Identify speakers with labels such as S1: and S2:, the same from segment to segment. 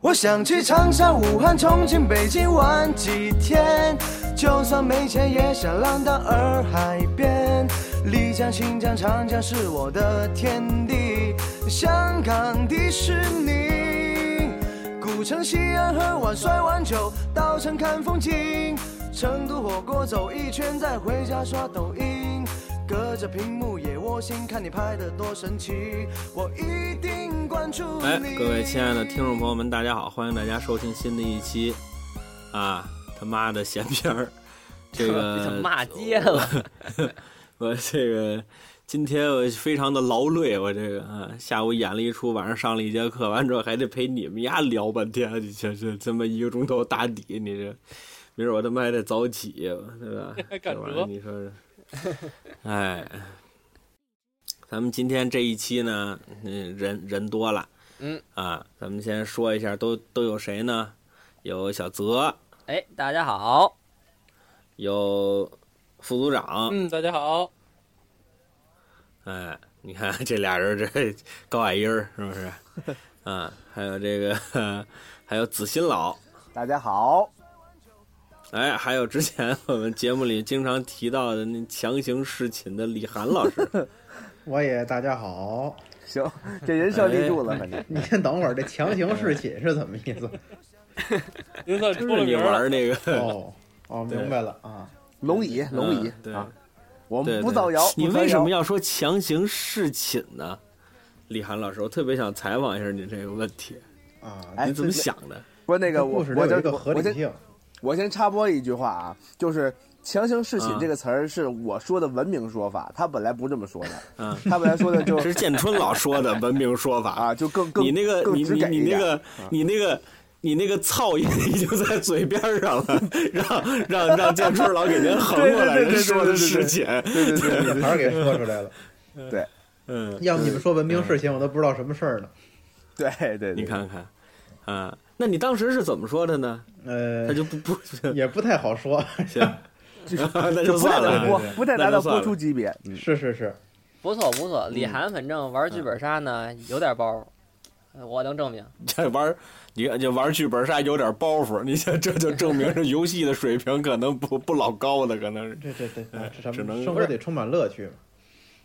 S1: 我想去长沙、武汉、重庆、北京玩几天，就算没钱也想浪荡洱海边。丽江、新疆、长江是我的天地，香港、迪士尼，古城西安喝碗摔碗酒，稻城看风景，成都火锅走一圈，再回家刷抖音。隔着屏幕也窝心，看你拍的多神奇，我一定关注你。
S2: 哎，各位亲爱的听众朋友们，大家好，欢迎大家收听新的一期啊，他妈的闲篇儿，这
S3: 就
S2: 个
S3: 骂街了。
S2: 我这个今天我非常的劳累，我这个啊，下午演了一出，晚上上了一节课，完之后还得陪你们丫聊半天，这这这么一个钟头打底，你这明儿我他妈还得早起，对吧？这
S3: 赶着
S2: 玩意儿你说是？哎，咱们今天这一期呢，嗯，人人多了，
S3: 嗯
S2: 啊，咱们先说一下，都都有谁呢？有小泽，
S3: 哎，大家好，
S2: 有副组长，
S4: 嗯，大家好，
S2: 哎，你看这俩人这高矮音儿是不是？啊，还有这个，还有子欣老，
S5: 大家好，
S2: 哎，还有之前我们节目里经常提到的那强行侍寝的李涵老师，
S6: 我也大家好，
S5: 行，这人设立住了，
S2: 哎
S5: 反正
S6: 你先等会儿，这强行侍寝是怎么意思？
S4: 您算
S2: 就
S4: 出
S2: 是
S4: 了
S2: 你
S4: 名儿
S2: 玩
S4: 了，
S2: 那个，
S6: 哦哦，明白了啊，
S5: 龙椅龙椅
S2: 嗯对
S5: 啊，我
S2: 对
S5: 们
S2: 对
S5: 不造谣，
S2: 你
S5: 不造谣
S2: 为什么要说强行侍寝呢？李涵老师，我特别想采访一下你这个问题，
S6: 啊？
S5: 哎
S2: 你怎么
S5: 这个
S2: 想的？
S5: 不是那个
S6: 这故
S5: 我
S6: 事
S5: 我
S6: 得有一
S5: 先
S6: 个合
S5: 我我
S6: 理
S5: 先
S6: 性，
S5: 我先插播一句话啊，就是“强行侍寝
S2: 啊”
S5: 这个词儿是我说的文明说法，他本来不这么说的，
S2: 嗯，
S5: 他本来说的就
S2: 这是建春老说 的文明说法
S5: 啊就更更
S2: 你那个
S5: 更
S2: 你
S5: 直
S2: 你
S5: 给
S2: 你
S5: 一
S2: 那
S5: 点啊
S2: 个你那个你那个操 音已经在嘴边儿上了，让让让建春老给您横过来，
S5: 对对对对
S2: 人说的
S5: 对对
S2: 事情，
S5: 对 对对对对
S6: 还是给说出来了。
S2: 嗯，
S6: 要不你们说文明侍寝，我都不知道什么事儿呢。
S5: 对对对，
S2: 你看看，啊，那你当时是怎么说的呢？他
S5: 哎
S6: 呃，
S2: 就不不
S6: 也不太好说，
S2: 行， 那
S5: 就
S2: 就
S5: 不太
S2: 算
S5: 能播
S2: 了，，
S5: 不太
S2: 那
S5: 达
S2: 就
S5: 到
S2: 算
S5: 播
S2: 了
S5: 出级别，嗯，
S6: 是是是，
S3: 不错不错。李涵反正玩剧本杀呢有点包儿，呃我能证明。
S2: 这玩儿。你看，这玩儿剧本杀有点包袱，你这这就证明这游戏的水平可能不不老高的，可能是。
S6: 这这这
S2: 哎
S6: 这咱
S2: 只能
S6: 们生活得充满乐趣嘛。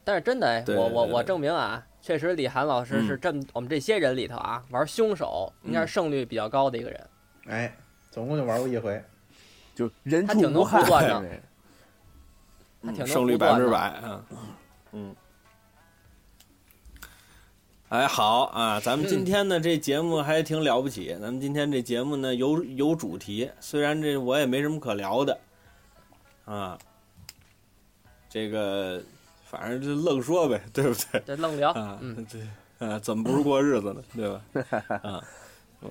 S3: 但是真的，哎
S2: 对
S3: 我我
S2: 对对
S3: 我证明啊，确实李涵老师是这么我们这些人里头啊，玩凶手应该是胜率比较高的一个人。
S6: 哎，总共就玩过一回，
S5: 就人
S3: 他
S5: 畜
S3: 挺能
S5: 无害
S3: 胡乱的，
S5: 对
S3: 他挺能
S2: 嗯胜率
S3: 胡
S2: 百
S3: 断
S2: 分之
S3: 的
S2: 百啊，嗯。哎，好啊，咱们今
S3: 嗯
S2: 天呢这节目还挺了不起，咱们今天这节目呢有有主题，虽然这我也没什么可聊的，啊，这个反正就愣说呗，对不对？
S3: 这愣聊
S2: 啊，，
S3: 嗯，
S2: 对，啊，怎么不是过日子呢？对 吧？啊，我，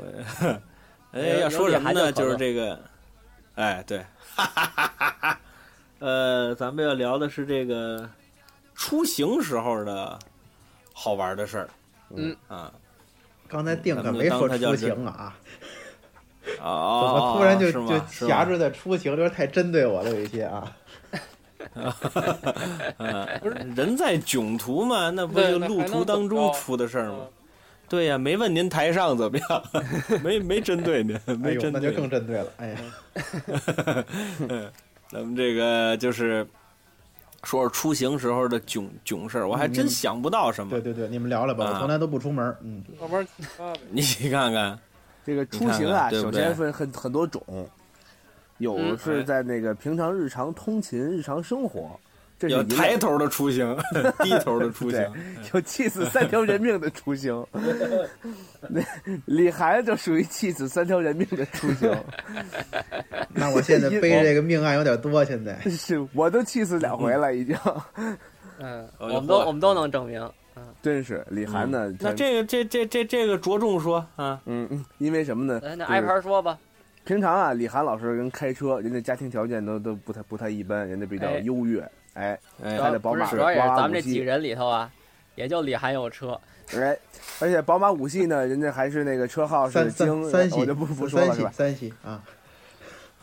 S2: 哎，
S3: 有
S2: 要说什么
S3: 有
S2: 呢？
S3: 理还就
S2: 就是
S3: 可乐
S2: 这个，哎，对， 哈哈哈哈。呃，咱们要聊的是这个出行时候的好玩的事儿。
S3: 嗯
S2: 啊
S6: 刚才定
S2: 咱
S6: 可
S2: 们
S6: 没
S2: 嗯当
S6: 说
S2: 它叫
S6: 出
S2: 是
S6: 行啊，
S2: 啊
S6: 嗯怎
S2: 啊！
S6: 么突然就是
S2: 吗
S6: 就是夹
S2: 吗
S6: 着在出行，有点太针对我了，有一些啊。
S2: 嗯，不是人在囧途嘛，那不
S4: 对
S2: 就
S4: 那
S2: 路
S4: 还
S2: 途
S4: 能
S2: 当
S4: 怎
S2: 中
S6: 哦
S4: 着
S2: 出的事儿吗
S4: 嗯？
S2: 对呀，没问您台上怎么样， 没没针对您，
S6: 哎
S2: 没
S6: 呦，
S2: 针
S6: 那
S2: 对
S6: 就
S2: 您
S6: 更针对了。哎呀，
S2: 嗯，咱们这个就是说说出行时候的囧囧事儿，我还
S5: 嗯
S2: 真想不到什么
S6: 对。对对，你们聊聊吧，
S2: 啊
S6: 我从来都不出门。嗯，
S4: 慢慢发呗。
S2: 你看看，
S5: 这个出行啊，
S2: 你看看对不
S5: 首
S2: 对
S5: 先分很很多种，有
S3: 嗯
S5: 是在那个平常日常通勤、日常生活，这是
S2: 有
S5: 一类
S2: 抬头的出行， 低头的出
S5: 对
S2: 行。，
S5: 有气死三条人命的 出行。那李涵就属于气死三条人命的出 行，
S6: 那我现在
S5: 一
S6: 背这个命案有点多，现 在。
S5: 是我都气死两回了，已经。
S3: 嗯，
S2: 哦
S3: 我
S2: 有
S3: 们都
S2: 货
S3: 我们都能证明。
S5: 真是李涵呢，
S2: 嗯那
S5: 他
S2: 这个这这这这个着重说啊，
S5: 嗯嗯，因为什么呢？
S3: 哎来，那
S5: 就是
S3: 挨盘说吧。
S5: 平常啊，李涵老师人开车，人家家庭条件都都不太不太一般，人家比较
S3: 哎
S5: 优越。哎
S2: 哎
S3: 主
S5: 开
S3: 要
S5: 的宝
S3: 不是
S5: 马
S3: 主要也是
S5: 宝马
S3: 咱们这
S5: 五系
S3: 几个人里头啊，也就李涵有车。
S5: 哎，而且宝马五系呢，人家还是那个车号是
S6: 三
S5: 京，
S6: 三三系，
S5: 我就不不说
S6: 三
S5: 了，是
S6: 系
S5: 吧？
S6: 三系啊，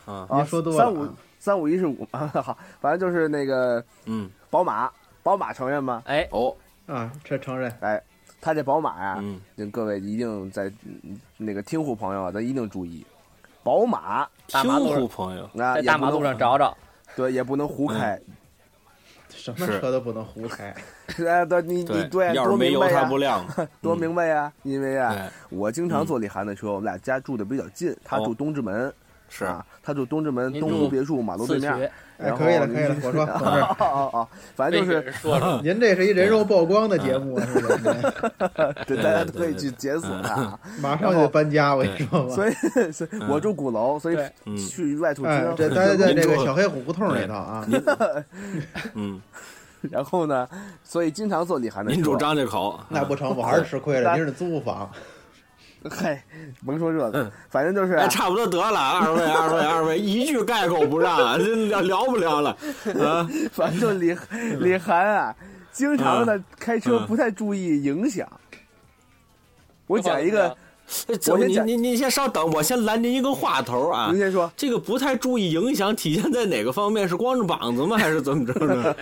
S2: 啊，
S5: 啊，
S6: 您说多了啊
S5: 三五三五一是五嘛， 好，反正就是那个
S2: 嗯，
S5: 宝马，宝马承认吗？
S3: 哎，
S2: 哦，
S6: 啊，这承认
S5: 哎，他这宝马呀、
S2: 嗯
S5: 就各位一定在嗯那个听户朋友啊，咱一定注意，宝马
S3: 大
S2: 听
S3: 马路
S2: 户
S3: 上
S2: 朋友，
S5: 那
S3: 在
S5: 啊也
S3: 大
S5: 不
S3: 马路
S5: 能
S3: 上找找，
S5: 对，也不能胡开。
S6: 什么
S2: 是
S6: 车都不能胡 开，
S5: 哎，对，你你对，
S2: 嗯要是
S5: 多
S2: 没
S5: 明
S2: 油
S5: 白
S2: 它
S5: 呀
S2: 不， 亮嘛，
S5: 多
S2: 嗯
S5: 明白呀。因为啊，
S2: 对，嗯
S5: 我经常坐李涵的车，我们俩家住的比较近，他
S2: 哦
S5: 住东直门，
S2: 是
S5: 啊，他住东直门
S3: 您
S5: 东
S3: 住
S5: 湖别墅马路对
S3: 自
S5: 面。
S3: 学
S6: 哎，
S5: 然后
S6: 可以了，可以了，我说，
S5: 哦
S6: 同志，
S5: 哦哦哦，反正就是
S4: 被说了，
S6: 您这是一人肉曝光的节目，啊是 不是？
S5: 对，
S2: 对
S5: 大
S2: 对
S5: 家都可以
S2: 对嗯
S5: 去解锁它啊。
S6: 马上就搬家，我跟你说吧。
S5: 所以，所以我住鼓楼，所以
S3: 对
S2: 嗯
S5: 去外头
S6: 哎，这
S5: 听。
S6: 待在这个小黑虎胡同里头啊，
S2: 嗯，
S5: 然后呢，所以经常坐李涵的
S2: 您住
S5: 车。
S2: 张家口，
S5: 啊
S2: 啊
S6: 那不成，我还是吃 亏了。您是租房，
S5: 嗨，甭说这个， 反正就是啊
S2: 哎，差不多得了，二位，二位，二位，一句概括不让，这聊聊不聊 了啊？
S5: 反正就李李涵啊，经常的开车
S2: 嗯
S5: 不太注意影响。我讲一个，
S2: 这
S5: 我先
S2: 您
S5: 讲
S2: 您您先稍等，我先拦您一个话头啊
S5: 您。先说，
S2: 这个不太注意影响，体现在哪个方面？是光着膀子吗？还是怎么着 呢？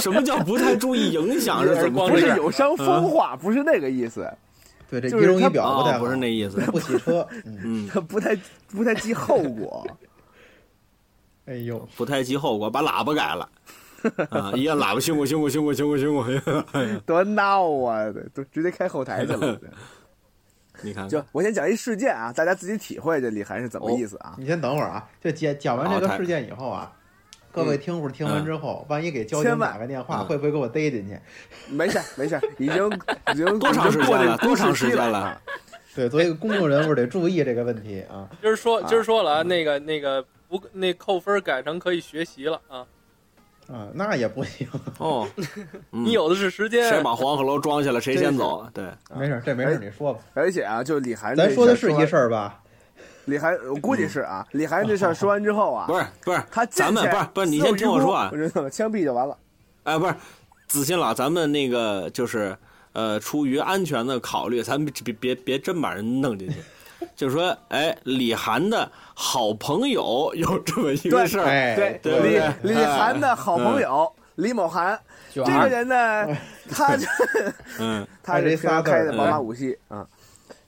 S2: 什么叫不太注意影响？啊是怎么
S5: 不
S2: 回
S5: 是
S2: 事？嗯
S5: 有伤风化，不是那个意思，
S6: 对这仪容仪表
S5: 哦
S6: 不太
S2: 啊，
S6: 好，
S2: 不是那意思。
S6: 不洗 车。嗯，
S2: 嗯，
S5: 他不太不太记 后果。
S6: 哎呦，
S2: 不太及后果，把喇叭改了。啊，一按喇叭，凶我，凶我，凶我，凶我，凶我！哎呀
S5: 多闹啊！都直接开后台去了。
S2: 你看看，
S5: 就我先讲一事件啊，大家自己体会这李涵是怎
S2: 哦
S5: 么意思啊？
S6: 你先等会儿啊，就讲讲完这个事件以后啊。各位听户听完之后，万一给交警打个电话，会不会给我逮进去？
S5: 没事儿没事儿，已经 已经
S2: 多长时间了
S5: 已经过这
S2: 多长时间
S5: 公示期
S2: 了
S5: 啊？
S6: 对，作为一个公众人物得注意这个问题啊。
S4: 今儿说今儿说了啊，那个那个不那扣分改成可以学习了啊，
S6: 啊，那也不行，啊
S2: 哦，嗯
S4: 你有的是
S2: 谁
S4: 时间。
S2: 把黄鹤楼装下来，谁先走？对，
S6: 没事，这没事，你说吧。
S5: 而且啊，就李涵这
S6: 咱说的
S5: 事儿
S6: 是一事儿吧？
S5: 李涵，我估计是啊，李涵这事儿说完之后啊，
S2: 嗯不是不是，
S5: 他进
S2: 咱们
S5: 去
S2: 不是不是，你
S5: 四
S2: 先
S5: 五
S2: 听我
S5: 鞠躬
S2: 说啊
S5: 我，知道了，枪毙就完了。
S2: 哎，不是，子欣老，咱们那个就是呃，出于安全的考虑，咱们别别别真把人弄进去。 就是说，哎，李涵的好朋友有这么一个
S5: 对
S2: 事儿，
S6: 哎，
S2: 对不
S5: 李
S2: 对
S5: 李涵的好朋友李某涵，
S3: 卷
S5: 这
S3: 儿
S5: 个人呢，
S6: 哎
S5: 他 就
S2: 嗯，
S5: 他是平常开的宝马
S6: 嗯
S5: 五系啊，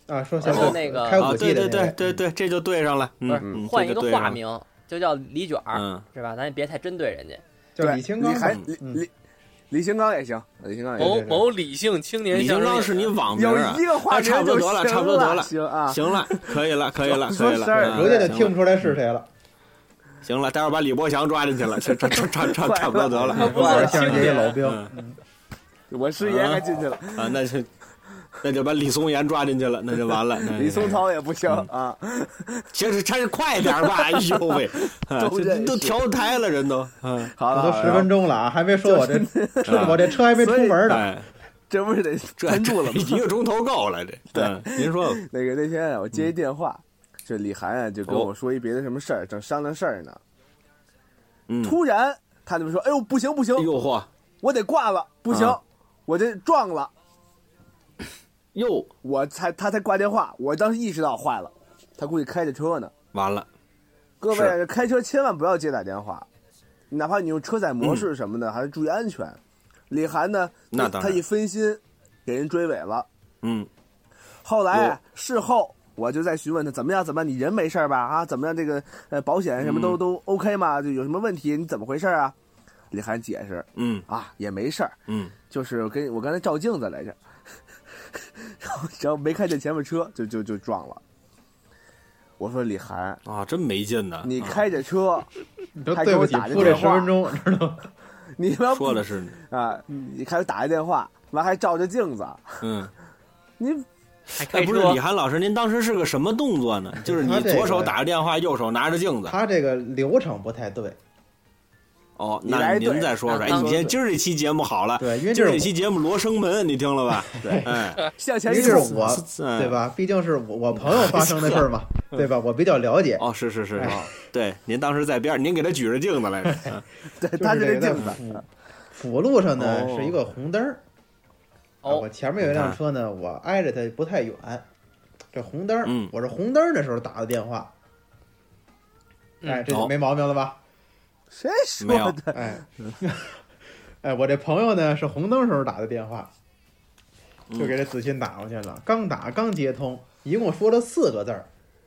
S6: 啊，说
S3: 而
S6: 小
S3: 且
S6: 狗
S3: 那个
S6: 开
S2: 啊，
S6: 武
S2: 对
S6: 器的
S2: 对
S6: 那
S2: 对对
S6: 位
S5: 嗯
S2: 对，这就对上了，
S3: 不是
S2: 嗯，
S3: 换一个化
S2: 化，
S3: 名，就叫李卷儿，
S2: 嗯，
S3: 是吧？咱也别太针对人家。
S6: 叫
S5: 对
S6: 李清
S5: 李
S6: 刚吧，
S5: 涵李
S6: 嗯
S5: 李李兴刚也行，李兴刚也行。
S4: 某
S2: 哦
S4: 某理性青年
S2: 李
S4: 相
S2: 金
S4: 声
S2: 刚
S4: 演
S2: 是你
S4: 员
S2: 网名
S5: 有
S2: 啊
S5: 一，个化
S2: 哎
S5: 名
S2: 差不多
S5: 就
S2: 得了
S5: 行
S2: 差不多得了
S5: 行啊，
S2: 行了，可以了，可以了，
S5: 说
S2: 可以了，
S5: 事儿
S2: 嗯
S6: 人家就
S2: 行
S6: 听
S2: 了
S6: 不出来是谁了。
S2: 行了，待会儿把李博祥抓进去了，差差差差差差不多得了，
S4: 他不是
S2: 嗯
S6: 我像这一老兵，
S2: 嗯
S6: 嗯
S5: 我师爷还进去了，
S2: 啊，那就那就把李松岩抓进去了，那就完了。那
S5: 李松，涛也不行啊。
S2: 行，是真是快点 吧！哎呦喂，啊
S5: 都
S2: 这
S5: 认识
S2: 都调台了，人都，嗯，
S5: 好
S6: 我
S5: 了，
S6: 都
S5: 好
S6: 十
S5: 了
S6: 分钟了 啊，还没说我这车，我这车还没出门呢。
S2: 哎，
S5: 这不是得
S2: 这
S5: 喷住了
S2: 这
S5: 吗？
S2: 一个钟头够了，这，嗯，您说吧，
S5: 那个那天啊，我接一电话，这李涵啊就跟我说一别的什么事儿，正商量事儿呢，
S2: 嗯，
S5: 突然他就说：“哎呦，不行不行，
S2: 诱惑，
S5: 我得挂了，不行，
S2: 啊
S5: 我这撞了。
S2: 又”
S5: 我才他才挂电话，我当时意识到坏了，他估计开着车呢。
S2: 完了，
S5: 各位啊
S2: 是
S5: 开车千万不要接打电话，哪怕你用车载模式什么的，还是注意安全。李涵呢，
S2: 那当然
S5: 他一分心，给人追尾了。
S2: 嗯，
S5: 后来啊
S2: 有
S5: 事后我就在询问他怎么样，怎么样，你人没事儿吧？啊，怎么样？这个呃保险什么都、
S2: 嗯
S5: 都 OK 吗？就有什么问题？你怎么回事啊？李涵解释
S2: 嗯
S5: 啊，也没事儿，
S2: 嗯，
S5: 就是我跟我刚才照镜子来着， 然后然后没看见前面车，就就就撞了。我说李涵，
S2: 啊，真没劲呢。
S5: 你开着车，
S6: 你都对不起，铺这十分钟，知道吗？
S5: 你他妈
S2: 说的是，
S5: 啊，你开始打一电话，完还照着镜子，
S2: 嗯，
S5: 你
S3: 还开
S2: 哎，不是
S3: 车
S2: 李涵老师，您当时是个什么动作 呢？就是你
S6: 他这个
S2: 左手打着电话，右手拿着镜子。
S6: 他这个流程不太对，
S2: 哦，
S5: 你来
S2: 那
S5: 一
S2: 您
S5: 对
S2: 再说说，哎，
S3: 那
S2: 你今今儿这期节目好了，
S6: 对，因为
S2: 今
S6: 这
S2: 儿这
S6: 是
S2: 期节目《罗生门》，你听了吧？
S5: 对
S2: 哎，
S5: 向
S6: 因
S5: 前一
S6: 为这
S5: 步
S6: 是，我，
S2: 嗯
S6: 对？吧？毕竟是我我朋友发生的事儿嘛，对吧？我比较了解，
S2: 哦，是是是，
S6: 哎
S2: 对，您当时在边儿，您给他举着镜子来着。嗯
S5: 对，
S6: 就
S5: 他
S6: 是这
S5: 这个
S6: 个在
S5: 镜子，
S6: 辅辅路上呢
S5: 哦
S6: 是一个红灯儿，啊
S3: 哦
S2: 嗯
S6: 我前面有一辆车呢，我挨着它不太远，这红灯儿
S2: 嗯，
S6: 我是红灯儿的时候打的电话，
S3: 嗯
S6: 哎，这
S2: 哦
S6: 就没毛病了吧？
S5: 谁说
S2: 没有
S5: 的？
S6: 哎，哎，我这朋友呢是红灯时候打的电话，就给这子欣打过去了。刚打刚接通，一共说了四个字儿，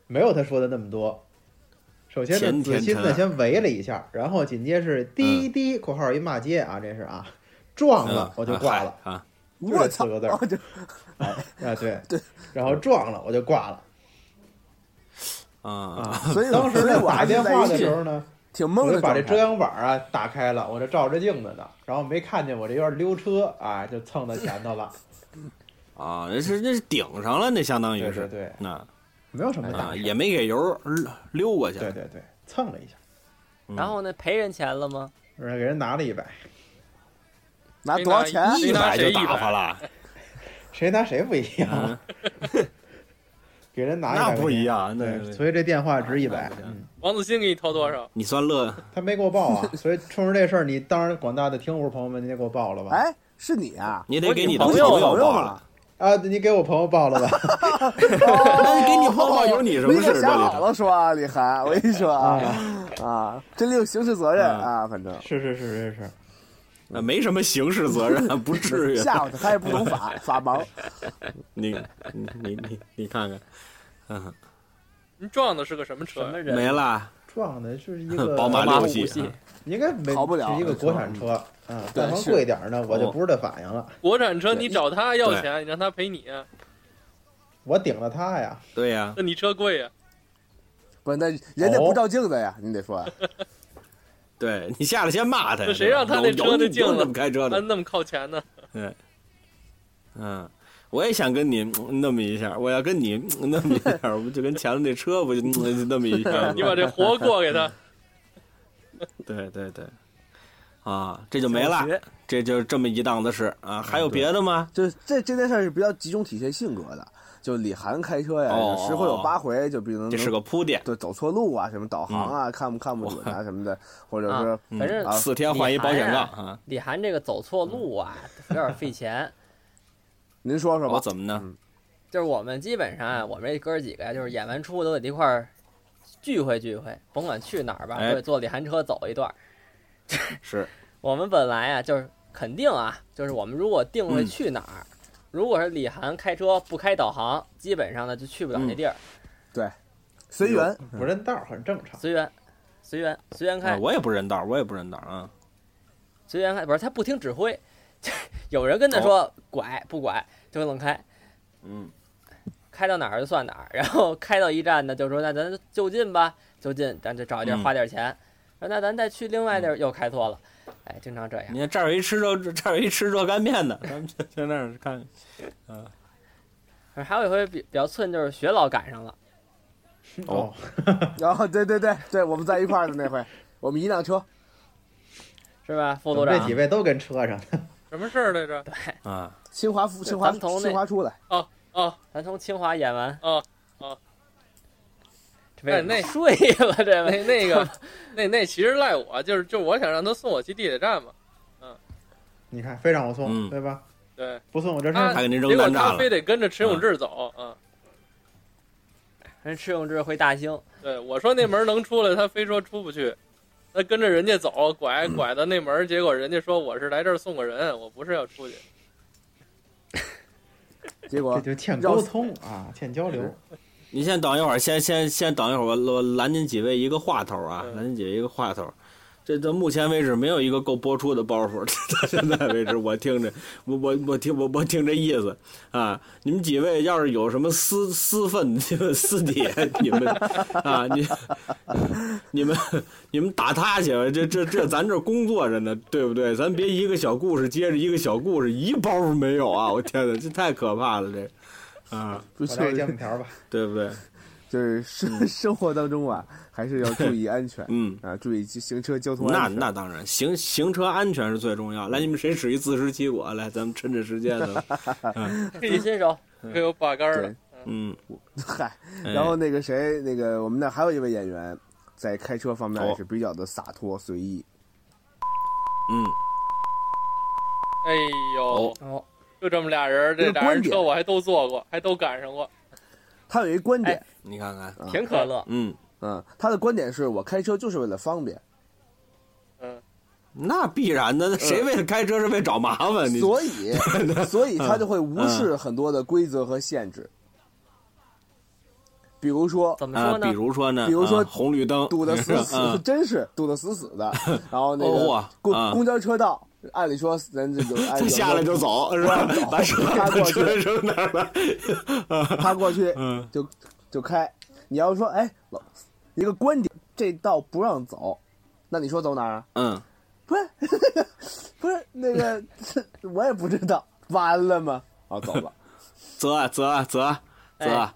S6: 没有他说的那么多。首先
S2: 前
S6: 呢，子
S2: 天
S6: 欣呢
S5: 啊
S2: 成
S6: 先围了一下，然后紧接着
S5: 嗯
S6: 是滴滴（括号一骂街啊，这是啊），撞了
S2: 嗯
S6: 我就挂了。
S2: 啊
S6: 就
S5: 我
S6: 这
S5: 操！
S6: 四个字儿
S5: 我就
S6: 啊， 对对，然后撞了我就挂了
S2: 啊啊！
S6: 啊。
S5: 所以
S6: 当时
S5: 嗯所以
S6: 呢
S5: 我
S6: 打
S5: 还
S6: 电
S5: 是在
S6: 话
S5: 一
S6: 的
S5: 句
S6: 时候呢，
S5: 挺
S6: 我
S5: 懵
S6: 就
S5: 的
S6: 把
S5: 状
S6: 这
S5: 态。
S6: 遮阳板儿啊打开了，我这照着镜子呢，然后没看见我这院溜车啊，就蹭到前头了。
S2: 啊，那是那是顶上了，那相
S5: 嗯
S2: 当于
S6: 对
S2: 是
S6: 对对，
S2: 那
S6: 没有什么大
S2: 啊
S6: 事，
S2: 也没给油溜过去，
S6: 对对对，蹭了一下，
S2: 嗯
S3: 然后呢，赔人钱了吗？
S6: 然后给人拿了一百，
S5: 拿多少
S4: 谁
S5: 钱啊
S4: 拿？
S2: 一
S4: 谁拿
S2: 百就
S4: 谁一
S2: 打发
S4: 百，
S2: 了，
S6: 谁拿谁不一样，
S2: 嗯
S6: 给人拿
S2: 那
S6: 100
S2: 不一样，
S6: 块钱。
S2: 那
S6: 对，所以这电话值一百
S2: 啊那不，行
S6: 嗯，
S4: 王子欣给你投多少？
S2: 你算乐
S6: 他没给我报 啊，所以冲着这事儿，你当然广大的听户朋友们，你得给我报了吧？
S5: 哎，是你啊？
S2: 你得给你的
S5: 不
S2: 朋
S5: 是我
S2: 友
S5: 朋友
S2: 报了
S5: 吗，？
S6: 啊，你给我朋友报了吧？
S2: 那你给你朋友报有你什么
S5: 你
S2: 事
S5: 可
S2: 儿？
S5: 想好
S2: 这里
S5: 了说啊，李涵，我跟你说啊啊，这里有刑事责任
S2: 嗯
S5: 啊，反正
S6: 是是是是是，
S2: 头啊没什么刑事责任，不至于。
S5: 吓唬他，他也不 懂法法盲。
S2: 你你你你你看看，嗯，
S4: 您撞的是个什么车
S3: 什么
S4: 呀？
S2: 没
S3: 人？
S2: 了，
S6: 撞的是一 个
S2: 宝马
S3: 马
S2: 六
S3: 五
S2: 系
S3: 系，
S6: 应该没
S5: 跑不了
S6: 是一个国产车，嗯，但凡
S5: 是
S6: 贵点儿呢，我就
S2: 哦
S6: 不是这反应了，
S4: 国产车你找他要
S2: 对
S4: 钱，你让他赔你啊，
S6: 我顶了它呀，
S2: 对呀，
S4: 那你车贵啊呀。
S5: 不，那人家不照镜子呀，你得说呀。
S2: 对你下来先骂他呀，
S4: 那谁
S2: 是吧
S4: 让他
S2: 有
S4: 那
S2: 有
S4: 车
S2: 你
S4: 那镜
S2: 不能
S4: 子
S2: 这么开车
S4: 他
S2: 的？
S4: 那么靠 前呢？
S2: 嗯，我也想跟你嗯弄么一下，我要跟你嗯弄么一下，我不就跟前头那车不就嗯 弄么一下吗？
S4: 你把这活过 给他，
S2: 对对对，啊，这就没了
S3: 小学，
S2: 这就这么一档子事啊。还有别的吗？
S5: 就是这这件事儿是比较集中体现性格的，就李涵开车呀，
S2: 哦
S5: 十回有八回就比如能
S2: 这是个铺垫，
S5: 就走错路啊，什么导航啊，看不看不准啊什么的，或者是
S2: 嗯
S3: 反正
S5: 啊
S2: 四天换一保险杠啊。
S3: 李涵这个走错路啊，有点费钱。
S5: 您说说
S2: 我
S5: 吧，
S2: 怎么呢？
S3: 就是我们基本上啊，我们这哥儿几个呀，就是演完出都得一块儿聚会聚会，甭管去哪儿吧，
S2: 哎
S3: 都得坐李涵车走一段儿。
S2: 嗯是
S3: 我们本来啊，就是肯定啊，就是我们如果定位
S2: 嗯
S3: 去哪儿，如果是李涵开车不开导航，基本上呢就去不了那地儿，
S5: 随缘。
S6: 不认道儿很正常。
S3: 随缘，随缘，随缘
S2: 嗯啊
S3: 开，
S2: 我也不认道，我也不认道啊。
S3: 随缘开，不是他不听指挥， 有人跟他
S2: 哦
S3: 说拐不拐就愣开，
S2: 嗯，
S3: 开到哪儿就算哪儿，然后开到一站呢，就说那咱就近吧，就近咱就找一地儿
S2: 嗯
S3: 花点钱，说那咱再去另外地儿又开错了，哎，经常这样
S2: 你。看这儿有一吃热，这儿有一吃热干面的，咱们就在那儿看看。嗯
S3: 反正还有一回比比较寸，就是雪老赶上了，
S6: 哦，
S5: 然后对对对对，我们在一块儿的那回，我们一辆车，
S3: 是吧，副
S6: 怎
S3: 组
S6: 么这
S3: 长
S6: 几？位都跟车上，
S4: 什么事儿来 着？
S2: 啊，
S5: 新华复新华
S3: 咱们从那
S5: 新华出来，
S4: 哦，
S3: 咱从清华演完，
S4: 哦哦，
S3: 这位
S4: 哎那
S3: 睡了，这位
S2: 哎
S4: 那那个， 那那其实赖我，就是就是我想让他送我去地铁站嘛，
S6: 你看非让我送，
S2: 嗯
S6: 对吧？
S4: 对，
S6: 不送我这事
S4: 啊
S6: 儿
S2: 他给您扔
S4: 结果
S2: 干
S4: 他
S2: 炸
S4: 非
S2: 了。
S4: 得跟着陈永志走，嗯，
S3: 人赤永志回大 兴，
S4: 对，我说那门能出来，他非说出不去，他跟着人家走，拐
S2: 嗯
S4: 拐到那门，结果人家说我是来这儿送个人，我不是要出去，
S5: 结
S6: 这
S5: 果
S6: 就欠沟通啊，欠交流。
S2: 你先等一会儿，先先先等一会儿，我我拦您几位一个话头啊，
S4: 嗯
S2: 拦您几位一个话头。这到目前为止没有一个够播出的包袱，到现在为止我听着，我我我听我我听这意思啊，你们几位要是有什么私私愤、 你们私铁，你们 啊，你你们你们打他去，这这这咱这工作着呢，对不对？咱别一个小故事接着一个小故事，一包袱没有啊！我天哪，这太可怕了，这啊，
S5: 就
S6: 我来
S5: 是
S6: 个煎饼条吧，
S2: 对不对？
S5: 就是
S6: 嗯
S5: 生生活当中啊，还是要注意安全
S2: 嗯。
S5: 啊，注意行车交通
S2: 那
S5: 安全。
S2: 那当然，行行车安全是最重要。来，你们谁使一自食其果？来，咱们趁着时间 呢，
S3: 举新 手，
S4: 给我把杆儿了
S5: 对。，
S2: 嗯，
S5: 嗨，
S2: 哎
S5: 然后那个谁，那个我们那还有一位演员，在开车方面
S2: 哦
S5: 也是比较的洒脱随意。
S2: 嗯，
S4: 哎呦
S2: 哦，
S3: 哦，
S4: 就这么俩人，这俩人车我还都坐过，还都赶上过。
S5: 他有一观点啊
S3: 哎，
S2: 你看看，
S3: 挺可乐，
S2: 嗯啊
S5: 嗯，他的观点是我开车就是为了方便。
S4: 嗯，
S2: 那必然的，那谁为了开车是为找麻烦？你嗯
S5: 嗯所 以所以他就会无视很多的规则和限制，比如说
S3: 怎么
S2: 啊
S3: 说，呢？
S2: 比如说呢，
S5: 比如说
S2: 啊红绿灯
S5: 堵得死死，
S2: 嗯
S5: 真是堵得死死的。然后那
S2: 哦
S5: 个
S2: 哇
S5: 公
S2: 啊
S5: 公交车道，按理说 咱这有，按
S2: 他
S5: 理
S2: 下来就走是吧？把车
S5: 他过去
S2: 车扔那儿了。
S5: 他过去
S2: 嗯
S5: 就就开。你要说哎，老一个观点，这道不让走，那你说走哪儿啊？
S2: 嗯，
S5: 不是，不是那个，我也不知道，完了吗？啊，走了。
S2: 泽啊泽啊泽啊泽
S3: 哎
S2: 啊，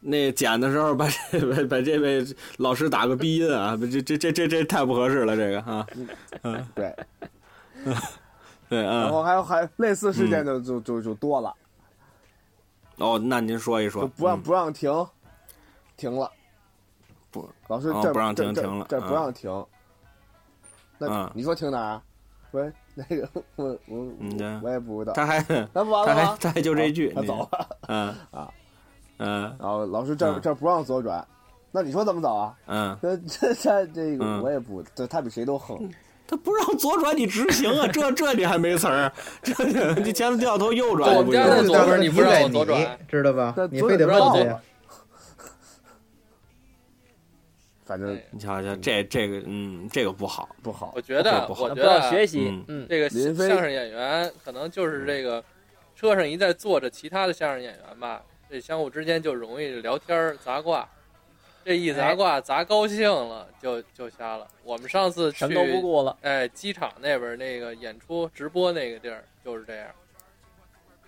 S2: 那剪的时候把这 把把这位老师打个逼音啊！这这这这这太不合适了，这个啊，
S5: 对，
S2: 对
S5: 然后
S2: 啊。
S5: 还有还类似事
S2: 嗯
S5: 件就就就就多了，
S2: 哦，那您说一说
S5: 就，不让
S2: 嗯
S5: 不让停，停了。
S2: 不，
S5: 老师
S2: 哦
S5: 这儿
S2: 不让停
S5: 这儿
S2: 停了
S5: 这儿不
S2: 嗯
S5: 让停。那
S2: 嗯
S5: 你说停哪儿啊？不是那个，我我
S2: 嗯对
S5: 我也不知道。
S2: 他还他
S5: 那不完了
S2: 还
S5: 吗？
S2: 他还就这句，
S5: 他
S2: 你
S5: 走了。
S2: 嗯
S5: 啊
S2: 嗯
S5: 然后老师这儿
S2: 嗯
S5: 这儿不让左转，那你说怎么走啊？
S2: 嗯，
S5: 那这这这个
S2: 嗯
S5: 我也不，这他比谁都横。
S4: 嗯
S2: 他不让左转你直行啊，这这你还没词儿，这你前头掉头右转
S4: 我
S2: 不
S4: 们
S2: 行吗。
S4: 家那左
S6: 但
S4: 边
S6: 是
S4: 你不让我左转，
S6: 知道吧
S5: 那？
S6: 你
S5: 左
S6: 非得
S5: 转
S6: 问
S5: 绕
S6: 我
S5: 了，反正
S4: 哎
S2: 你瞧瞧，这这个，嗯，这个不好。
S5: 不好
S4: 我。觉
S2: 哦这
S4: 得，啊
S2: 不好
S4: 我觉
S3: 不要
S4: 得
S3: 学习
S2: 嗯，
S3: 嗯，
S4: 这个
S5: 林飞
S4: 相声演员可能就是这个车上一再坐着其他的相声演员吧，这相互之间就容易聊天儿砸挂，这一砸挂砸高兴了就就瞎了。我们上次
S3: 什
S4: 去
S3: 么都不顾了，
S4: 哎机场那边那个演出直播那个地儿就是这样，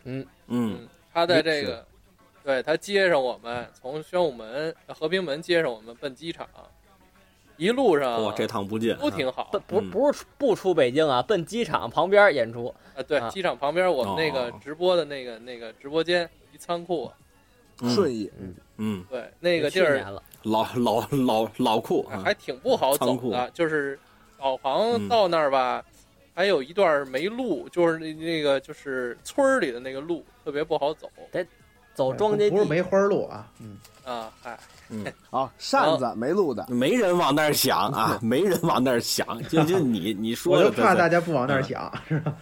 S2: 嗯
S4: 嗯，他在
S2: 也
S4: 这
S2: 是
S4: 个，对他接上我们从宣武门和平门接上我们奔机场，一路上
S2: 哇，这趟不进，
S4: 嗯都挺好
S3: 不不
S2: 嗯
S3: 不是出不出北京啊，奔机场旁边演出，
S4: 啊，对
S3: 啊，
S4: 机场旁边我们那个
S2: 哦
S4: 直播的那个那个直播间一仓库，
S2: 嗯
S5: 顺义，
S2: 嗯，
S4: 对，那个地
S3: 去
S4: 儿
S3: 年了，
S2: 老老老老酷
S4: 啊
S2: 啊
S4: 还，挺不好
S2: 仓
S4: 走
S2: 库
S4: 的，就是导
S2: 嗯
S4: 航到那儿吧，还有一段没路，就是那那个就是村儿里的那个路特别不好走
S3: 走庄稼
S6: 不是
S3: 地，
S6: 梅花鹿啊，
S4: 啊，嗨，
S2: 嗯
S5: 啊，扇子没路
S4: 嗯
S5: 的，
S2: 没人往那儿想啊，没人往那儿想，就就你你说
S6: 我
S2: 的
S6: 就
S2: 这，
S6: 怕大家
S2: 嗯
S6: 不往那儿想，是吧？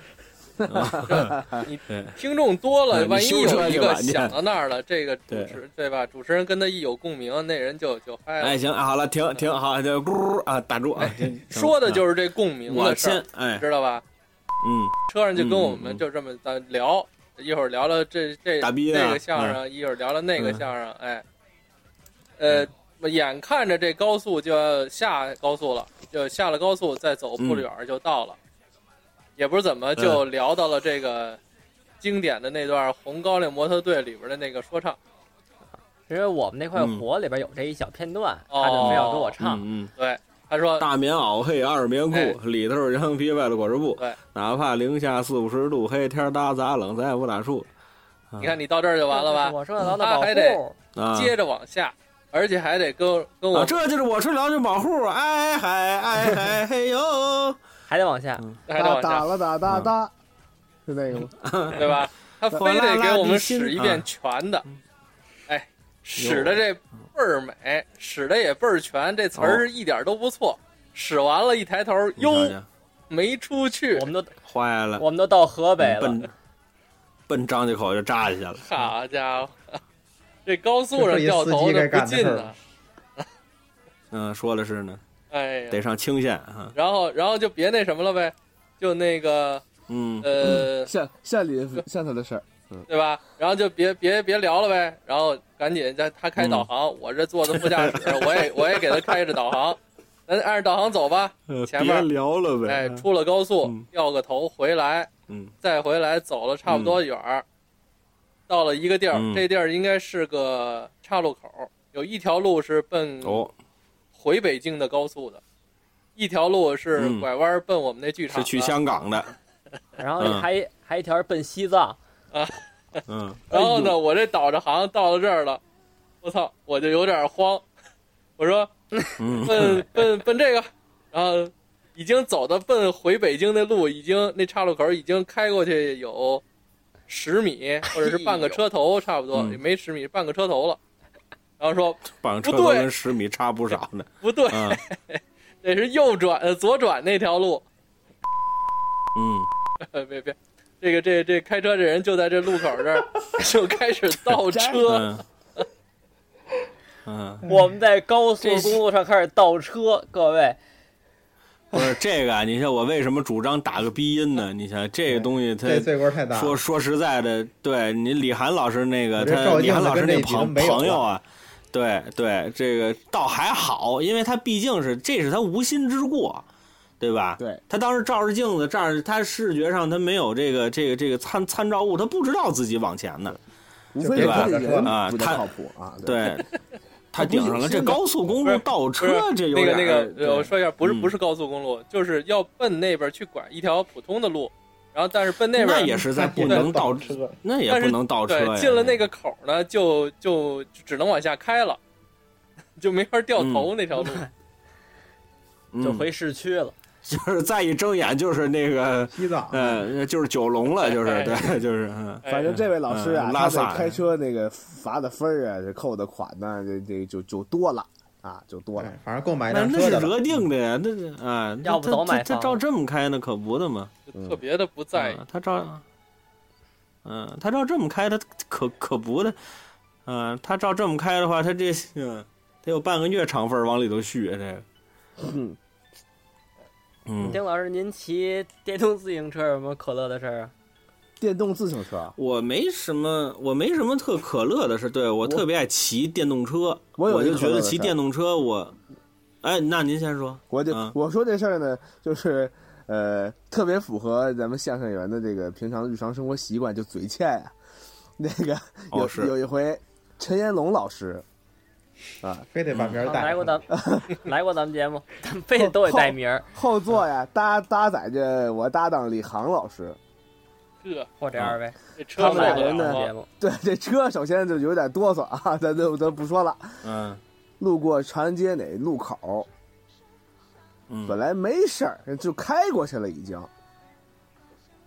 S4: 听众多了，
S2: 嗯
S4: 万一
S2: 你修车
S4: 有一
S2: 去
S4: 个
S2: 吧你
S4: 想到那儿了，这个主
S2: 对
S4: 持对吧？主持人跟他一有共鸣，那人就就嗨了。
S2: 哎，行啊，好了，停停，好，就咕啊，打住啊，行
S4: 说的
S2: 啊
S4: 就是这共鸣
S2: 我
S4: 的事
S2: 先
S4: 儿，，
S2: 哎，
S4: 知道吧？
S2: 嗯，
S4: 车上就跟我
S2: 嗯嗯
S4: 们
S2: 嗯
S4: 就这么咱聊，一会儿聊聊这这
S2: 打逼啊
S4: 那个相声，一会儿聊聊那个
S2: 嗯
S4: 相声，哎，呃，我眼看着这高速就要下高速了，就下了高速，再走不
S2: 嗯
S4: 远儿就到了，也不知怎么就聊到了这个经典的那段《红高粱模特队》里边的那个说唱，
S3: 因为我们那块
S2: 嗯
S3: 活里边有这一小片段，
S4: 哦
S3: 他就非要给我唱，
S2: 嗯嗯，
S4: 对，他说
S2: 大棉袄配二棉裤，里头是羊皮，外头裹着布
S4: 哎对，
S2: 哪怕零下四五十度，黑天儿搭杂，冷咱也不打怵啊
S4: 你看你到这儿就完了吧？
S3: 我说的劳动
S4: 他
S3: 保
S4: 还得
S3: 护，
S2: 啊。
S4: 接着往下，而且还得跟跟我
S2: 啊，这就是我是辽宁保护，哎嗨哎嗨嘿 呦，
S3: 还得往下，
S2: 嗯
S4: 还得
S5: 打
S4: 往
S5: 打
S4: 下，
S5: 了打哒哒，是 那个吗？
S4: 对吧？他非得给我们使一
S2: 嗯
S4: 遍全的，哎，使的这倍儿美，使的也倍儿全，这词儿一点都不错。使完了，一抬头，
S2: 哦你
S4: 哟
S2: 瞧，瞧
S4: 没出去
S3: 我，们
S2: 啊
S3: 都
S2: 坏了，
S3: 我们都到河北了，
S2: 奔奔张家口就扎下去了。
S4: 好家伙，这高速上掉头的不进呢，
S2: 嗯，说的是呢，
S4: 哎呀
S2: 得，上清县啊。
S4: 然后然后就别那什么了呗，就那个
S2: 嗯，
S4: 呃，
S5: 像像李像他的事儿，
S4: 对吧？然后就别别别聊了呗，然后赶紧在他开
S2: 嗯
S4: 导航，我这坐的副驾驶，我也我也给他开着导航，咱按着导航走吧。
S2: 呃
S4: 前面
S2: 别聊了呗。
S4: 哎，出了高速
S2: 嗯，
S4: 掉个头回来，
S2: 嗯
S4: 再回来走了差不多远儿，到了一个地儿
S2: 嗯，
S4: 这地儿应该是个岔路口，有一条路是奔
S2: 哦，
S4: 回北京的高速的，一条路是
S2: 嗯
S4: 拐弯奔我们那剧场
S2: 是
S4: 的，
S2: 去香港的。
S3: 然后
S2: 嗯
S3: 还、还一条奔西藏，
S2: 嗯，
S4: 然后呢，我这导着航到了这儿了，我操，我就有点慌，我说
S2: 嗯
S4: 奔奔奔这个，然后已经走到奔回北京那路，已经那岔路口已经开过去有十米或者是半个车头差不多，
S2: 哎嗯
S4: 也没十米，半个车头了。然后说
S2: 绑车
S4: 不
S2: 头
S4: 对
S2: 跟 十米差不少呢。嗯
S4: 不对，
S2: 啊，
S4: 得是右转呃左转那条路，
S2: 嗯，
S4: 别别，这个这这开车这人就在这路口这儿就开始 倒车，
S2: 嗯，嗯，
S3: 我们在高速公路上开始倒车，各位，
S2: 不是这个啊，你像我为什么主张打个鼻音呢？你想这个东西它
S6: 这罪过太大了。
S2: 说说实在的，对你李涵老师那个，
S6: 我这
S2: 他
S6: 照
S2: 李
S6: 镜
S2: 涵
S6: 子
S2: 老师
S6: 跟
S2: 那
S6: 那几个
S2: 朋
S6: 没有
S2: 朋友啊，对对，这个倒还好，因为他毕竟是这是他无心之过，对吧？
S5: 对，
S2: 他当时照着镜子，这儿他视觉上他没有这个这个这个参参照物，他不知道自己往前呢。
S5: 无非
S2: 对
S5: 是
S2: 吧
S5: 他这人
S2: 啊
S5: 不太
S2: 他
S5: 靠谱啊。，
S2: 对，他顶上了这高速公路
S4: 不是
S2: 倒
S4: 不是
S2: 车，这有
S4: 那个
S2: 点
S4: 那
S2: 儿
S4: 个，呃
S2: 对
S4: 我说一下，不是
S2: 嗯
S4: 不是高速公路，就是要奔那边去拐一条普通的路，然后但是奔边
S2: 那也是 在不能倒车，
S6: 车，
S2: 那也
S4: 但
S2: 不
S4: 是
S2: 能倒车呀。
S4: 对，进了那个口呢，就就只能往下开了， 就没法掉头那条路。
S2: 嗯
S3: 就回市区了。
S2: 就是再一睁眼就是那 个，
S6: 西藏，
S2: 呃，就是九龙了，就是
S4: 啊哎
S2: 对，就是嗯，
S4: 哎
S5: 反正这位老师
S2: 嗯
S5: 啊，他
S2: 拉
S5: 在
S2: 萨
S5: 开车那个罚的分儿啊，这扣的款呢，这这就就多了啊，就多了
S6: 哎。反正购买一
S2: 那
S6: 辆
S2: 那
S6: 车
S2: 是
S6: 的吧
S2: 惹定的呀，那是啊，
S3: 要不
S2: 他
S3: 早
S2: 他
S3: 买
S2: 他
S3: 房
S2: 照这么开那可不的嘛，
S4: 就特别的不在意
S2: 嗯，他照，嗯，他照这么开，他可可不的，嗯，他照这么开的话，他这嗯，得有半个月厂分儿往里头续啊这个，
S5: 嗯，
S2: 嗯，
S3: 丁老师，您骑电动自行车有没有可乐的事儿啊？
S5: 电动自行车，
S2: 我没什么，我没什么特可乐的事。对我特别爱骑电动车，
S5: 我有一
S2: 就
S5: 个
S2: 觉
S5: 可乐
S2: 得
S5: 的
S2: 骑
S5: 事儿
S2: 电动车我，哎，那您先说。
S5: 我就、
S2: 嗯
S5: 我说这事儿呢，就是呃，特别符合咱们相声演员的这个平常日常生活习惯，就嘴欠呀、那个
S2: 哦
S5: 有、
S2: 是
S5: 有一回，陈彦龙老师
S6: 非得
S2: 嗯
S6: 把名儿
S3: 啊
S6: 带上。
S3: 来过咱们 来过咱 们节目，咱们非得都得带名儿。
S5: 后座
S2: 嗯
S5: 呀搭搭载着我搭档李航老师，
S4: 这
S3: 嚯，
S2: 哦
S3: 这二位，
S4: 这车
S3: 他
S5: 们俩
S4: 买
S3: 来
S4: 不
S3: 过咱
S5: 人呢
S4: 了
S3: 们
S4: 吗
S3: 节？目，
S5: 对这车首先就有点哆嗦啊，咱就咱不说了。
S2: 嗯
S5: 路过长安街哪路口，本
S2: 嗯
S5: 来没事儿，就开过去了已经。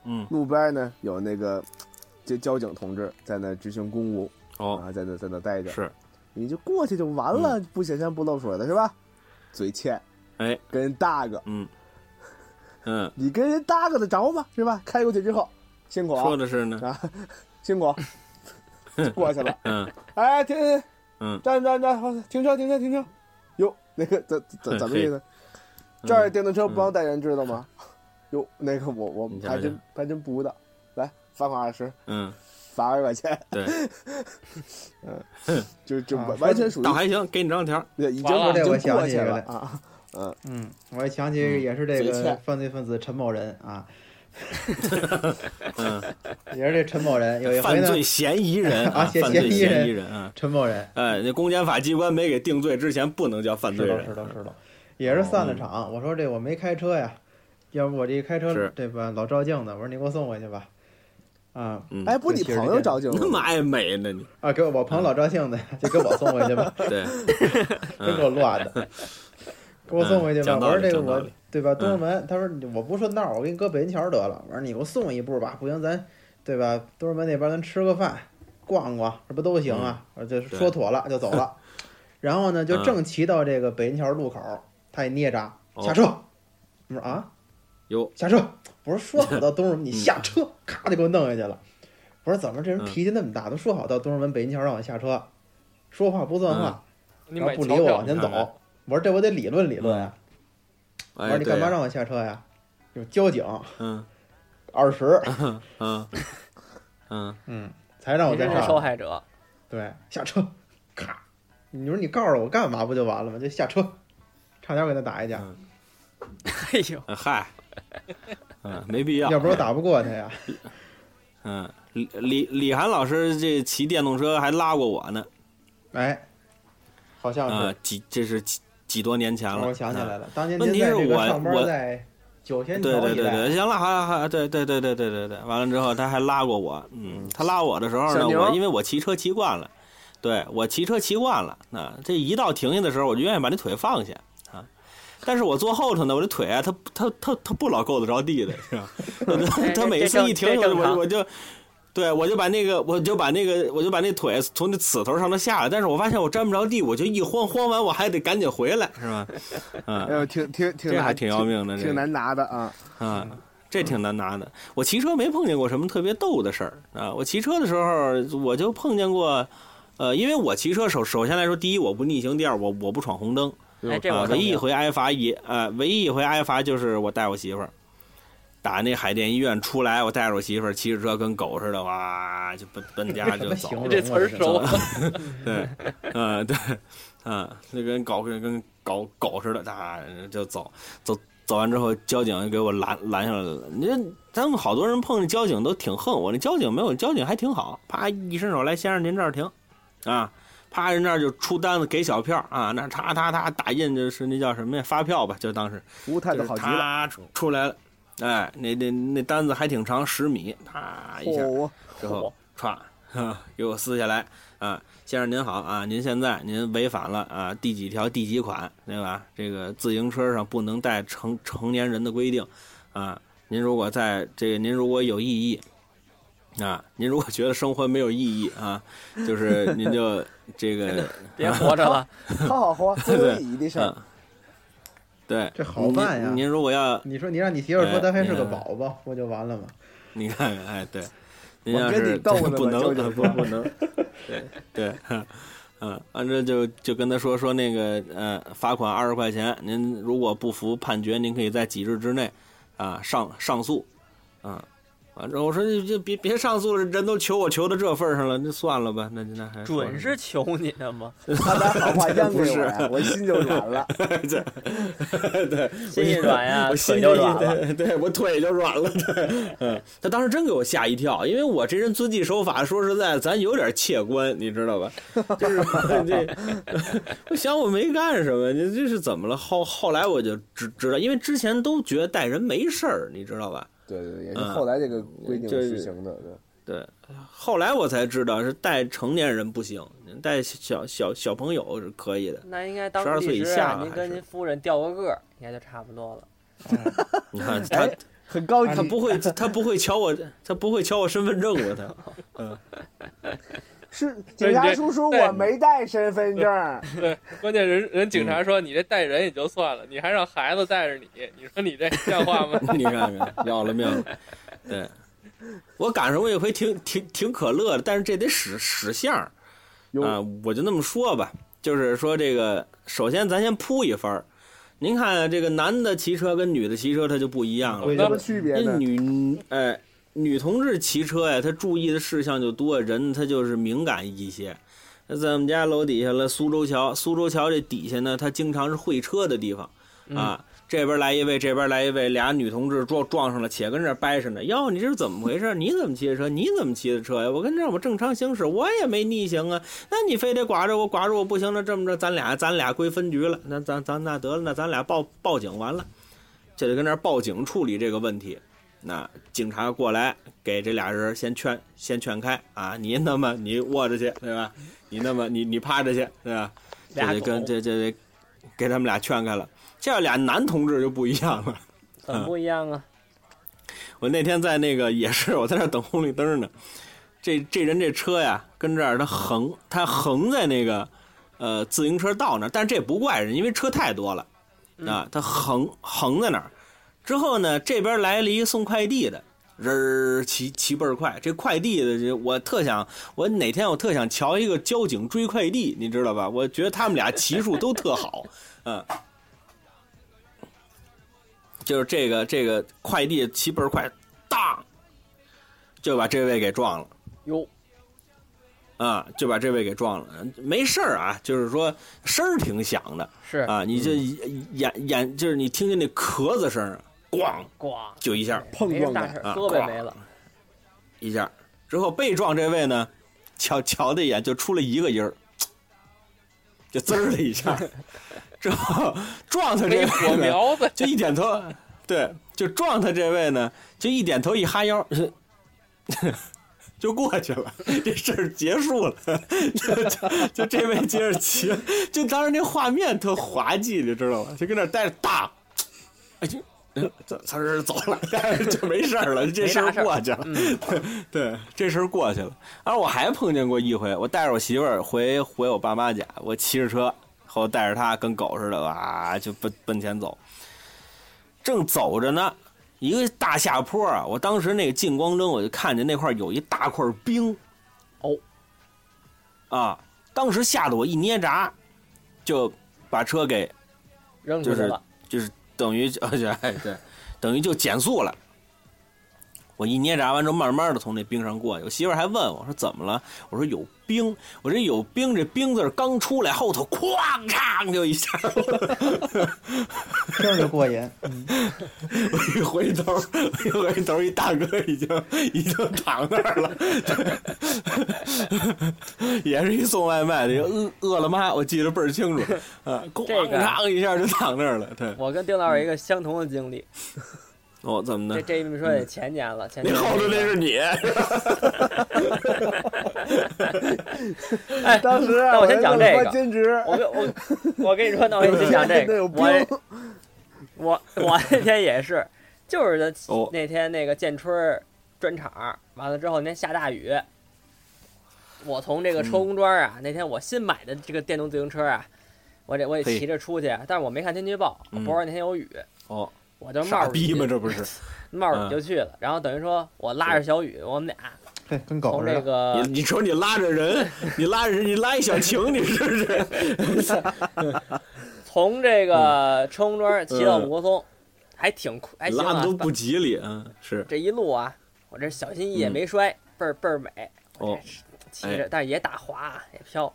S2: 嗯，
S5: 路边呢有那个这交警同志在那执行公务
S2: 哦，
S5: 啊，在那在那待着。
S2: 是，嗯
S5: 你就过去就完了，不显山不露水的是吧？嘴欠，
S2: 哎，
S5: 跟人搭个，
S2: 嗯嗯，
S5: 你跟人搭个得着吗？是吧？开过去之后，辛苦
S2: 说
S5: 啊，
S2: 的是呢，
S5: 啊，辛 苦，过去了。
S2: 嗯
S5: 哎，停，停
S2: 嗯
S5: 站站站，停车，停车，停车。哟，那个怎怎怎么意思？
S2: 嗯
S5: 这儿电动车不让带人，知道吗？哟，那个我我
S2: 你瞧瞧
S5: 还真还真不知道，来罚款二十，
S2: 嗯，
S5: 罚二百块钱， 嗯
S2: 对，
S5: 就就
S6: 啊
S5: 完
S6: 说
S5: 完全属于
S2: 倒还行，给你张条儿，
S5: 对已经
S4: 完了
S5: 已
S6: 这我
S5: 经
S6: 想
S5: 过
S6: 起
S5: 去
S6: 来
S5: 了
S6: 了
S5: 啊。
S6: 嗯，我也想起也是这
S5: 嘴
S6: 个
S5: 欠
S6: 犯罪分子陈某人啊，
S5: 哎
S2: 嗯，
S6: 也是这陈某人有一回
S2: 犯
S6: 呢
S2: 罪，嫌疑 人 啊，
S6: 啊嫌
S2: 犯罪
S6: 嫌疑人
S2: 嫌疑人啊，
S6: 陈某人
S2: 哎，那公检法机关没给定罪之前，不能叫犯罪
S6: 知道知
S2: 人，
S6: 道知道，也是散了场。我说这我没开车呀，要不我这开车
S2: 是
S6: 这把老照镜子，我说你给我送回去吧。啊
S2: 嗯，
S5: 哎，不，你
S6: 这其实
S5: 朋
S6: 这
S5: 友
S6: 样
S5: 照镜子
S2: 那
S5: 吗
S2: 么爱美呢你，
S6: 啊，给我我朋友老照镜子， 就给我送回去吧，
S2: 对，
S6: 真给我乱的。给我送回去吧，
S2: 嗯嗯讲
S6: 我
S2: 道
S6: 说
S2: 理
S6: 这个
S2: 讲道
S6: 我
S2: 理嗯
S6: 对吧？东直门，他说我不顺道，我给你搁北新桥得了。我说你给我送一步吧，不行咱对吧？东直门那边咱吃个饭，逛逛，这不都行啊？我就
S2: 嗯对
S6: 说妥了就走 了。然后呢，就
S2: 嗯
S6: 正骑到这个北新桥路口，他也捏闸
S2: 哦
S6: 下车。我说啊，
S2: 哟，嗯
S6: 下车！我说说好 到东直门，你下车，咔就给我弄下去了。我说怎么这人
S2: 嗯
S6: 脾气那么大？都说好到东直门北新桥让我下车，说话不算
S2: 嗯
S6: 话，
S4: 你
S6: 然
S4: 买
S6: 后不
S4: 机
S6: 理我
S4: 票
S6: 往前走
S2: 你看看。
S6: 我说这我得理论理论呀、我
S2: 哎，
S6: 说你
S2: 对
S6: 干嘛
S2: 呀，
S6: 让我下车呀？有交警
S2: 嗯
S6: 二十，
S2: 嗯嗯
S6: 嗯，才让我
S3: 您
S6: 再
S3: 是那
S6: 上
S3: 受。害者，
S6: 对，下车，咔！你说你告诉我干嘛不就完了吗？就下车，差点给他打一架，
S2: 嗯
S3: 哎呦，
S2: 呃嗨，嗯，没必要。
S6: 要不然我打不过他呀。
S2: 嗯，李李李涵老师这骑电动车还拉过我呢，
S6: 哎，好像
S2: 嗯啊、
S6: 是，
S2: 几这是几几多年前了，
S6: 我想起来
S2: 嗯。
S6: 了，当年
S2: 问
S6: 您
S2: 题
S6: 在
S2: 是
S6: 这个
S2: 我
S6: 上
S2: 我
S6: 班在九仙桥
S2: 对对
S6: 一
S2: 对
S6: 带
S2: 对，行了，好好好，对对对对对对对，完了之后他还拉过我，嗯，他拉我的时候
S5: 小
S2: 呢，
S5: 牛
S2: 我因为我骑车骑惯了，对我骑车骑惯了，那、这一到停下的时候，我就愿意把那腿放下啊，但是我坐后头呢，我这腿啊，它它它它不老够得着地的，是吧？
S3: 这
S2: 他每次一停
S3: 这
S2: 下，
S3: 正
S2: 我
S3: 常
S2: 我就，对我就把那个我就把那个我就把那腿从那刺头上头下来，但是我发现我沾不着地，我就一慌，慌完我还得赶紧回来，是吧？
S5: 哎
S2: 嗯，
S5: 呦，挺挺挺
S2: 这
S5: 难，
S2: 还挺要命的，这
S5: 挺
S2: 个
S5: 难拿的啊。
S2: 啊，这挺难拿的。我骑车没碰见过什么特别逗的事儿啊。我骑车的时候，我就碰见过，呃，因为我骑车首首先来说，第一我不逆行，第二我我不闯红灯
S3: 哎，这
S2: 啊。
S3: 我
S2: 唯一一
S3: 有。
S2: 回挨罚也呃，唯一一回挨罚就是我带我媳妇儿打那海淀医院出来，我带着我媳妇儿骑着车跟狗似的，哇就奔奔家 就走
S6: 行
S2: 了。
S4: 这词儿
S2: 啊
S4: 熟，
S2: 对，嗯，对，嗯，那跟狗跟跟狗狗似的，他就走走走完之后，交警就给我拦拦下来了。你这咱们好多人碰见交警都挺横，我那交警没有，交警还挺好，啪一伸手来，先生您这儿停，啊，啪人那儿就出单子给小票啊，那叉叉叉打印就是那叫什么呀，发票吧，就当是。
S5: 服务态度
S2: 就是
S5: 好极了。
S2: 他出出来了，哎，那那那单子还挺长，十米，啪一下
S5: 哦，
S2: 之后，歘，给我撕下来啊！先生您好啊，您现在您违反了啊第几条第几款对吧？这个自行车上不能带成成年人的规定啊。您如果在这个您如果有异议啊，您如果觉得生活没有意义啊，就是您就这个
S3: 别活 着了，
S5: 好好活，自有意义的事
S2: 嗯
S5: 儿。，
S2: 对，
S6: 这好办呀
S2: 您您如果要
S6: 你说你让你媳妇儿
S2: 哎
S6: 说她还是个
S2: 嗯
S6: 宝宝，不就完了吗？
S2: 你看看，哎，对，您
S5: 我
S2: 要
S5: 跟你
S2: 是
S5: 斗呢
S2: 不
S5: 吧
S2: 能啊
S5: 周九
S2: 不
S5: 说
S2: 不能，对 对，嗯，完这就就跟他说说那个呃，罚款二十块钱，您如果不服判决，您可以在几日之内啊上上诉，啊，完之后我说就就别别上诉了，人都求我求到这份儿上了，那算了吧，那就那还说
S3: 准
S2: 什么
S3: 是求啊你 的吗？
S5: 他把好话
S2: 这
S5: 扔给
S2: 不是
S5: 我呀，我心就软了。
S2: 这 对，
S3: 心一软呀
S2: 我
S3: 腿
S2: 心
S3: 就
S2: 一
S3: 软
S2: 对，
S3: 了
S2: 对我腿就软了。对，嗯，他当时真给我吓一跳，因为我这人遵纪守法，说实在，咱有点怯官，你知道吧？ 就是这， 我想我没干什么，你这是怎么了？后后来我就知知道，因为之前都觉得带人没事儿，你知道吧？
S5: 对对，对，也是
S2: 嗯
S5: 后来这个规定
S2: 就是
S5: 实行的。对，
S2: 对，后来我才知道是带成年人不行，带小小小朋友是可以的。
S3: 那应该当
S2: 12岁
S3: 律
S2: 以
S3: 师
S2: 下
S3: 啊，
S2: 了
S3: 您
S2: 还
S3: 跟
S2: 是
S3: 您夫人调个个儿，应该就差不多了。
S2: 你看
S3: 哎
S2: 他
S5: 很高级
S3: 哦
S2: 他。不会，他不会瞧我，他不会瞧我身份证吧？他。
S5: 是警察叔叔，
S4: 对
S5: 我没带身份证儿。
S4: 对， 关键人人警察说你这带人也就算了，你还让孩子带着你，你说你这像话吗？
S2: 你看看，要了命了。对，我赶上过一回挺挺挺可乐的，但是这得使使相儿
S5: 哟
S2: 啊、我就那么说吧，就是说这个，首先咱先铺一番儿。您看啊这个男的骑车跟女的骑车，它就不一样了
S6: 规。
S5: 有什么区别
S2: 那
S5: 呢？
S2: 女哎，女同志骑车呀，她注意的事项就多，人她就是敏感一些。那在我们家楼底下了，苏州桥，苏州桥这底下呢，它经常是会车的地方啊。这边来一位，这边来一位，俩女同志撞撞上了，且跟这儿掰扯呢。哟，你这是怎么回事？你怎么骑的车？你怎么骑的车呀？我跟这儿我正常行驶，我也没逆行啊。那你非得刮着我，刮着我不行了，这么着，咱俩咱俩归分局了。那咱咱那得了，那咱俩报报警完了，就得跟那儿报警处理这个问题。那警察过来给这俩人先劝先劝开啊，你那么你卧着去对吧？你那么你你趴着去对吧？这
S3: 俩
S2: 得跟
S3: 狗
S2: 这这得给他们俩劝开了。这要俩男同志就不一样了。
S3: 怎么不一样啊？
S2: 我那天在那个也是，我在那儿等红绿灯呢。这这人这车呀，跟这儿他横，他横在那个呃自行车道那儿，但是这不怪人，因为车太多了啊，他横横在那儿。之后呢，这边来了一送快递的，人儿骑骑倍儿快。这快递的，这我特想，我哪天我特想瞧一个交警追快递，你知道吧？我觉得他们俩骑术都特好，嗯。就是这个这个快递骑倍儿快，当就把这位给撞了
S3: 哟，
S2: 啊，就把这位给撞了。没事儿啊，就是说声儿挺响的
S3: 是
S2: 啊，你就眼眼就是你听见那壳子声儿，咣
S3: 咣，
S2: 就一下
S5: 碰
S3: 没什么
S5: 撞
S3: 大
S5: 感
S3: 事儿，
S2: 啊
S3: 胳膊
S2: 咣
S3: 没了，
S2: 一下，之后被撞这位呢，瞧瞧的一眼就出了一个音儿，就滋儿了 一下，之后撞他这
S4: 没
S2: 位
S4: 火
S2: 呢
S4: 苗子，
S2: 啊 就一点头，对，就撞他这位呢，就一点头一哈腰，就过去了，这事儿结束了，就就就这位接着骑，就当时那画面特滑稽，你知道吗？就跟那儿待着，大，哎就。这呲儿走了，就没事儿了，这事儿过去了。嗯 对，这事儿过去了。而我还碰见过一回，我带着我媳妇儿回回我爸妈家，我骑着车，后带着她跟狗似的，哇，就奔奔前走。正走着呢，一个大下坡啊，我当时那个近光灯我就看见那块儿有一大块冰，
S3: 哦，
S2: 啊，当时吓得我一捏闸，就把车给
S3: 扔出
S2: 就
S3: 去
S2: 是
S3: 了，
S2: 就是 等于而且哎对，等于就减速了。我一捏闸完之后，慢慢的从那冰上过去。我媳妇儿还问我说怎么了？我说有冰。我这有冰，这冰字儿刚出来，后头哐嚓就一下，
S6: 听着就过瘾。
S2: 我一回头，一回头，一大哥已经已经躺那儿了，也是一送外卖的，饿饿了么，我记得倍儿清楚，啊，
S3: 这
S2: 咣
S3: 个
S2: 当一下就躺那儿了。对，
S3: 我跟丁老师有一个相同的经历，
S2: 哦，怎么
S3: 这
S2: 的？
S3: 这么说得前年了，前
S2: 你
S3: 年
S2: 后头那是你，
S3: 哎，
S5: 当 时啊，
S3: 那我先讲这个
S5: 兼职，
S3: 我跟我我跟你说，那我先讲这
S5: 那
S3: 个，
S5: 有
S3: 我
S5: 冰。
S3: 我我那天也是，就是那
S2: 哦
S3: 那天那个建春儿专场完了之后，那天下大雨，我从这个车公庄啊，那天我新买的这个电动自行车啊，我得我得
S2: 嘿
S3: 骑着出去，啊但是我没看天气预报，我
S2: 嗯
S3: 不知道那天有雨，
S2: 哦，
S3: 我就冒
S2: 傻
S3: 着
S2: 逼吗？
S3: 雨
S2: 这不是？
S3: 冒着雨
S2: 嗯
S3: 就去了，然后等于说我拉着小雨，我们俩
S6: 嘿，跟狗
S3: 从
S6: 似
S3: 这
S6: 的。
S3: 个
S2: 你你瞅你拉着人，你拉着人，你拉一小情，你是不是？
S3: 从这个车公庄骑到
S2: 嗯
S3: 武国松，还挺快还行
S2: 拉
S3: 啊
S2: 的，都不吉利啊，嗯是
S3: 这一路啊，我这小心翼翼也没摔，倍儿倍儿美。
S2: 嗯
S3: 我
S2: 哦
S3: 这骑着，但是也打滑啊，也飘。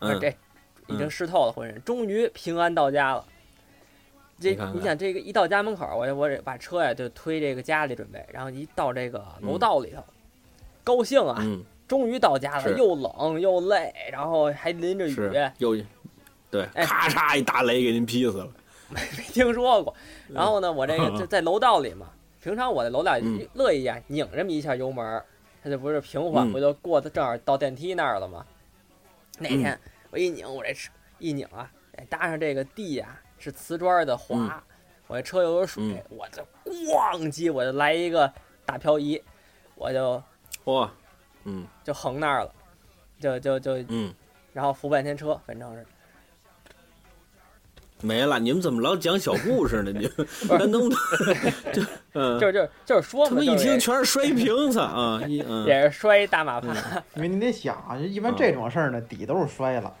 S3: 我
S2: 嗯
S3: 这已经
S2: 嗯
S3: 湿透了浑身，终于平安到家了。这
S2: 你看看
S3: 你想，这个一到家门口，我我得把车呀就推这个家里准备，然后一到这个楼道里头，高兴啊，
S2: 嗯，
S3: 终于到家了，
S2: 是
S3: 又冷又累，然后还淋着雨，
S2: 是又一对，
S3: 哎
S2: 咔嚓一大雷给您劈死了。
S3: 没听说过。然后呢，我这个
S2: 嗯
S3: 就在楼道里嘛，平常我在楼道
S2: 嗯
S3: 里乐意啊，拧这么一下油门儿，它就不是平缓，
S2: 嗯
S3: 不就过的正好到电梯那儿了吗？那
S2: 嗯
S3: 天我一拧，我这车一拧啊，哎搭上这个地呀、是瓷砖的滑，我这车又有水，
S2: 嗯
S3: 我就咣叽我就来一个大漂移，我就
S2: 哇，嗯
S3: 就横那儿了，就就就
S2: 嗯，
S3: 然后扶半天车，反正是
S2: 没了。你们怎么老讲小故事呢？ 你们咱能不能就嗯，
S3: 就是就是就是说
S2: 他
S3: 嘛，
S2: 们
S3: 就
S2: 一
S3: 是
S2: 听
S3: 也
S2: 全是摔瓶 子啊，一嗯
S3: 也是摔一大马趴，
S6: 因为你得想啊，一般这种事儿呢，底都是摔了，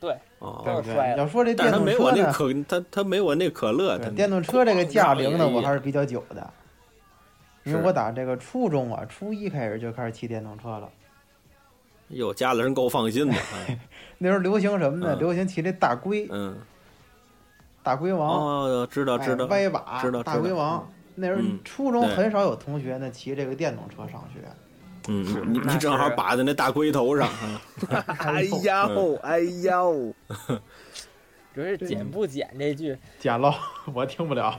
S6: 对
S2: 哦，
S6: 不
S3: 都是摔了
S6: 对？你要说这
S2: 但是
S6: 电
S2: 他
S6: 动
S2: 没我
S6: 车
S2: 那
S6: 呢，
S2: 可他他没我那可乐，他
S6: 对电动车这个驾龄呢，我还是比较久的，因为
S2: 是
S6: 我打这个初中啊，初一开始就开始骑电动车了。
S2: 哟，家里人够放心的。 啊
S6: 那时候流行什么呢？
S2: 嗯
S6: 流行骑这大龟，
S2: 嗯，
S6: 大龟王，
S2: 哦，知道
S6: 哎
S2: 知道，
S6: 歪把
S2: 知道，知
S6: 大
S2: 道
S6: 龟王。那时候
S2: 嗯
S6: 初中
S2: 对
S6: 很少有同学呢骑这个电动车上学，
S2: 嗯，你
S3: 那
S2: 你正好
S3: 是
S2: 把在那大龟头 上啊。
S5: 哎呦，哎呦，
S3: 主要是剪不剪这句。
S6: 捡喽， 我听不了。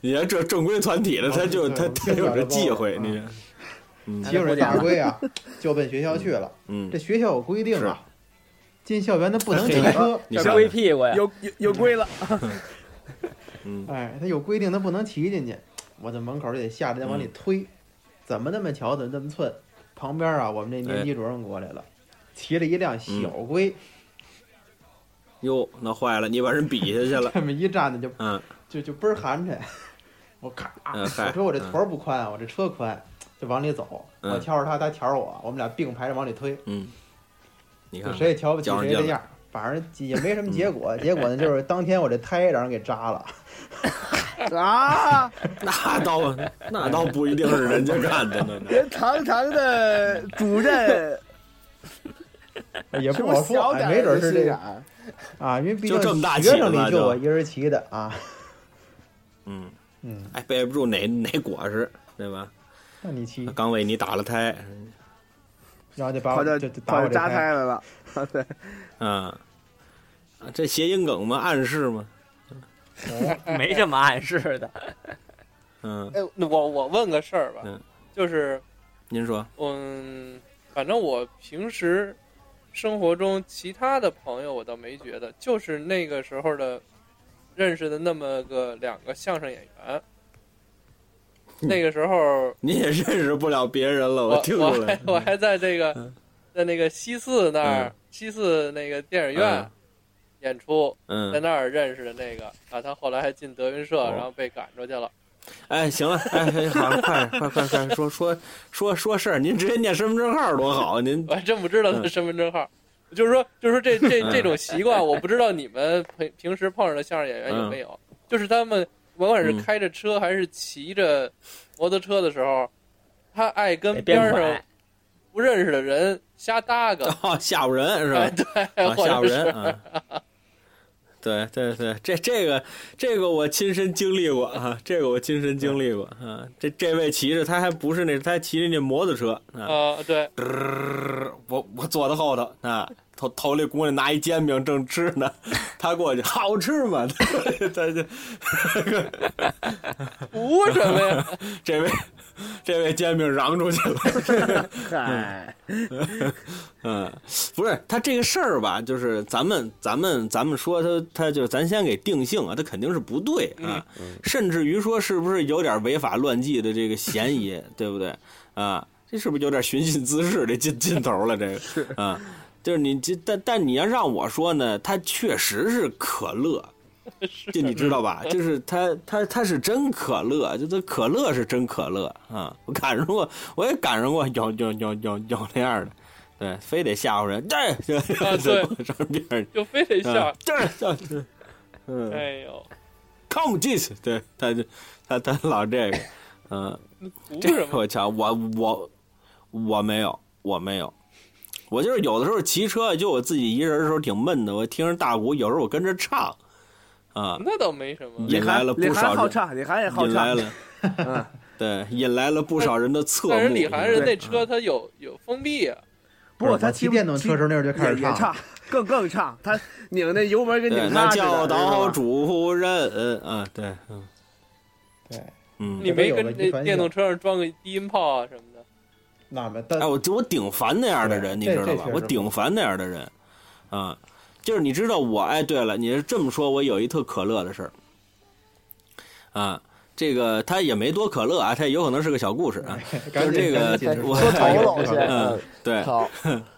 S2: 你看这正规团体的，他
S3: 哦
S2: 就他他有这忌讳，你
S6: 骑着这大龟啊，就奔学校去了。
S2: 嗯
S6: 这，学校有规定啊，进校园的不能
S2: 嘿
S6: 骑车。
S2: 你
S3: 这
S2: 像
S3: 龟屁股呀，
S5: 有有有龟了，
S2: 嗯
S6: 哎，他有规定，他不能骑进去。我在门口就得下来再
S2: 嗯
S6: 往里推，怎么那么巧，怎么那么寸？旁边啊，我们这
S2: 哎
S6: 年级主任过来了，骑着一辆
S2: 嗯
S6: 小龟，
S2: 哟，那坏了，你把人比下去了。
S6: 这么一站呢，就
S2: 嗯
S6: 就就倍儿寒碜。我咔，
S2: 嗯嗨
S6: 我说我这腿儿不宽，啊我这车宽，就往里走。
S2: 嗯
S6: 我挑着他，他挑着我，我们俩并排着往里推，
S2: 嗯，你
S6: 就
S2: 看
S6: 谁也瞧不起
S2: 较上
S6: 谁
S2: 劲
S6: 这
S2: 了
S6: 样。反正也
S2: 嗯
S6: 没什么结果，结果呢就是当天我这胎让人给扎 了，
S5: 啊，
S2: 那倒那倒不一定是人家干的呢。
S5: 人堂堂的主任，
S6: 也
S5: 什
S6: 不
S5: 么
S6: 好说，
S5: 小
S6: 哎
S5: 点
S6: 没准是这
S5: 这
S6: 个
S5: 样，
S6: 啊，因为毕
S2: 就
S6: 竟
S2: 这么大
S6: 学
S2: 起
S6: 生
S2: 了
S6: 里就
S2: 就
S6: 我一人骑的啊，
S2: 嗯，
S6: 嗯，
S2: 哎，背不住哪哪果实，对吧？
S6: 那你骑，
S2: 刚为你打了胎，
S6: 然后就把
S5: 跑
S6: 我
S5: 到
S6: 就就打
S5: 跑
S6: 我
S5: 到
S6: 这
S5: 扎胎来了，对，
S2: 嗯，啊这谐音梗吗？暗示吗？
S3: 没什么暗示的。
S2: 嗯，
S4: 哎，那我我问个事儿吧，
S2: 嗯
S4: 就是
S2: 您说，
S4: 嗯，反正我平时生活中其他的朋友我倒没觉得，就是那个时候的认识的那么个两个相声演 员，那个时候
S2: 你也认识不了别人了，
S4: 我
S2: 嗯听出
S4: 我
S2: 来
S4: 还。我还在这个在那个西四那儿、
S2: 嗯
S4: 西四那个电影院、
S2: 嗯
S4: 演出，在
S2: 嗯，
S4: 那儿认识的那个啊，他后来还进德云社，
S2: 哦
S4: 然后被赶出去了。
S2: 哎，行了，哎，哎好了，快快快快说说说说事儿，您直接念身份证号多好，您
S4: 我还真不知道他
S2: 嗯
S4: 身份证号。就是说，就是说这这
S2: 嗯
S4: 这种习惯，我不知道你们平平时碰上的相声演员有没有？就是他们甭管是
S2: 嗯
S4: 开着车还是骑着摩托车的时候，他爱
S3: 得
S4: 跟边
S3: 变
S4: 上
S3: 拐，
S4: 不认识的人瞎搭个，
S2: 哦吓唬人是吧
S4: 哎，？对，
S2: 啊，
S4: 或
S2: 吓唬
S4: 者
S2: 人
S4: 是
S2: 啊。对对对，这这个这个我亲身经历过啊，这个我亲身经历过啊。这这位骑着他还不是那，他还骑着那摩托车啊，
S4: 啊，对，
S2: 我我坐他后头啊，头头里姑娘拿一煎饼正吃呢， 他过去好吃吗？ 他就
S4: 图什么呀？
S2: 这位这位煎饼嚷出去了，
S5: 嗨，
S2: 嗯，不是他这个事儿吧，就是咱们咱们咱们说他他就是咱先给定性啊，他肯定是不对啊，甚至于说是不是有点违法乱纪的这个嫌 疑，对不对啊？这是不是有点寻衅滋事这劲劲头了？这个是啊，就是你这但但你要让我说呢，他确实是可 乐。就你知道吧？就是他，他他是真可乐，就这可乐是真可乐啊！我赶上过，我也赶上过有有有有有那样的，对，非得吓唬人，对，对，
S4: 啊对
S2: 上边儿，
S4: 就非得
S2: 啊
S4: 笑，
S2: 对，对嗯
S4: 哎呦，
S2: ，come this，对， 他就他他老这个，嗯，
S4: 图
S2: 这
S4: 什
S2: 个
S4: 么？
S2: 我瞧，我我我没有，我没有，我就是有的时候骑车，就我自己一人的时候挺闷的，我听着大鼓，有时候我跟着唱，啊，
S4: 那倒没什么，
S2: 引来了
S5: 李
S2: 不
S5: 涵
S2: 少
S5: 好
S2: 人。
S5: 唱，李涵也好
S2: 引来
S5: 唱，
S2: 了，对，
S5: 嗯，
S2: 引来了不少人的侧目。
S4: 但是李涵人
S2: 对嗯
S4: 那车他有有封闭啊，
S6: 不
S5: 不
S6: 是
S5: 过他
S6: 我骑电动车时候那时候就开始
S5: 也也
S6: 唱
S5: 唱，更更唱，他拧那油门跟
S2: 对
S5: 拧
S2: 那
S5: 刹似的
S2: 教导，
S5: 是吧
S2: 主妇人啊，对，嗯
S6: 对，
S2: 嗯，
S4: 你没
S6: 有
S4: 跟
S6: 了一
S4: 那
S6: 传
S4: 电
S6: 销
S4: 动车上装个低音炮啊什么的。
S6: 那没，但
S2: 哎，我就我顶烦那样的人，你
S6: 对
S2: 知
S6: 这
S2: 道
S6: 这
S2: 吧
S6: 确？实
S2: 我
S6: 不
S2: 顶烦那样的人，啊，就是你知道我，哎，对了，你是这么说，我有一特可乐的事儿，啊，这个他也没多可乐啊，他也有可能是个小故事 啊，
S6: 赶紧
S2: 这个
S6: 赶紧解释
S2: 我
S7: 哎说头了
S6: 这
S7: 去，
S6: 个
S2: 嗯，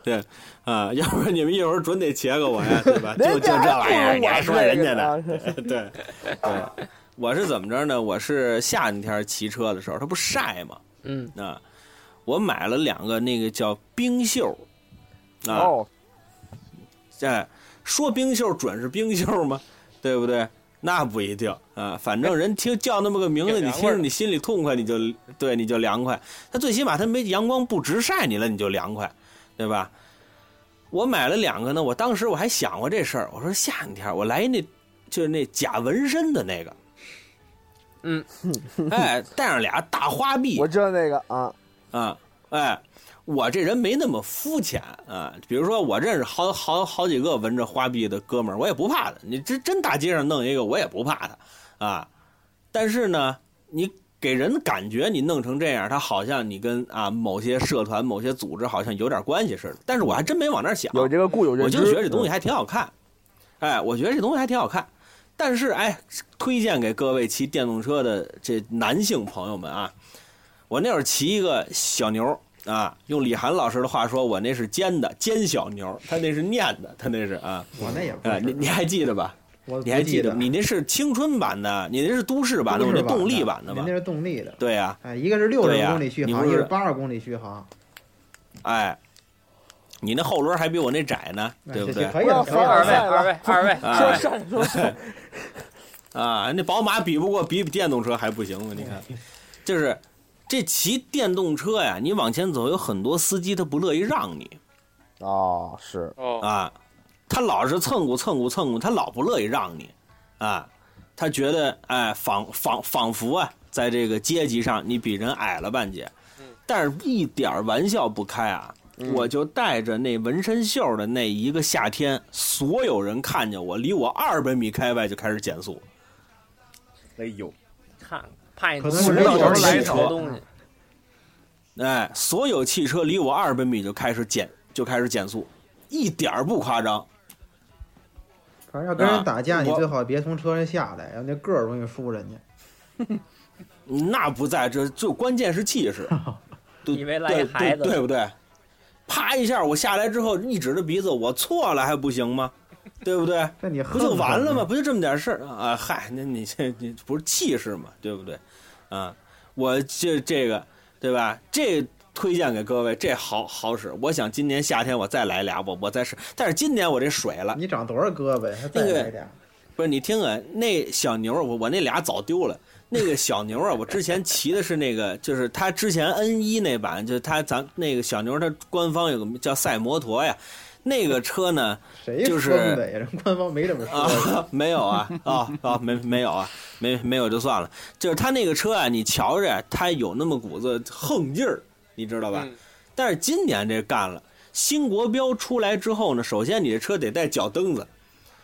S2: 对
S7: 好，
S2: 啊，要不然你们一会儿准得茄个我呀，对吧？就就这玩意儿，
S7: 人
S2: 你
S7: 家
S2: 还
S7: 还不
S2: 说
S7: 如哎我
S2: 人家呢？
S7: 这个呢，
S2: 对，对，我是怎么着呢？我是夏天骑车的时候，它不晒吗？
S3: 嗯，
S2: 啊，我买了两个那个叫冰袖，啊，
S7: 哦，
S2: 哎，说冰袖准是冰袖吗？对不对？那不一定啊，反正人听叫那么个名字，
S4: 挺
S2: 你
S4: 凉
S2: 听
S4: 快
S2: 着
S4: 的
S2: 你心里痛快，你就对你就凉快。它最起码它没阳光不直晒你了，你就凉快，对吧？我买了两个呢，我当时我还想过这事儿，我说夏天我来一那就是那假纹身的那个，
S3: 嗯，
S2: 哎，带上俩大花臂
S7: 我，知道那个啊，
S2: 啊，哎，我这人没那么肤浅啊。比如说，我认识好好好几个纹着花臂的哥们儿，我也不怕他。你真真大街上弄一个，我也不怕他啊。但是呢，你给人的感觉你弄成这样，他好像你跟啊某些社团、某些组织好像有点关系似的。但是我还真没往那儿想，
S7: 有这个固有认
S2: 我
S7: 知，
S2: 就觉得这东西还挺好看，哎，我觉得这东西还挺好看。但是哎，推荐给各位骑电动车的这男性朋友们啊，我那会儿骑一个小牛儿啊，用李涵老师的话说，我那是尖的尖小牛儿，他那是念的，他那是啊，
S6: 我那也不
S2: 哎，你
S6: 是，
S2: 你还记得吧？
S6: 我
S2: 你还
S6: 不
S2: 记
S6: 得
S2: 得？你那是青春版的，你那是都市版的，
S6: 都
S2: 我
S6: 市
S2: 那动力版的
S6: 您
S2: 吧
S6: 那？是动力的，
S2: 对啊呀、
S6: 哎，一个是六
S2: 对
S6: 十
S2: 呀
S6: 公里续
S2: 你
S6: 航，
S2: 不
S6: 一个
S2: 是
S6: 是八十公里续航，
S2: 哎，你那后轮还比我那窄呢，
S6: 哎
S2: 对不
S6: 这
S2: 对
S6: 这？可以
S7: 不要
S6: 了，可以
S7: 凡尔
S3: 二
S6: 了
S3: 位，
S7: 赛
S3: 二位，二位，
S2: 哎
S7: 说上说上，
S2: 啊，那宝马比不过，比比电动车还不行吗？你看，就是这骑电动车呀，你往前走，有很多司机他不乐意让你
S7: 哦，是，
S4: 哦，
S2: 啊，他老是蹭咕蹭咕蹭咕，他老不乐意让你啊，他觉得哎，仿仿仿佛啊，在这个阶级上你比人矮了半截
S4: 嗯，
S2: 但是一点儿玩笑不开啊。我就带着那纹身袖的那一个夏天，所有人看见我，离我二百米开外就开始减速。
S5: 哎呦，
S3: 看怕你
S6: 可能
S3: 从
S6: 是
S3: 这头
S6: 有
S2: 点
S3: 来
S2: 汽车
S3: 头东西，
S2: 哎，所有汽车离我二百米就开始减，就开始减速，一点儿不夸张。
S6: 反正要跟人打架，
S2: 啊
S6: 你
S2: 我
S6: 最好别从车上下来，要那个儿容易输人家。
S2: 那不在这，就关键是气 势，对
S3: 以为来一
S2: 对
S3: 孩子
S2: 对，对不对？啪一下，我下来之后一指着鼻子，我错了还不行吗？对不对？
S6: 这你
S2: 不
S6: 喝
S2: 就完了吗？？不就这么点事儿啊？嗨，那你这你不是气势嘛，对不对？啊，我这这个对吧？这推荐给各位，这好好使。我想今年夏天我再来俩，我我再试。但是今年我这水了，
S6: 你长多少胳膊呀？还再
S2: 那个
S6: 来点？
S2: 不是你听啊，那小牛儿我我那俩早丢了。那个小牛儿啊，我之前骑的是那个，就是它之前 N 一那版，就是它咱那个小牛儿它官方有个叫赛摩托呀，那个车呢。
S6: 谁
S2: 就是
S6: 疯的呀？人官方没这么说的。
S2: 啊，没有啊，啊啊，没没有啊，没没有就算了。就是他那个车啊，你瞧着他有那么股子横劲儿，你知道吧？
S4: 嗯
S2: 但是今年这干了，新国标出来之后呢，首先你这车得带脚蹬子。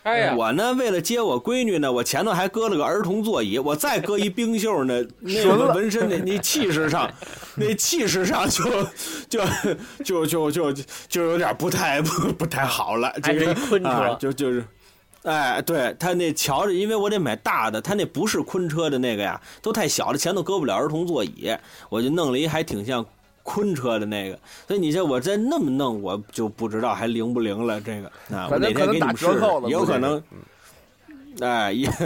S4: 开呀，
S2: 我呢，为了接我闺女呢，我前头还搁了个儿童座椅，我再搁一冰袖 呢，那
S5: 了
S2: 个纹身那那气势上，那气势上就就就就就就就有点不太 不不太好了，
S3: 还
S2: 这
S3: 是
S2: 个
S3: 一昆车
S2: 啊，就就是。哎，对他那瞧着，因为我得买大的，他那不是昆车的那个呀，都太小了，前头搁不了儿童座椅，我就弄了一还挺像昆车的那个，所以你这我再那么弄，我就不知道还灵不灵了。这个啊，我
S5: 反正
S2: 哪
S5: 可
S2: 天
S5: 能
S2: 给你
S5: 打
S2: 们试
S5: 折
S2: 试
S5: 扣了，
S2: 也有
S5: 估计嗯
S2: 可能，哎，也对
S3: 没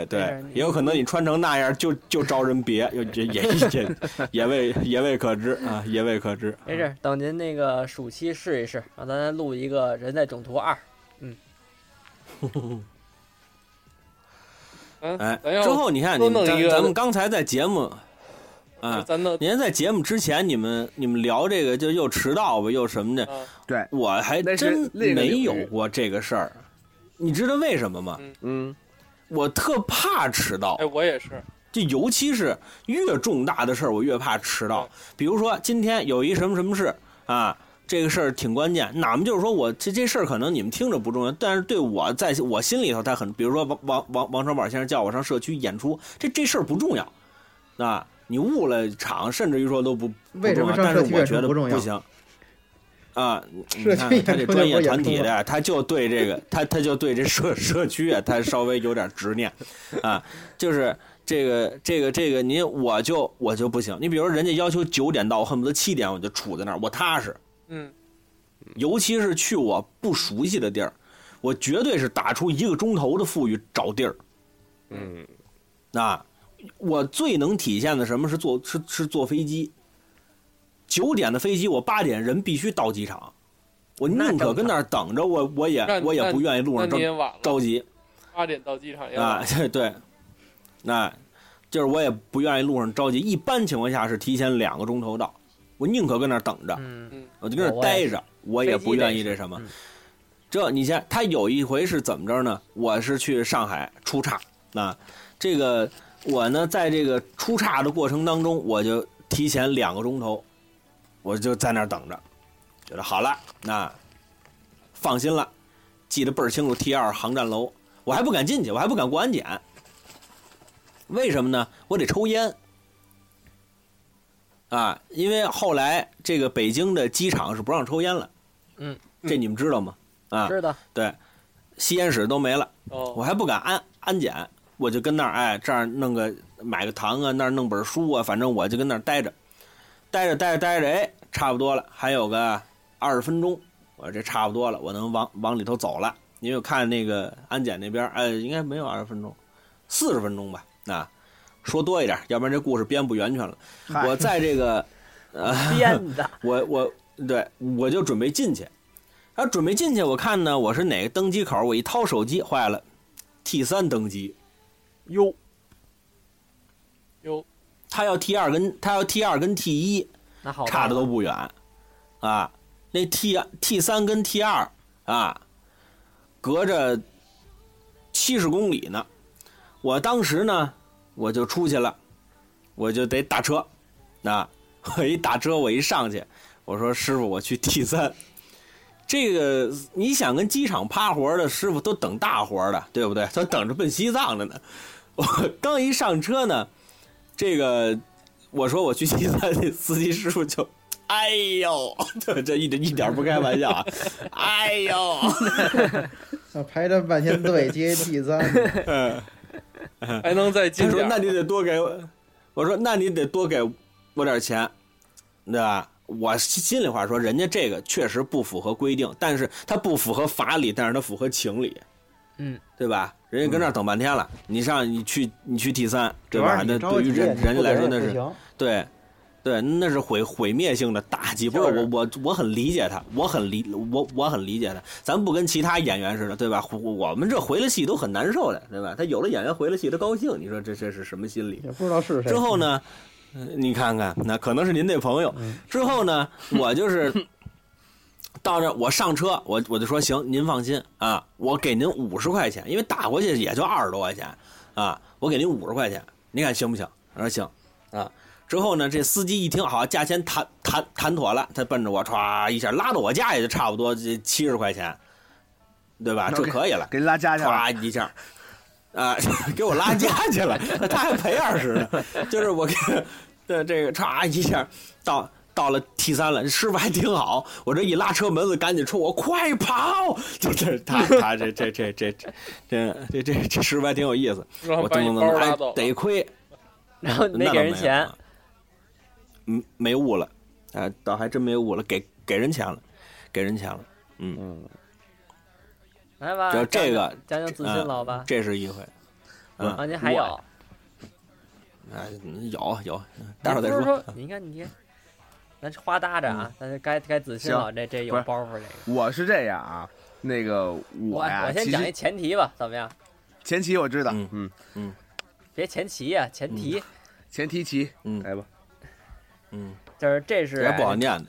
S3: 事
S2: 对
S3: 儿，你
S2: 也有可能你穿成那样就就招人别，也也也也也未也未可知啊，也未可知。
S3: 没事，等您那个暑期试一试，让咱录一个《人在囧途二》。
S4: 嗯，
S2: 哎，
S4: 咱要
S2: 之后你看，
S4: 多
S2: 你
S4: 弄
S2: 们咱
S4: 一个
S2: 咱们刚才在节目，啊，
S4: 咱弄
S2: 您在节目之前，你们你们聊这个就又迟到吧，又什么的，
S4: 啊
S2: 我还
S5: 那是
S2: 真
S5: 另一个
S2: 没
S5: 领
S2: 有
S5: 域
S2: 过这个事儿。你知道为什么吗？
S5: 嗯，
S2: 我特怕迟到
S4: 哎，，我也是，
S2: 就尤其是越重大的事儿，我越怕迟到
S4: 嗯。
S2: 比如说今天有一什么什么事啊，这个事儿挺关键。哪么就是说我这这事儿可能你们听着不重要，但是对我在我心里头它很，比如说王王王王成宝先生叫我上社区演出，这这事儿不重要啊。你误了场，甚至于说都不不
S6: 为什
S2: 重
S6: 么
S2: 要
S6: 上
S2: 但是
S6: 社区
S2: 我
S6: 演
S2: 觉
S6: 出
S2: 得
S6: 不重要？
S2: 行。啊，你
S6: 社
S2: 看
S6: 区
S2: 他这
S6: 演出
S2: 专
S6: 就
S2: 业团
S6: 不 演出
S2: 体
S6: 了
S2: 的，啊他就对这个，他他就对这社社区啊，他稍微有点执念，啊，就是这个这个这个，您我就我就不行。你比如说，人家要求九点到，我恨不得七点我就杵在那儿，我踏实。
S4: 嗯，
S2: 尤其是去我不熟悉的地儿，我绝对是打出一个钟头的富裕找地儿。
S7: 嗯，
S2: 啊，我最能体现的什么是坐是是坐飞机，九点的飞机，我八点人必须到机场，我宁可跟那儿等着，我我也
S4: 那
S2: 哎我也
S4: 那
S2: 不愿意路
S4: 那
S2: 上着
S4: 你也哎晚了，
S2: 着急
S4: 八点到机场也晚
S2: 啊
S4: 了，，
S2: 对，那就是我也不愿意路上着急，一般情况下是提前两个钟头到，我宁可跟那儿等着，
S3: 嗯，
S2: 我就跟那儿
S3: 我也
S2: 待
S3: 是
S2: 着，我也不愿意这什么
S3: 飞机。
S2: 这你像他有一回是怎么着呢？我是去上海出差，啊，这个我呢在这个出差的过程当中，我就提前两个钟头，我就在那儿等着，觉得好了，那放心了，记得倍儿清楚 T 二航站楼，我还不敢进去，我还不敢过安检，为什么呢？我得抽烟。啊，因为后来这个北京的机场是不让抽烟了，
S3: 嗯，
S2: 这你们知道吗？啊，
S3: 知道。
S2: 吸烟室都没了，我
S4: 哦，
S2: 还不敢安安检，我就跟那儿哎，这儿弄个买个糖啊，那儿弄本书啊，反正我就跟那儿待着，待着待着待着，哎，差不多了，还有个二十分钟，我说这差不多了，我能往往里头走了，因为我看那个安检那边，哎，应该没有二十分钟，四十分钟吧，啊，说多一点，要不然这故事编不圆全了。
S5: 嗨
S2: 我在这个，呃，
S3: 编 的，
S2: 我我对我就准备进去，啊，准备进去，我看呢，我是哪个登机口，我一掏手机，坏了，T 三登机，
S5: 哟，
S4: 哟，
S2: 他要 T 二跟他要 T 二跟 T 一
S3: 那好吧，
S2: 差的都不远，啊，那 T T 三跟 T 二啊，隔着七十公里呢，我当时呢我就出去了，我就得打车，啊，我一打车我一上去，我说师傅我去 T 三。这个你想跟机场趴活的师傅都等大活的，对不对？他等着奔西藏的呢。 我刚一上车呢，这个我说我去西藏，那司机师傅就，哎呦， 这这一点一点不开玩笑啊，哎呦，
S6: 啊排这半天队接第 三，
S2: 嗯，
S4: 还能再
S2: 他
S4: 进
S2: 说
S4: 点儿，
S2: 那你得多给我，我说那你得多给我点钱，对吧？我心里话说，人家这个确实不符合规定，但是它不符合法理，但是它符合情理，
S3: 嗯，
S2: 对吧？人家跟那儿等半天了，你上你去你去 T 三，对
S6: 主要
S2: 吧？
S6: 是
S2: 那
S6: 你着
S2: 对于
S6: 急
S7: 嗯
S2: 人
S6: 你
S2: 人家
S6: 不
S2: 来
S6: 给
S2: 说
S6: 也
S2: 那
S6: 不
S2: 是
S6: 行
S2: 对，对，那是毁毁灭性的打击。不是
S3: 就是
S2: 我我我很理解他，我很理我我很理解他。咱不跟其他演员似的，对吧？我我们这回了戏都很难受的，对吧？他有的演员回了戏他高兴，你说这这是什么心理？
S6: 也不知道是谁。
S2: 之后呢，呃你看看，那可能是您那朋友。之后呢，我就是到这儿，我上车，我我就说行，您放心啊，我给您五十块钱，因为打过去也就二十多块钱啊，我给您五十块钱，您看行不行？我说行啊。之后呢，这司机一听，好，价钱谈谈谈妥了，他奔着我歘一下拉到我家也就差不多这七十块钱，对吧？这可以了。
S5: 给拉家去了。
S2: 唰一下，啊， 给我拉家去了，他还赔二十呢。就是我给的这个唰一下到到了 T 三了，师傅还挺好。我这一拉车门子，赶紧冲我快跑！就是他他这这这这这这这这这师傅还挺有意思。
S4: 然后
S2: 我
S4: 把
S2: 噔
S4: 你
S2: 噔
S4: 包
S2: 噔，
S4: 拉走
S2: 哎，
S4: 了，
S2: 得亏
S3: 然后你
S2: 那
S3: 没
S2: 倒
S3: 给
S2: 没
S3: 人钱
S2: 有，，啊嗯，没误了，哎，倒还真没误了，给给人钱了，给人钱了。
S3: 来吧，
S2: 就这个
S3: 讲讲自信了好吧？
S2: 这是一回嗯
S3: 啊，您还有，
S2: 哎，有有，待
S3: 但
S2: 会儿
S3: 是
S2: 再
S3: 不是
S2: 说。嗯
S3: 说，你看你，咱这花搭着啊，咱这该该自信了，这这有
S5: 不是
S3: 包袱这个。
S5: 我是这样啊，那个
S3: 我
S5: 我呀，
S3: 先
S5: 其
S3: 讲一
S5: 实
S3: 前提吧，怎么样？
S5: 前期我知道
S2: 嗯，
S5: 嗯，
S3: 别前提呀、前提、
S5: 前提棋，
S2: 嗯
S5: 来吧，
S2: 嗯，
S3: 就是这是
S2: 这还不好念呢。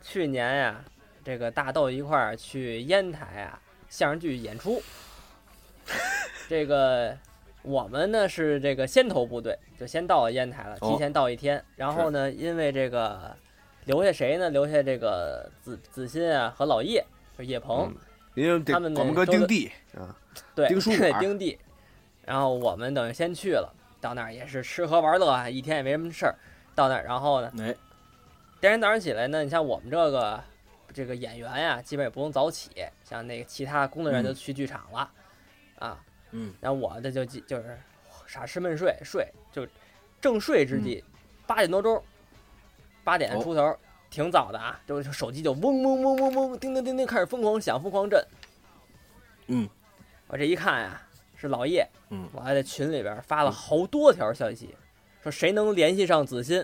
S3: 去年呀、这个大豆一块儿去烟台啊相声剧演 出。这个我们呢是这个先头部队，就先到烟台了，
S2: 哦
S3: 提前到一天。然后呢，因为这个留下谁呢？留下这个子子欣啊和老叶，就是叶鹏。
S5: 嗯因为得
S3: 他们
S5: 我们哥
S3: 都
S5: 丁地啊，
S3: 对，
S5: 丁书
S3: 对
S5: 馆儿
S3: 丁地。然后我们等于先去了，到那儿也是吃喝玩乐啊，一天也没什么事儿。到那儿，然后呢，
S2: 哎，
S3: 第二天早上起来呢，你像我们这个这个演员呀，基本也不用早起，像那个其他工作人
S2: 嗯
S3: 员就去剧场了，啊，
S2: 嗯，
S3: 然后我这就就是傻吃闷睡，睡就正睡之际，
S2: 嗯
S3: 八、点多钟，八点
S2: 哦
S3: 出头，挺早的啊，就就手机就嗡嗡嗡嗡嗡，叮叮叮叮开始疯狂响，疯狂震，
S2: 嗯，
S3: 我这一看呀、是老叶，
S2: 嗯
S3: 我还在群里边发了好多条消息，说谁能联系上子欣，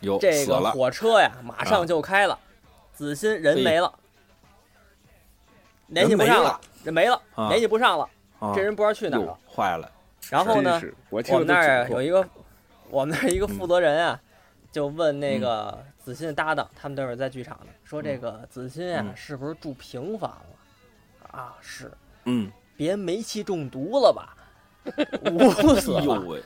S2: 有
S3: 这
S2: 死
S3: 个
S2: 了，啊
S3: 火车呀，马上就开了，子欣人没了，联系不上了，人没了，
S2: 啊
S3: 联系不上了，
S2: 啊
S3: 这人不知道去哪儿
S2: 哟
S3: 了。
S2: 坏了，
S3: 然后
S5: 真
S3: 呢，
S5: 是，我听
S3: 我们那
S5: 着
S3: 儿
S5: 都
S3: 有
S5: 窘
S3: 一个，我们那儿一个
S2: 嗯
S3: 负责人啊，就问那个子欣的搭档，他们都是在剧场的，说这个子欣啊
S2: 嗯
S3: 是不是住平房了？啊，是，
S2: 嗯，
S3: 别煤气中毒 了吧？捂死
S2: 哟
S3: 了。
S2: 喂，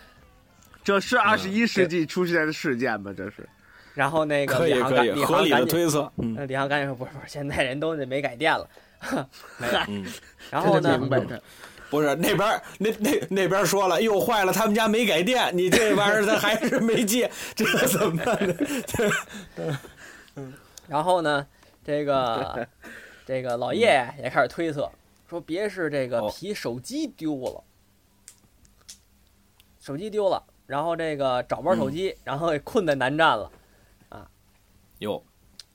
S5: 这是二十一世纪出现的事件吗？这是
S3: 然后那个
S2: 可以
S3: 李航
S2: 可
S3: 赶
S2: 以，
S3: 李
S2: 合
S3: 航
S2: 理的
S3: 赶紧，
S2: 推测，嗯
S3: 呃李航赶紧说不是不是，现在人都那煤改电了。
S2: 嗯，
S3: 然后呢，
S6: 明白的，
S2: 不是那边儿那那那边儿说了，哟坏了，他们家没改电，你这玩意儿他还是没借，这个怎么办呢？这
S3: 然后呢，这 个这个老叶也开始推测，说别是这个
S2: 嗯哦
S3: 皮手机丢了，手机丢了，然后这个找不着
S2: 嗯
S3: 手机，然后也困在南站了。
S2: 哟，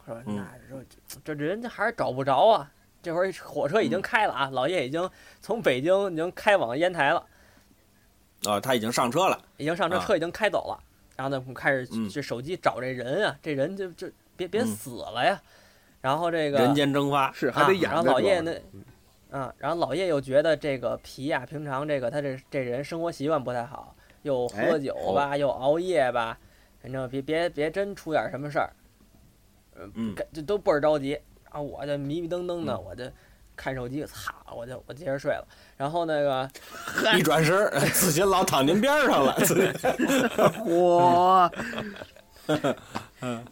S3: 说
S2: 嗯
S3: 那这这人家还是找不着啊，这会儿火车已
S2: 嗯
S3: 经开了啊，老叶已经从北京已经开往烟台了，
S2: 啊，他已经上车了，
S3: 已经上车，
S2: 啊
S3: 车已经开走了。然后呢，我们开始
S2: 嗯
S3: 这手机找这人啊，这人就就别别
S2: 嗯
S3: 死了呀。然后这个
S2: 人间蒸发，
S5: 是还
S3: 啊，
S5: 得养
S3: 然后
S5: 着
S3: 老
S5: 主
S3: 叶
S5: 要
S3: 那
S5: 是，
S3: 啊，然后老叶又觉得这个皮呀、平常这个他这这人生活习惯不太好，又喝
S5: 哎
S3: 酒吧，又熬夜吧，反正别别别真出点什么事儿，
S2: 嗯，
S3: 这都倍儿着急。然后我就迷迷瞪瞪的，
S5: 嗯
S3: 我就看手机，擦，我就我就接着睡了。然后那个
S2: 一转身儿，自己老躺您边儿上了，自己
S5: 哇，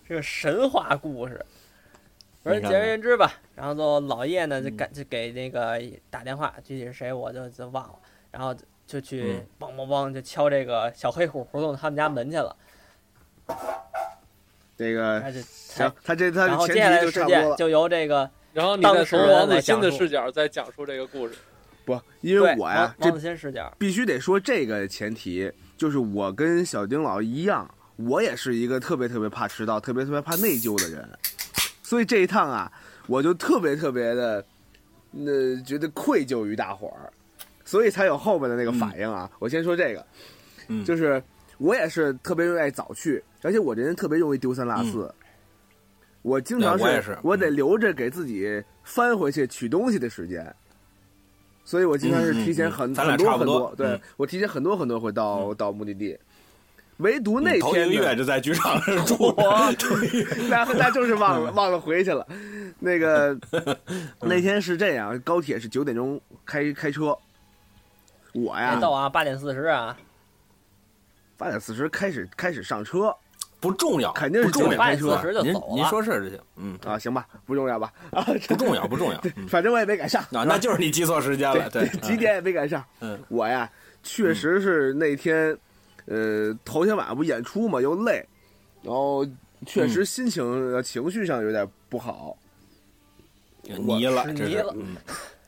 S3: 这个神话故事。反正
S2: 你看
S3: 简而
S2: 看
S3: 言之吧，然后就老叶呢
S5: 嗯
S3: 就赶就给那个打电话，具体是谁我就就忘了，然后就去
S2: 嗯
S3: 梆梆梆就敲这个小黑虎胡同他们家门去了，
S5: 这个
S3: 他就才
S5: 哎行，，他这他
S3: 然后
S5: 的
S3: 接下
S5: 前
S3: 来
S5: 提
S3: 的
S5: 就
S3: 事
S5: 差不多
S3: 件
S5: 了，
S3: 就由这个
S4: 然后你
S3: 当
S4: 再
S3: 时
S4: 从王子欣
S3: 的
S4: 的
S3: 讲述
S4: 视角再讲述这个故事，
S5: 不，因为
S3: 对
S5: 我
S3: 王
S5: 呀，这
S3: 王子欣视角，
S5: 必须得说这个前提，就是我跟小丁老一样，我也是一个特别特别怕迟到、特别特别怕内疚的人，所以这一趟啊，我就特别特别的，那、觉得愧疚于大伙儿，所以才有后面的那个反应啊。我先说这个，
S2: 嗯
S5: 就是我也是特别爱早去，而且我这人特别容易丢三落四。我经常
S2: 对嗯啊我也是嗯
S5: 我得留着给自己翻回去取东西的时间，所以我经常是提前很、
S2: 嗯嗯嗯咱俩
S5: 很多
S2: 差不
S5: 很
S2: 多
S5: 多，对、
S2: 嗯
S5: 我提前很多很多回到、到目的地，唯独那
S2: 头一
S5: 天
S2: 个
S5: 呢
S2: 月就在剧场上住，头一个
S5: 那那就是忘
S2: 嗯
S5: 了忘了回去了。那个那天是这样，高铁是九点钟开开车，我哎呀
S3: 别逗啊，八点四十啊，
S5: 八点四十开始开始上车
S2: 不重要，
S5: 肯定是
S2: 不重
S5: 九
S2: 要。
S5: 点
S3: 八
S5: 开车
S3: 点四十就
S2: 您
S3: 走了。
S2: 您说事儿就行，嗯，
S5: 啊，行吧，不重要吧？啊，
S2: 不重要，不重要。嗯
S5: 反正我也没赶上
S2: 啊，那就是你记错时间了，对，
S5: 几点也没赶上。
S2: 嗯
S5: 我呀，确实是那天，呃，头天晚上不演出嘛，又累，然后确实心情、呃情绪上有点不好，
S2: 嗯泥了，这
S3: 泥
S2: 是
S3: 了，
S2: 嗯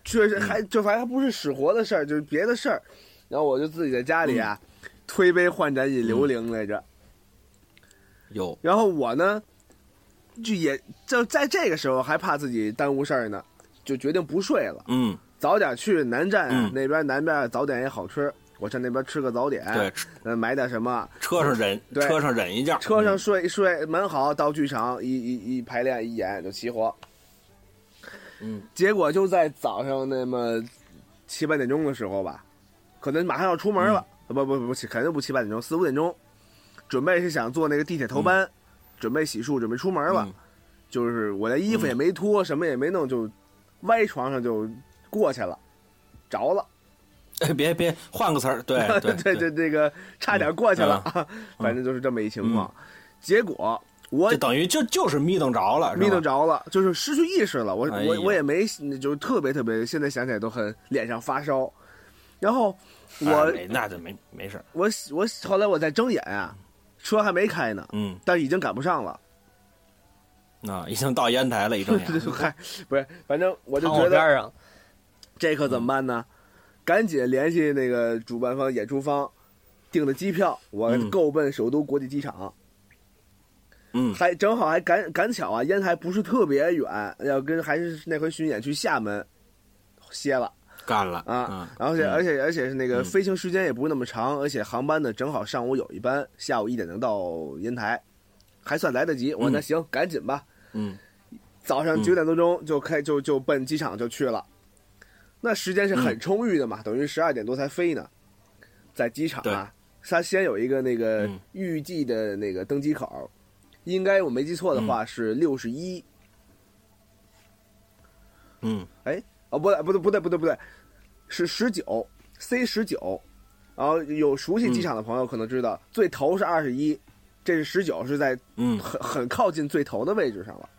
S5: 确实还就反正还不是死活的事儿，就是别的事儿。然后我就自己在家里啊，
S2: 嗯
S5: 推杯换盏饮流灵来着。
S2: 有，
S5: 然后我呢，就也就在这个时候还怕自己耽误事儿呢，就决定不睡了，
S2: 嗯，
S5: 早点去南站、啊
S2: 嗯
S5: 那边，南边早点也好吃。我上那边吃个早点，
S2: 对，车
S5: 呃，买点什么，
S2: 车上忍，
S5: 对
S2: 车上忍一觉，
S5: 车上
S2: 嗯
S5: 睡一睡，蛮好。到剧场一一一排练一演就齐活。
S2: 嗯，
S5: 结果就在早上那么七八点钟的时候吧，可能马上要出门了，
S2: 嗯
S5: 不不不，肯定不七八点钟，四五点钟，准备是想坐那个地铁头班，准备洗漱，准备出门了，
S2: 嗯
S5: 就是我的衣服也没脱，什么也没弄，就歪床上就过去了，着了。
S2: 哎别别换个词 儿，对对 嗯
S5: 对对，这个差点过去了，啊 反正就是这么一情况。结果我
S2: 就等于就就是眯瞪着了，是吧
S5: 眯瞪，着了，就是失去意识了。我、
S2: 哎呀
S5: 我我也没，就是特别特别，现在想起来都很脸上发烧。然后我、
S2: 哎没那就没没事儿，
S5: 我我后来我在睁眼啊，车还没开呢，
S2: 嗯，
S5: 但已经赶不上了。
S2: 啊，已经到烟台了，一睁眼，
S5: 就嗨，不是，反正我就
S3: 躺
S5: 觉
S3: 我
S5: 得
S3: 边上，
S5: 这可怎么办
S2: 嗯
S5: 呢？赶紧联系那个主办方、演出方，订的机票，我
S2: 嗯
S5: 够奔首都国际机场。
S2: 嗯
S5: 还正好还赶赶巧啊，烟台不是特别远，要跟还是那回巡演去厦门歇了
S2: 干了
S5: 啊，
S2: 嗯
S5: 然后而且
S2: 嗯
S5: 而且而且是那个
S2: 嗯
S5: 飞行时间也不是那么长，而且航班呢正好上午有一班，下午一点能到烟台，还算来得及。我说
S2: 嗯
S5: 那行，赶紧吧，
S2: 嗯
S5: 早上
S2: 嗯
S5: 九点多钟就开就就奔机场就去了，那时间是
S2: 嗯
S5: 很充裕的嘛，等于十二点多才飞呢，在机场啊，他先有一个那个
S2: 嗯
S5: 预计的那个登机口，应该我没记错的话是六十一，
S2: 嗯，
S5: 哦不对不对不对不对不对，是十九 C 十九，然后有熟悉
S2: 嗯
S5: 机场的朋友可能知道，最头是二十一，这是十九是在
S2: 嗯
S5: 很很靠近最头的位置上了。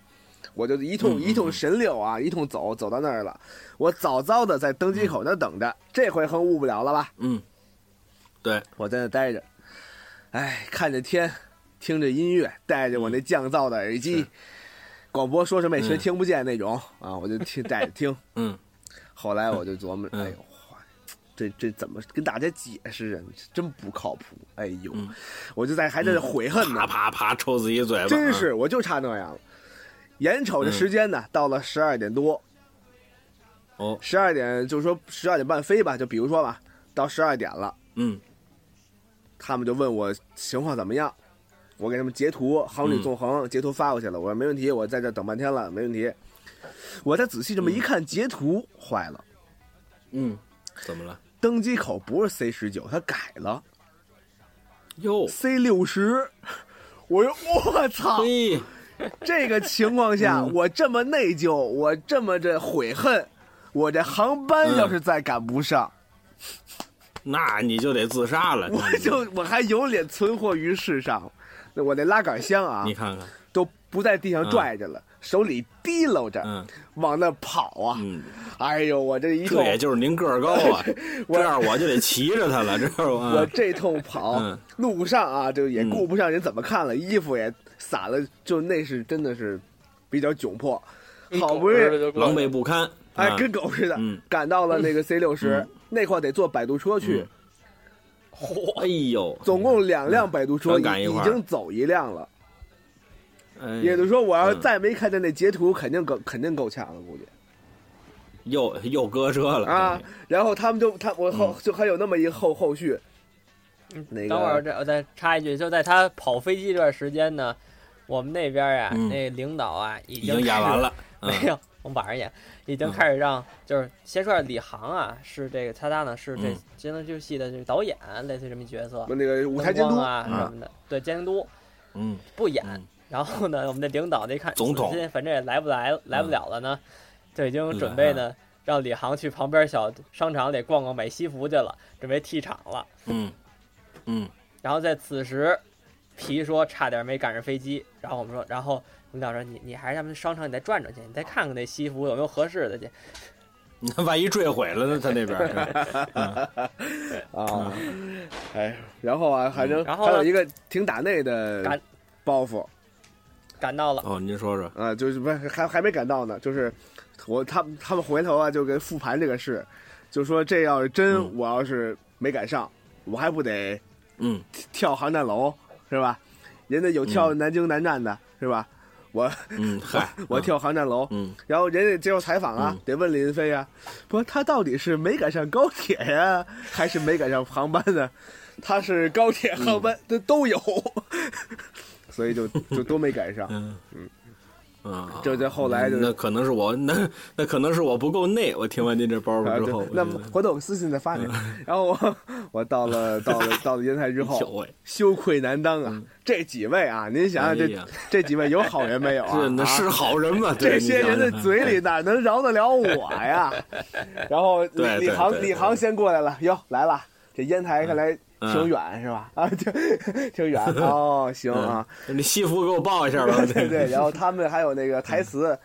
S5: 我就一
S2: 嗯
S5: 通
S2: 嗯
S5: 一通神溜啊，一通走走到那儿了。我早早的在登机口那儿等着，这回横误不了了吧？
S2: 嗯，对，
S5: 我在那待着，哎，看着天，听着音乐，戴着我那降噪的耳机，广播说什么也全
S2: 嗯
S5: 听不见那种、啊，我就听戴着听。
S2: 嗯
S5: 后来我就琢磨，
S2: 嗯
S5: 哎呦，哇这这怎么跟大家解释啊？真不靠谱！哎呦，
S2: 嗯
S5: 我就在还在这悔恨呢，
S2: 啪啪啪抽自己嘴巴，嗯
S5: 真是我就差那样了。眼瞅着时间呢，到了十二点多，
S2: 嗯哦，
S5: 十二点就是说十二点半飞吧，就比如说吧，到十二点了，
S2: 嗯
S5: 他们就问我情况怎么样，我给他们截图，航旅纵横、截图发过去了，我说没问题，我在这等半天了，没问题。我再仔细这么一看，截图坏了，
S2: 嗯，怎么了？
S5: 登机口不是 C 十九，他改了
S2: 哟，
S5: C 六十。 我说我操，
S2: 嘿，
S5: 这个情况下，
S2: 嗯
S5: 我这么内疚，我这么这悔恨，我这航班要是再赶不上，
S2: 那你就得自杀了，
S5: 我就我还有脸存活于世上。那我那拉杆箱啊
S2: 你，看看，
S5: 都不在地上拽着了，手里提溜着、
S2: 嗯
S5: 往那跑啊！
S2: 嗯，
S5: 哎呦，我这一
S2: 这
S5: 通，
S2: 也就是您个儿高啊，这样我就得骑着它了，这啊样我
S5: 我这通跑、
S2: 嗯
S5: 路上啊，就也顾不上人怎么看了，衣服也散了，就那是真的是比较窘迫。好不容易
S4: 易
S2: 狼狈不堪，
S5: 哎
S2: 啊，
S5: 跟狗似的，
S2: 嗯
S5: 赶到了那个 C 六十、那块得坐摆渡车去。
S2: 哎呦，
S5: 总共两辆摆渡车
S2: 全嗯赶
S5: 已
S2: 一块
S5: 已
S2: 儿
S5: 经走一辆了，
S2: 哎
S5: 也就是说，我要
S2: 嗯
S5: 再没看见那截图，肯定够肯定够呛了，估计。
S2: 又又搁车了
S5: 啊，然后他们就他我后
S2: 嗯
S5: 就还有那么一个后后续，那个
S3: 嗯等会儿这我再插一句，就在他跑飞机这段时间呢，我们那边啊，
S2: 嗯
S3: 那领导啊已
S2: 已经
S3: 开
S2: 演
S3: 始
S2: 完了，嗯
S3: 没有，我们晚上演，已经
S2: 嗯
S3: 开始让，就是先说下李航啊，是这个他搭档是这
S2: 嗯
S3: 监督这戏的这个导演，类似这么一角色，
S5: 那个舞台监
S3: 灯
S5: 督
S3: 光啊
S2: 嗯
S3: 什么的，对，监督
S2: 嗯
S3: 不演。
S2: 嗯
S3: 然后呢，我们的领导那一看，
S2: 总统嗯
S3: 今天反正也来不来来不了了呢，就已经准
S2: 啊
S3: 备呢，让李航去旁边小商场里逛逛买西服去了，准备替场了。
S2: 嗯嗯，
S3: 然后在此时，皮说差点没赶上飞机。然后我们说，然后领导说你你还是咱们商场你再转转去，你再看看那西服有没有合适的去。
S2: 你看万一坠毁了呢？他那边 儿
S5: 啊，
S2: 嗯
S5: 哎，然后啊，反正
S3: 嗯然后
S5: 还
S3: 呢
S5: 有一个挺打内
S3: 赶
S5: 的包袱
S3: 赶到了，
S2: 哦，您说说，
S5: 啊，就是不是还还没赶到呢，就是我他们他们回头啊就给复盘这个事，就说这要是真
S2: 嗯
S5: 我要是没赶上，我还不得
S2: 嗯
S5: 跳航站楼是吧？人家有跳南京南站的是吧？我
S2: 嗯，嗨，
S5: 我
S2: 嗯
S5: 跳航站楼，
S2: 嗯
S5: 然后人家接受采访啊
S2: 嗯，
S5: 得问林飞啊，不，他到底是没赶上高铁呀、还是没赶上航班呢？他是高铁
S2: 嗯
S5: 航班，这都有， 所以就就都没赶上。
S2: 嗯嗯，
S5: 这这后来就是
S2: 那可能是我那那可能是我不够内，我听完您这包
S5: 啊
S2: 袱之
S5: 对
S2: 后，我嗯
S5: 那
S2: 觉
S5: 么
S2: 得
S5: 回头我私信再发你。 然后我我到了 到了到了烟台之
S2: 小
S5: 后，
S2: 魏，
S5: 羞愧难当啊！这几位啊，您想想
S2: 啊嗯哎
S5: 这
S2: 呀
S5: 这几位有好人没有 啊？
S2: 是那
S5: 啊
S2: 是好人嘛？对
S5: 这些人的，嘴
S2: 哎
S5: 里哪能饶得了我呀？然 后李
S2: 对对
S5: 李
S2: 对
S5: 航
S2: 对
S5: 李航先过来了，哟来了，这烟台看来
S2: 嗯嗯
S5: 挺远是吧？啊，挺挺远哦，行啊，
S2: 你看你西服给我报一下吧。
S5: 对对对。然后他们还有那个
S2: 嗯
S5: 台词，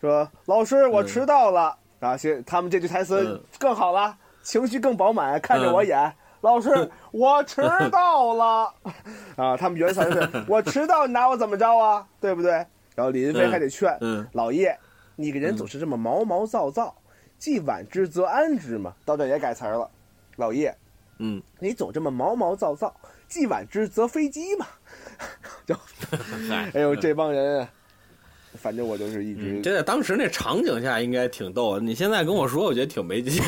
S5: 说老师我迟到了，然后先他们这句台词
S2: 嗯
S5: 更好了，情绪更饱满，看着我演。老师，
S2: 嗯
S5: 我迟到了，啊！他们原词是 “我迟到，你拿我怎么着啊？对不对？”然后李云飞还得劝，
S2: 嗯，
S5: 老爷，你个人总是这么毛毛躁躁，既晚之则安之嘛。到这儿也改词儿了，老爷，
S2: 嗯，
S5: 你总这么毛毛躁躁，既晚之则非机嘛。就，哎呦，这帮人啊，反正我就是一直、
S2: 嗯，这在当时那场景下应该挺逗的。你现在跟我说，我觉得挺没劲，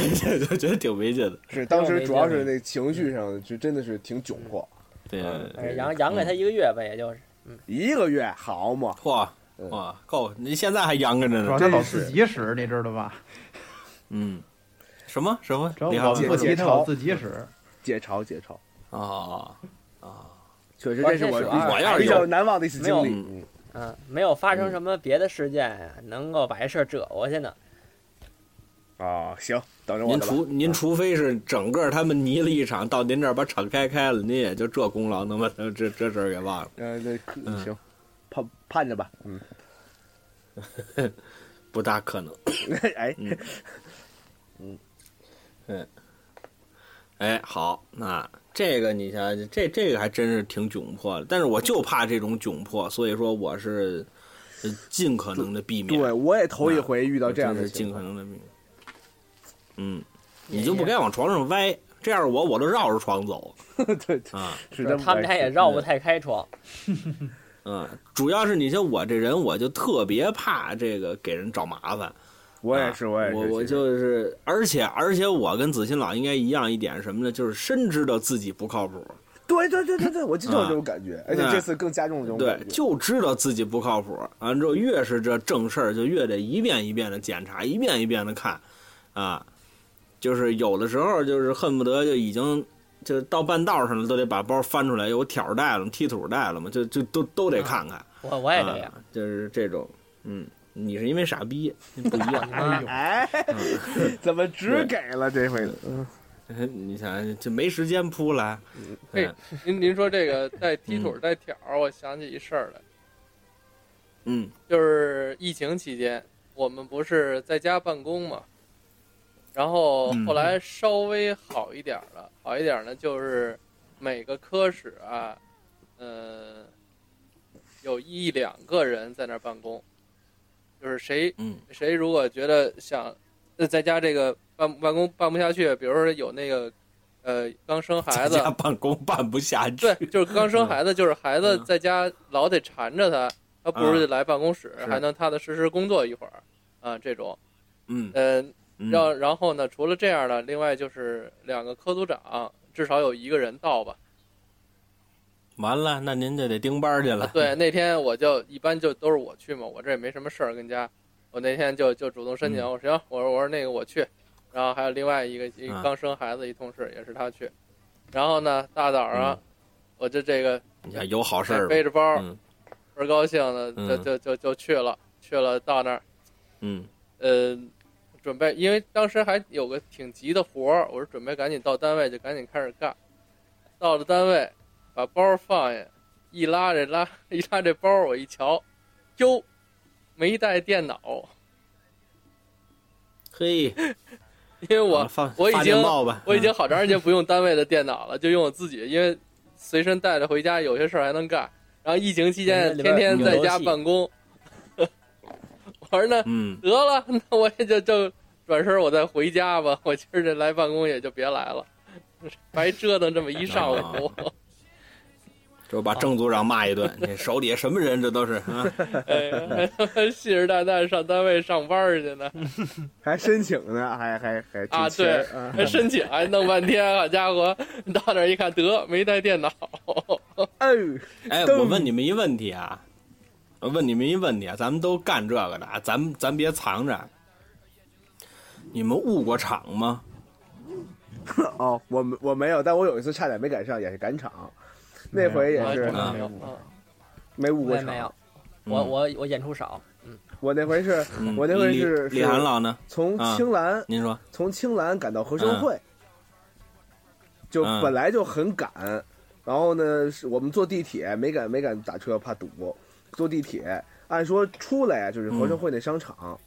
S2: 就觉得挺没劲的。 嗯
S5: 是当时主要是那情绪上就真的是挺窘迫，
S2: 对，
S5: 嗯
S3: 哎然后养给他一个月吧，也就是
S5: 一个月好嘛，
S2: 嚯
S5: 嗯
S2: 嚯够！你现在还央着
S6: 主
S2: 呢
S6: 要？他
S5: 真
S6: 老
S5: 是
S6: 自己使，你知道吧？
S2: 嗯，什么什么？
S6: 主
S2: 李
S6: 要
S2: 浩
S6: 我们不提他老自己使，
S5: 解嘲解嘲，
S2: 哦，
S5: 确实这是
S3: 而
S5: 我
S3: 且是
S5: 比
S3: 二
S5: 较
S2: 我要是
S5: 比较
S2: 有
S5: 难忘的一次经历。
S2: 没
S5: 嗯
S3: 嗯，没有发生什么别的事件啊，能够把这事儿遮过去呢。
S5: 啊，行，等着我
S2: 您
S5: 的吧。嗯
S2: 除您除非是整个他们泥了一场，到您这儿把场开开了，您也就这功劳能把这这这事儿给忘了。
S5: 呃，对，可
S2: 嗯
S5: 行，盼盼着吧。嗯，
S2: 不大可能。
S5: 哎，
S2: 嗯哎，好，那这个你想想，这这个还真是挺窘迫的。但是我就怕这种窘迫，所以说我是呃尽可能的避免。
S5: 对，我也头一回遇
S2: 遇
S5: 到这样
S2: 是
S5: 的
S2: 尽
S5: 情
S2: 可
S5: 况。
S2: 能的避免。嗯，你就不该往床上歪，这样我我都绕着床走
S5: 对，
S2: 啊。
S5: 是
S3: 就是他们俩也绕不太开窗，
S2: 嗯，主要是你像我这人，我就特别怕这个给人找麻烦。
S5: 我也
S2: 啊
S5: 是，我也是，
S2: 我
S5: 其实
S2: 就是，而且而且我跟子欣老应该一样一点是什么呢？就是深知道自己不靠谱，
S5: 对对对对对，我就有
S2: 啊
S5: 这种感觉，而且
S2: 嗯
S5: 这次更加重了这种
S2: 对
S5: 感，觉。
S2: 就知道自己不靠谱。完之后，越是这正事儿，就越得一遍一遍的检查，一遍一遍的看，啊，就是有的时候就是恨不得就已经就到半道上了，都得把包翻出来，有挑儿带了吗，踢腿儿带了嘛，就就都都得看看。
S3: 我我也这样。
S2: 啊，就是这种，嗯，你是因为傻 逼不一样。
S3: 啊，
S5: 哎，怎么只给了这回呢？
S2: 嗯你想，这没时间扑了。对，
S4: 您您说这个带踢腿儿带挑儿，我想起一事儿来，
S2: 嗯
S4: 就是疫情期间，我们不是在家办公嘛，然后
S2: 嗯
S4: 后来稍微好一点儿了，好一点儿呢，就是每个科室啊，呃，有一两个人在那儿办公，就是谁
S2: 嗯
S4: 谁如果觉得想呃在家这个办办公办不下去，比如说有那个呃刚生孩
S2: 在
S4: 子
S2: 家，办公办不下去，
S4: 对，就是刚
S2: 嗯
S4: 生孩子，就是孩子在家老得缠着他，他不如就来办公室，
S2: 啊是
S4: 还能踏踏实实工作一会儿啊，这种，
S2: 嗯，
S4: 呃，
S2: 嗯
S4: 让然后呢，除了这样呢，另外就是两个科组长至少有一个人到吧。
S2: 完了，那您就得盯班儿去了。
S4: 啊对，那天我就一般就都是我去嘛，我这也没什么事儿跟家，我那天就就主动申请，
S2: 嗯
S4: 我说行，我说我说那个我去，然后还有另外一个一
S2: 啊
S4: 刚生孩子一同事也是他去，然后呢大早上
S2: 嗯
S4: 我就这个
S2: 你看有好事儿吧
S4: 背着包
S2: 嗯
S4: 倍儿高兴的就
S2: 嗯
S4: 就就就去了，去了到那儿
S2: 嗯
S4: 呃，准备，因为当时还有个挺急的活儿，我是准备赶紧到单位就赶紧开始干。到了单位，把包儿放下，一拉这拉 一拉这包儿，我一瞧，哟，没带电脑，
S2: 嘿，
S4: 因为我、
S2: 发
S4: 我已
S2: 发啊电
S4: 经
S2: 报吧，
S4: 我已经
S2: 嗯
S4: 好长时间不用单位的电脑了，就用我自己，因为随身带着回家，有些事儿还能干。然后疫情期间
S3: 里边
S4: 天
S3: 儿
S4: 天在
S3: 有游
S4: 家
S3: 戏
S4: 办公， 我说那
S2: 嗯
S4: 得了， 那我也就就转身我再回家吧，我今儿这来办公也就别来了，白折腾这么一
S5: 哎
S4: 上午。
S2: 就把郑组长骂一 顿，你手底下什么人？这都是啊，
S4: 哎呀，信誓旦旦上单位上班儿去呢，
S5: 还申请呢，还还还挺
S4: 啊
S5: 气儿
S4: 对
S5: 啊
S4: 还申请还弄半天，好家伙，到那儿一看得没带电脑，
S5: 哦，
S2: 哎，
S5: 都
S2: 我问你们一问题啊，我问你们一问题啊，咱们都干这个的啊，咱们咱别藏着。你们误过场吗？
S5: 哦，我没我没有，但我有一次差点没赶上，也是赶场，那回也是
S4: 啊
S6: 没有
S5: 没误
S3: 我
S5: 过
S3: 也
S5: 场。
S3: 没有，我
S2: 嗯
S3: 我我演出少，
S5: 我那回是
S2: 嗯
S5: 我那回
S2: 李
S5: 是
S2: 李
S5: 是
S2: 涵老呢？
S5: 从
S2: 啊
S5: 青兰
S2: 您说，
S5: 从青兰赶到合生汇，就
S2: 嗯
S5: 本来就很赶，然后呢，是我们坐地铁没敢没敢打车，怕堵，坐地铁。按说出来啊，就是合生汇那商场，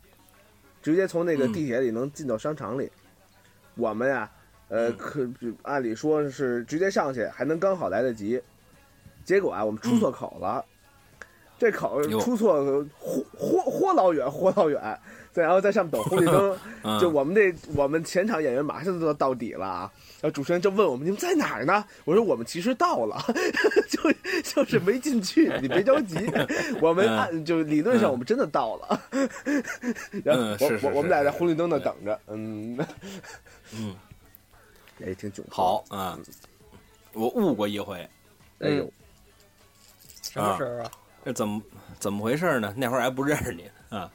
S5: 直接从那个
S2: 嗯
S5: 地铁里能进到商场里。我们呀、呃，
S2: 嗯
S5: 可就按理说是直接上去，还能刚好来得及。结果啊，我们出错口了，这口
S2: 哟
S5: 出错豁豁豁老远，豁老远，再然后在上面等红绿灯，
S2: 嗯，
S5: 就我们这，我们前场演员马上就要到底了啊！然后主持人就问我们：“你们在哪儿呢？”我说：“我们其实到了， 就就是没 进去，你别着急。我们
S2: 嗯
S5: 按就理论上
S2: 嗯
S5: 我们真的到了。 然后
S2: 嗯
S5: 我
S2: 是是
S5: 我我
S2: 是
S5: 们俩在
S2: 是
S5: 红绿灯那
S2: 对
S5: 等着，嗯
S2: 嗯，
S5: 也挺窘迫。
S2: 好啊，我误过一回，
S5: 哎呦，
S3: 什么时候啊？
S2: 这怎么怎么回事呢？那会儿还不认识你啊，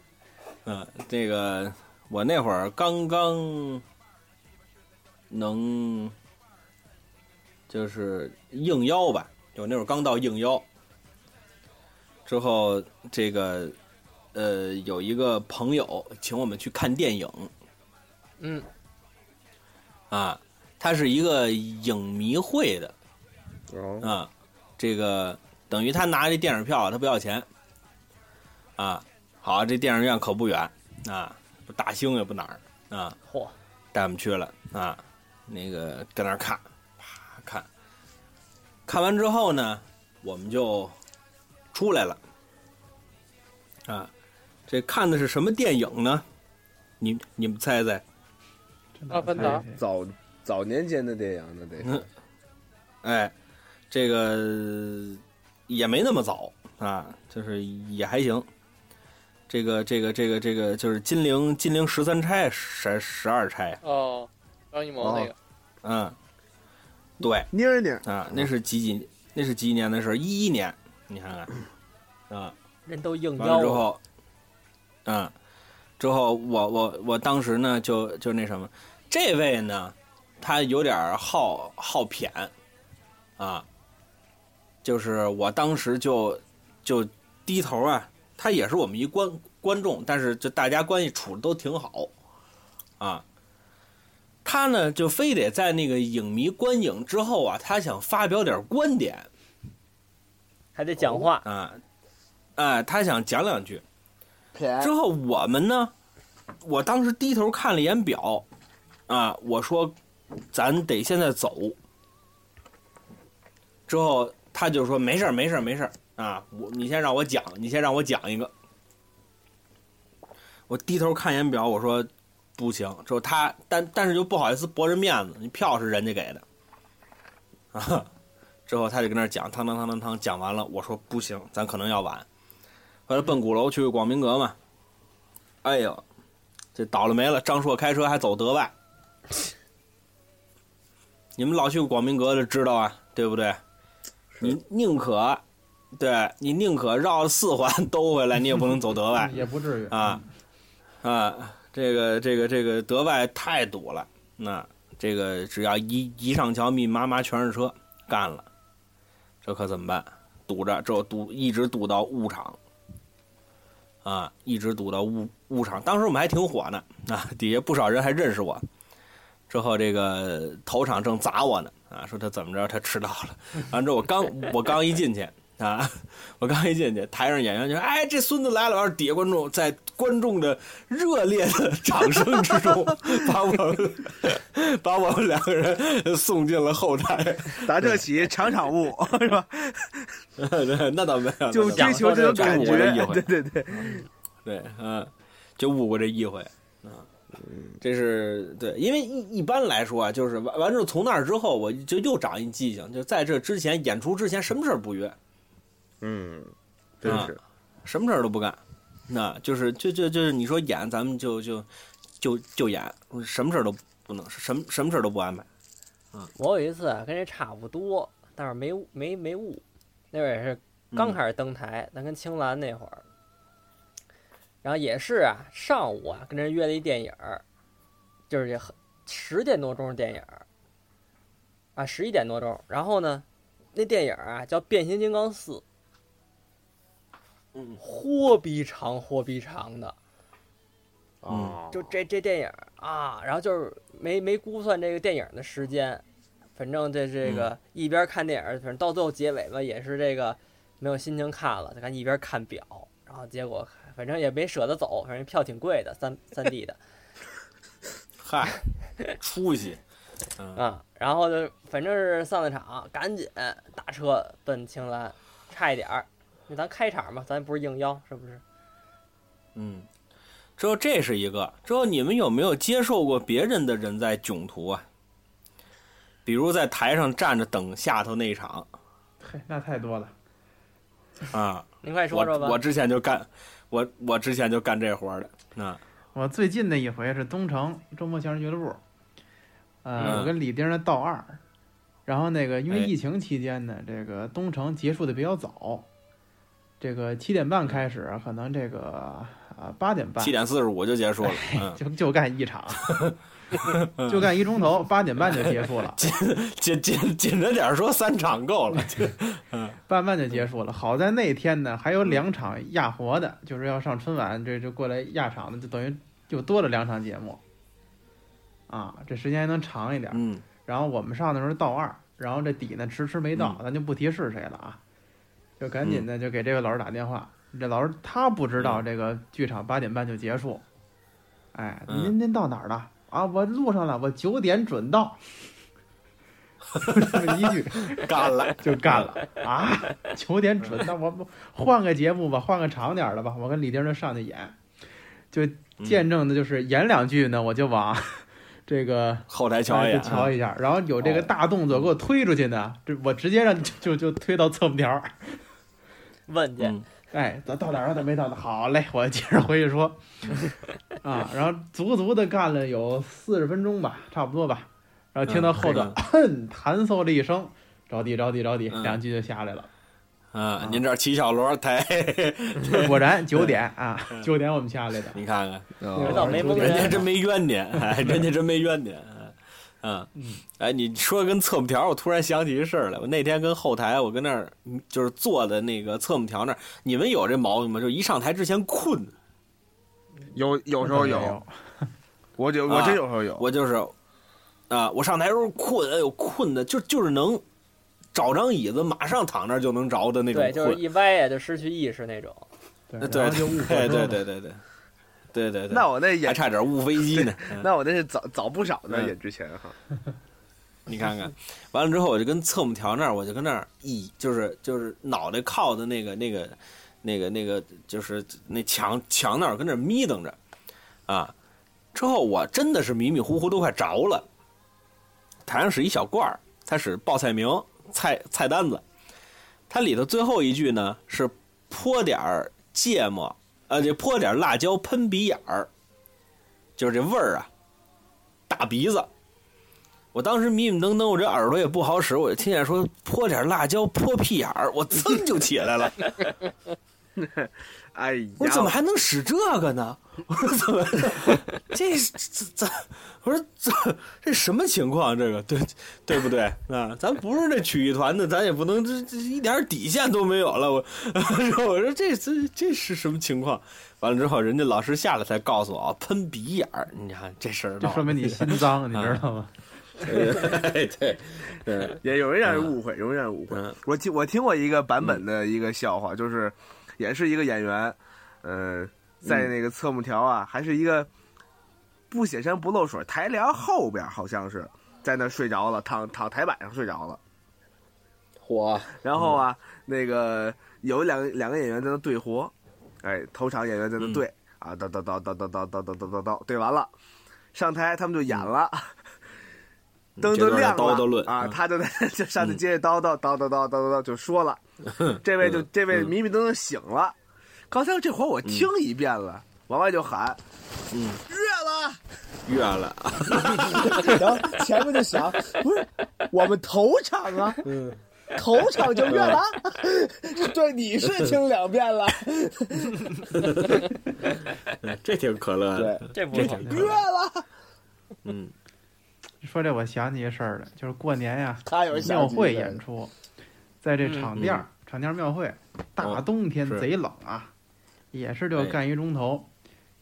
S2: 嗯、这个我那会儿刚刚能就是应邀吧，就那会儿刚到应邀之后，这个呃有一个朋友请我们去看电影
S4: 嗯，
S2: 啊，他是一个影迷会的，
S5: 哦
S2: 啊，这个等于他拿这电影票，他不要钱啊。好，这电影院可不远啊，不大兴也不哪儿啊，
S3: 嚯，
S2: 带我们去了啊，那个跟那儿看，啪看，看完之后呢，我们就出来了啊。这看的是什么电影呢？你你们猜猜？
S4: 阿凡达，
S5: 早早年间的电影那得
S2: 嗯哎，这个也没那么早啊，就是也还行。这个这个这个这个就是金陵金陵十三钗十十二钗，
S4: 哦，张艺谋那个，
S2: 嗯，对
S5: 妮儿妮儿
S2: 啊，那是几几那是几几年的事儿？一一年，你看看啊，
S3: 人都应
S2: 完了之
S3: 邀啊了，
S2: 后，嗯，之后我我我当时呢就就那什么，这位呢，他有点儿好好谝，啊，就是我当时就就低头啊，他也是我们一观观众，但是就大家关系处的都挺好，啊。他呢，就非得在那个影迷观影之后啊，他想发表点儿观点，
S3: 还得讲话，
S2: 啊，啊，他想讲两句。
S7: 便宜
S2: 之后我们呢，我当时低头看了一眼表，啊，我说咱得现在走。之后他就说没事儿，没事儿，没事儿啊，我你先让我讲，你先让我讲一个。我低头看一眼表，我说不行。之后他但但是又不好意思驳人面子，你票是人家给的， 啊。之后他就跟那儿讲，汤汤汤汤汤，讲完了，我说不行，咱可能要晚。后来奔鼓楼去广明阁嘛，哎呦，这倒了霉了，张硕开车还走德外。你们老去广明阁的知道啊，对不对？你宁可，对你宁可绕四环兜回来，你也不能走德外。
S6: 也不至于
S2: 啊，啊，这个这个这个德外太堵了，那这个只要一一上桥，密密麻麻全是车，干了，这可怎么办？堵着，这堵一直堵到雾场，啊，一直堵到雾雾场。当时我们还挺火呢， 啊，底下不少人还认识我。之后这个头场正砸我呢，啊，说他怎么着，他迟到了。完之后我刚我刚一进去啊， 我刚一进去，台上演员就说：“哎，这孙子来了！”完了，底下观众在观众的热烈的掌声之 中，把我们把我们两个人送进了后台。
S5: 打这起场场雾 是吧？
S2: 对那倒没有，
S5: 就
S2: 那倒没有
S5: 追求这种感
S2: 就是我的意
S5: 觉，
S2: 会
S5: 对对对，
S2: 对，嗯，就误过这一回
S5: 嗯
S2: 啊。这是对，因为一一般来说啊，就是完完之后，从那儿之后，我就又长一记性，就在这之前演出之前，什么事儿不约，
S5: 嗯，真是
S2: 什么事儿都不干，那就是就就就是你说演，咱们就就就就演，什么事儿都不能，什么什么事儿都不安排。
S3: 我有一次啊，跟这差不多，但是没没没悟，那会儿也是刚开始登台，咱、跟青兰那会儿，然后也是啊，上午啊跟人约了一电影儿，就是也很十点多钟的电影儿，啊十一点多钟，然后呢，那电影儿啊叫《变形金刚四》，
S2: 嗯，
S3: 豁逼长豁逼长的，
S5: 哦
S2: 嗯
S3: 就这这电影儿啊，然后就是没没估算这个电影儿的时间，反正这这
S2: 嗯
S3: 个一边看电影儿，反正到最后结尾吧，也是这个没有心情看了，就看一边看表，然后结果反正也没舍得走，反正票挺贵的，三三 D 的
S2: 嗨，出息，嗯
S3: 啊，然后就反正是散了场，赶紧打车奔青兰，差一点儿，那咱开场嘛，咱不是应邀是不是？
S2: 嗯。之后这是一个，之后你们有没有接受过别人的人在囧途啊？比如在台上站着等下头那一场
S6: 嘿，哎那太多了。
S2: 啊，
S3: 您快说
S2: 我
S3: 说吧。
S2: 我之前就干，我我之前就干这活儿的。啊，
S6: 我最近的一回是东城周末相声俱乐部，呃，
S2: 嗯
S6: 我跟李丁儿的道二，然后那个因为
S2: 哎
S6: 疫情期间呢，这个东城结束的比较早，这个七点半开始，可能这个啊八点半
S2: 七点四十五就结束了，嗯，
S6: 就就干一场，就干一钟头，八点半就结束了，
S2: 紧紧紧着点儿说三场够了，
S6: 慢慢就结束了。好在那天呢，还有两场压活的，就是要上春晚，这就过来压场的，就等于又多了两场节目，啊，这时间还能长一点。
S2: 嗯
S6: 然后我们上的时候到二，然后这底呢迟迟没到，
S2: 嗯
S6: 咱就不提是谁了啊，就赶紧的就给这位老师打电话。这老师他不知道这个剧场八点半就结束，哎，
S2: 嗯
S6: 您您到哪儿了？啊，我路上了，我九点 准到。这么一句
S2: 干 了，
S6: 就干了啊！九点准，那我们换个节目吧，换个长点儿的吧。我跟李丁就上去演，就见证的就是演两句呢，我就往 这个
S2: 后台瞧一嗯
S6: 哎
S2: 眼啊
S6: 就，瞧一下，然后有这个大动作给我推出去呢，这我直接让就就就推到侧幕条儿。
S3: 问去，
S2: 嗯
S6: 哎，咱到哪儿了？咱没到哪儿。好嘞，我接着回去说。啊，然后足足的干了有四十分钟吧，差不多吧。然后听到后头
S2: 嗯
S6: 哼弹嗽了一声，着地着地着地，
S2: 嗯
S6: 两句就下来了。
S2: 啊，您这儿骑小轮 抬，
S6: 果然九点啊，九点我们下来的。
S2: 您看看，
S3: 知道没蒙
S2: 嗯哦人家
S3: 人，
S2: 真没冤你，哎，人家真没冤你，嗯，哎，你说跟侧幕条，我突然想起一事儿来。我那天跟后台，我跟那儿嗯就是坐的那个侧幕条那儿，你们有这毛病吗？就一上台之前困，
S5: 有有时候有，，我就我真有时候有，
S2: 我就是，啊，我上台时候困，哎呦困的，就就是能找张椅子马上躺那儿就能着的那种
S3: 对，
S2: 困，
S3: 就是一歪呀就失去意识那种。
S6: 对
S2: 对
S6: 然后就误火
S2: 对
S6: 车
S2: 哎对
S6: 了
S2: 对对对对对对，
S5: 那我那
S2: 还
S5: 也
S2: 差点误飞机呢。嗯
S5: 那我那是早早不少呢，
S2: 哎嗯
S5: 演之前哈，
S2: 你看看，完了之后我就跟侧幕条那儿，我就跟那儿一就是就是脑袋靠的那个那个那个那个就是那墙墙那儿跟那儿眯瞪着，啊，之后我真的是迷迷糊糊都快着了，台上是一小罐儿，他使报菜名、菜菜单子。它里头最后一句呢是泼点儿芥末，呃，这泼点儿辣椒喷鼻眼儿，就是这味儿啊，大鼻子。我当时迷迷瞪瞪，我这耳朵也不好使，我就听见说泼点儿辣椒泼屁眼儿，我噌就起 来了。
S5: 哎呀，
S2: 我说怎么还能使这个呢？我说怎 么这是这这？我说这这什么情况？这个对对不对啊？咱不是那曲艺团的，咱也不能这这一点底线都没有了。我 我说这这这是什么情况？完了之后，人家老师下来才告诉我啊，喷鼻眼儿。你看这事儿闹
S6: 这
S2: 的，
S6: 说明你心脏，你知道吗？
S2: 对对对，
S5: 也有人让人
S2: 嗯
S5: 误会，有人让人误会
S2: 嗯。
S5: 我听我听过一个版本的一个笑话，就是也是一个演员，呃，在那个侧幕条啊，还是一个不显山不露水台梁后边，好像是在那睡着了，躺躺台板上睡着了。
S7: 火
S5: 然后啊，那个有两个两个演员在那对活，哎，头场演员在那对、
S2: 嗯
S5: 啊，叨叨叨叨叨叨叨叨叨叨叨，对完了，上台他们就演了，灯
S2: 这
S5: 都
S2: 嗯段
S5: 亮
S2: 叨
S5: 了
S2: 叨论
S5: 啊，
S2: 嗯
S5: 他就在 就上去接着叨叨叨叨叨叨叨叨就说 了，这位就
S2: 嗯
S5: 这位迷迷瞪瞪醒了，刚才这活我听一遍了，往外就喊，嗯，月了。
S2: 越了，啊
S7: 然后前面就想，不是我们头场啊，头场就越了，对，你是听两遍了，
S2: 这挺可乐
S7: 对
S2: 的。，
S3: 这不错，
S7: 越了，
S2: 嗯
S6: 说这我想起一事儿来，就是过年 呀，
S7: 他有
S6: 庙会演出，在这场店儿、场店儿庙会，大冬天
S2: 嗯哦是
S6: 贼冷啊，也是就
S2: 哎嗯
S6: 干一钟头。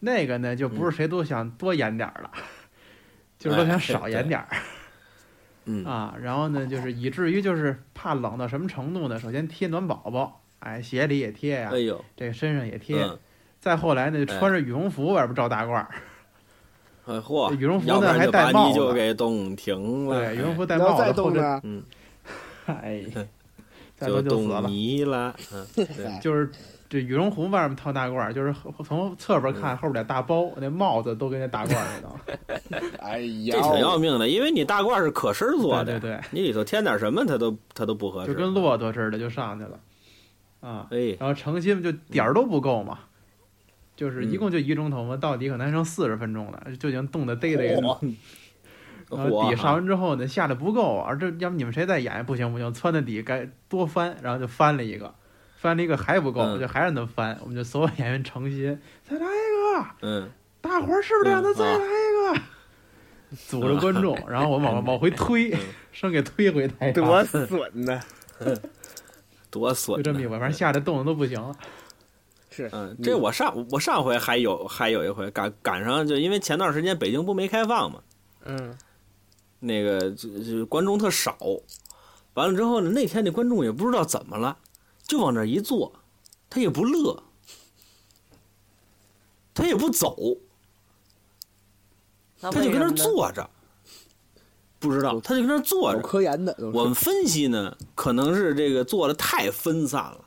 S6: 那个呢，就不是谁都想多演点儿了， 就是都想少演点儿、
S2: 哎嗯
S6: 啊。然后呢，就是以至于就是怕冷到什么程度呢？首先贴暖宝宝，哎，鞋里也贴呀、
S2: 哎呦，
S6: 这个身上也贴。
S2: 嗯，
S6: 再后来呢，就穿着羽绒服外边罩大褂儿，
S2: 哎嚯，
S6: 这羽绒服呢
S2: 要不然就
S6: 还戴
S2: 把
S6: 帽
S2: 你
S6: 子
S2: 就给冻停了。
S6: 对，羽绒服戴
S7: 哎你要
S6: 帽
S7: 再
S6: 子，后
S7: 动
S6: 跟
S7: 呢，
S2: 嗯，
S6: 哎，再
S2: 就
S6: 说就死了
S2: 冻。泥 了。嗯，对。
S6: 就是这羽绒服外面套大褂儿，就是后从侧边看后边俩大包，那帽子都跟那大褂儿似的。
S7: 哎呀，
S2: 这挺要命的，因为你大褂是可身做的，
S6: 对对
S2: 你里头添点什么，它都它都不合
S6: 对，
S2: 适。
S6: 就跟骆驼似的就上去了，啊，
S2: 哎，
S6: 然后诚心就点儿都不够嘛，就是一共就一钟头嘛，到底可能还剩四十分钟了，就已经冻得嘚嘚的。然
S2: 火
S6: 后
S2: 啊
S6: 呃底上完之后呢，下的不够啊，这要不你们谁再演不行不行，穿的底该多翻，然后就翻了一个，翻了一个还不够，
S2: 嗯
S6: 就还让他翻，我们就所有演员诚心再来一个，
S2: 嗯，
S6: 大伙儿是不是让他
S2: 嗯
S6: 再来一个？ 组织观众，然后我往往回推，生给推回台 上，
S5: 多损呐！
S2: 多损
S6: 就
S2: 啊。
S6: 这么一回，反正吓得冻得都不行了。
S2: 嗯，这我上我上回还有还有一回赶赶上，就因为前段时间北京不没开放嘛，
S3: 嗯，
S2: 那个就就观众特少，完了之后呢，那天那观众也不知道怎么了，就往那儿一坐，他也不乐，他也不走，
S3: 他
S2: 他就跟那儿，坐着，不知道他就跟那儿坐
S7: 有
S2: 着，
S7: 科研的，有
S2: 我们分析呢，可能是这个做的太分散了，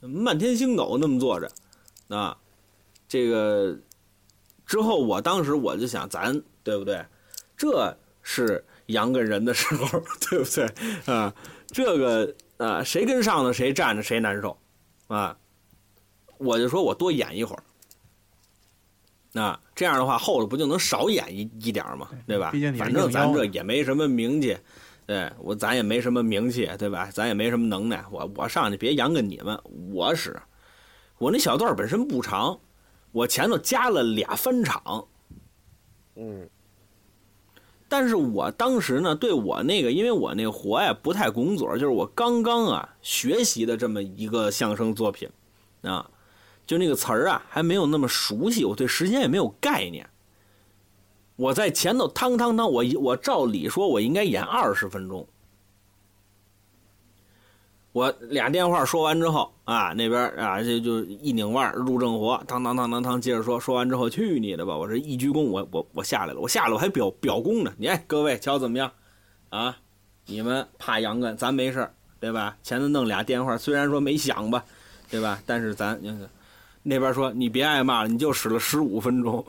S2: 漫天星斗那么坐着，啊，这个之后，我当时我就想，咱对不对？这是羊跟人的时候， 对不对？啊，这个啊，谁跟上了谁站着谁难受，啊，我就说我多演一会儿。啊，这样的话，后头不就能少演一一点儿嘛，对吧？
S6: 毕竟你是
S2: 反
S6: 应
S2: 正咱
S6: 邀
S2: 这
S6: 的
S2: 也没什么名气，对我咱也没什么名气，对吧？咱也没什么能耐，我我上去别养跟你们，我使。我那小段儿本身不长，我前头加了俩翻场，
S7: 嗯，
S2: 但是我当时呢，对我那个，因为我那活呀不太拱嘴儿，就是我刚刚啊学习的这么一个相声作品，啊，就那个词儿啊还没有那么熟悉，我对时间也没有概念。我在前头汤汤汤，我一我照理说我应该演二十分钟。我俩电话说完之后啊，那边啊这就一拧腕儿入正活，当当当当当，接着说，说完之后，去你的吧！我这一鞠躬，我我我下来了，我下来了我还表表功呢。你看各位瞧怎么样？啊，你们怕杨根，咱没事儿对吧？前头弄俩电话，虽然说没响吧，对吧？但是咱那边说你别挨骂了，你就使了十五分钟。